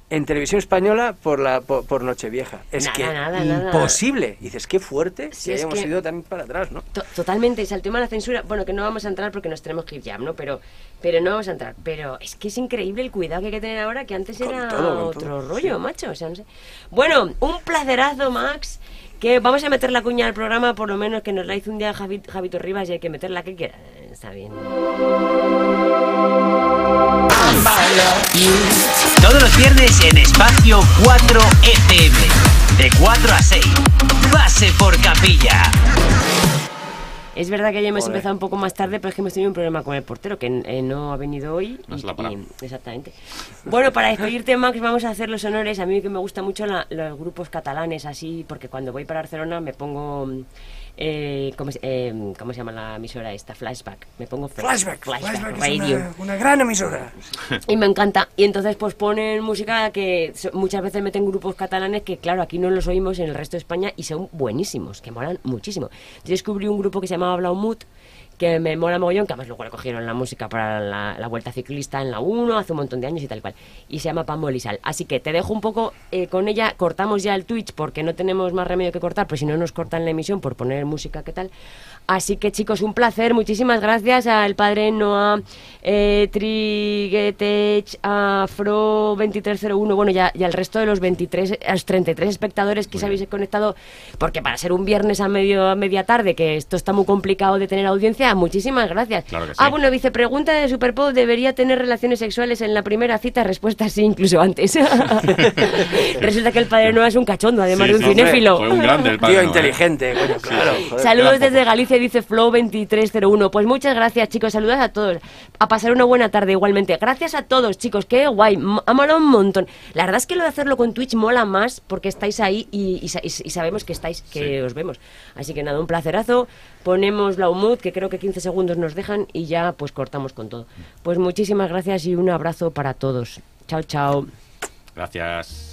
D: en televisión española por la por, por Nochevieja. Es
A: Nada,
D: que
A: nada, nada.
D: imposible. Dices, qué fuerte
A: Sí,
D: que
A: es
D: hayamos
A: que-
D: ido tan para atrás, ¿no?
A: To- Totalmente, es el tema de la censura. Bueno, que no vamos a entrar porque nos tenemos que ir ya, ¿no? Pero, pero no vamos a entrar. Pero es que es increíble el cuidado que hay que tener ahora, que antes era
D: todo, con
A: otro
D: todo,
A: rollo,
D: sí.
A: macho. O sea, no sé. Bueno, un placerazo, Max. Que vamos a meter la cuña al programa, por lo menos que nos la hizo un día Javi- Javito Rivas y hay que meterla que quiera. Está bien.
M: Todos los viernes en Espacio 4 FM. De 4 a 6. Pase por capilla.
A: Es verdad que ayer hemos
M: Joder.
A: empezado un poco más tarde, pero es que hemos tenido un problema con el portero, que eh, no ha venido hoy.
C: No
A: y-
C: se la para.
A: y- exactamente. Bueno, para despedirte, Max, vamos a hacer los honores. A mí que me gustan mucho la- los grupos catalanes, así, porque cuando voy para Barcelona me pongo... mm, eh, ¿cómo, se- eh, cómo se llama la emisora esta? Flashback. Me pongo fl-
D: Flashback, Flashback es
A: radio.
D: una, una gran emisora.
A: Y me encanta. Y entonces pues ponen música que so- muchas veces meten grupos catalanes que claro, aquí no los oímos en el resto de España y son buenísimos, que molan muchísimo. Yo descubrí un grupo que se llamaba Blaumut que me mola mogollón, que además luego le cogieron la música para la, la Vuelta Ciclista en la 1 hace un montón de años y tal cual. Y se llama Pambo Lisal. Así que te dejo un poco eh, con ella, cortamos ya el Twitch porque no tenemos más remedio que cortar, pues si no nos cortan la emisión por poner música, ¿qué tal? Así que chicos, un placer, muchísimas gracias al padre Noah eh, Triguetech, a Fro2301, bueno, ya, y al resto de los 23, a los 33 espectadores que se habéis conectado, porque para ser un viernes a, medio, a media tarde, que esto está muy complicado de tener audiencia, muchísimas gracias.
C: Claro que sí.
A: Ah, bueno, vicepregunta de Superpop, ¿debería tener relaciones sexuales en la primera cita? Respuesta sí, incluso antes. Resulta que el padre Noah es un cachondo, además
C: Sí,
A: de un
C: sí, hombre,
A: cinéfilo.
C: fue un grande el padre
D: Tío
C: Noel.
D: inteligente,
C: Sí,
D: coño, claro.
C: sí.
D: joder.
A: Saludos desde Galicia, dice Flow2301. Pues muchas gracias, chicos. Saludos a todos. A pasar una buena tarde igualmente. Gracias a todos, chicos. Qué guay. M- Ha molado un montón. La verdad es que lo de hacerlo con Twitch mola más porque estáis ahí y, y sa- y s- y sabemos que estáis, que os vemos. Así que nada, un placerazo. Ponemos la humud, que creo que 15 segundos nos dejan y ya pues cortamos con todo. Pues muchísimas gracias y un abrazo para todos. Chao, chao.
C: Gracias.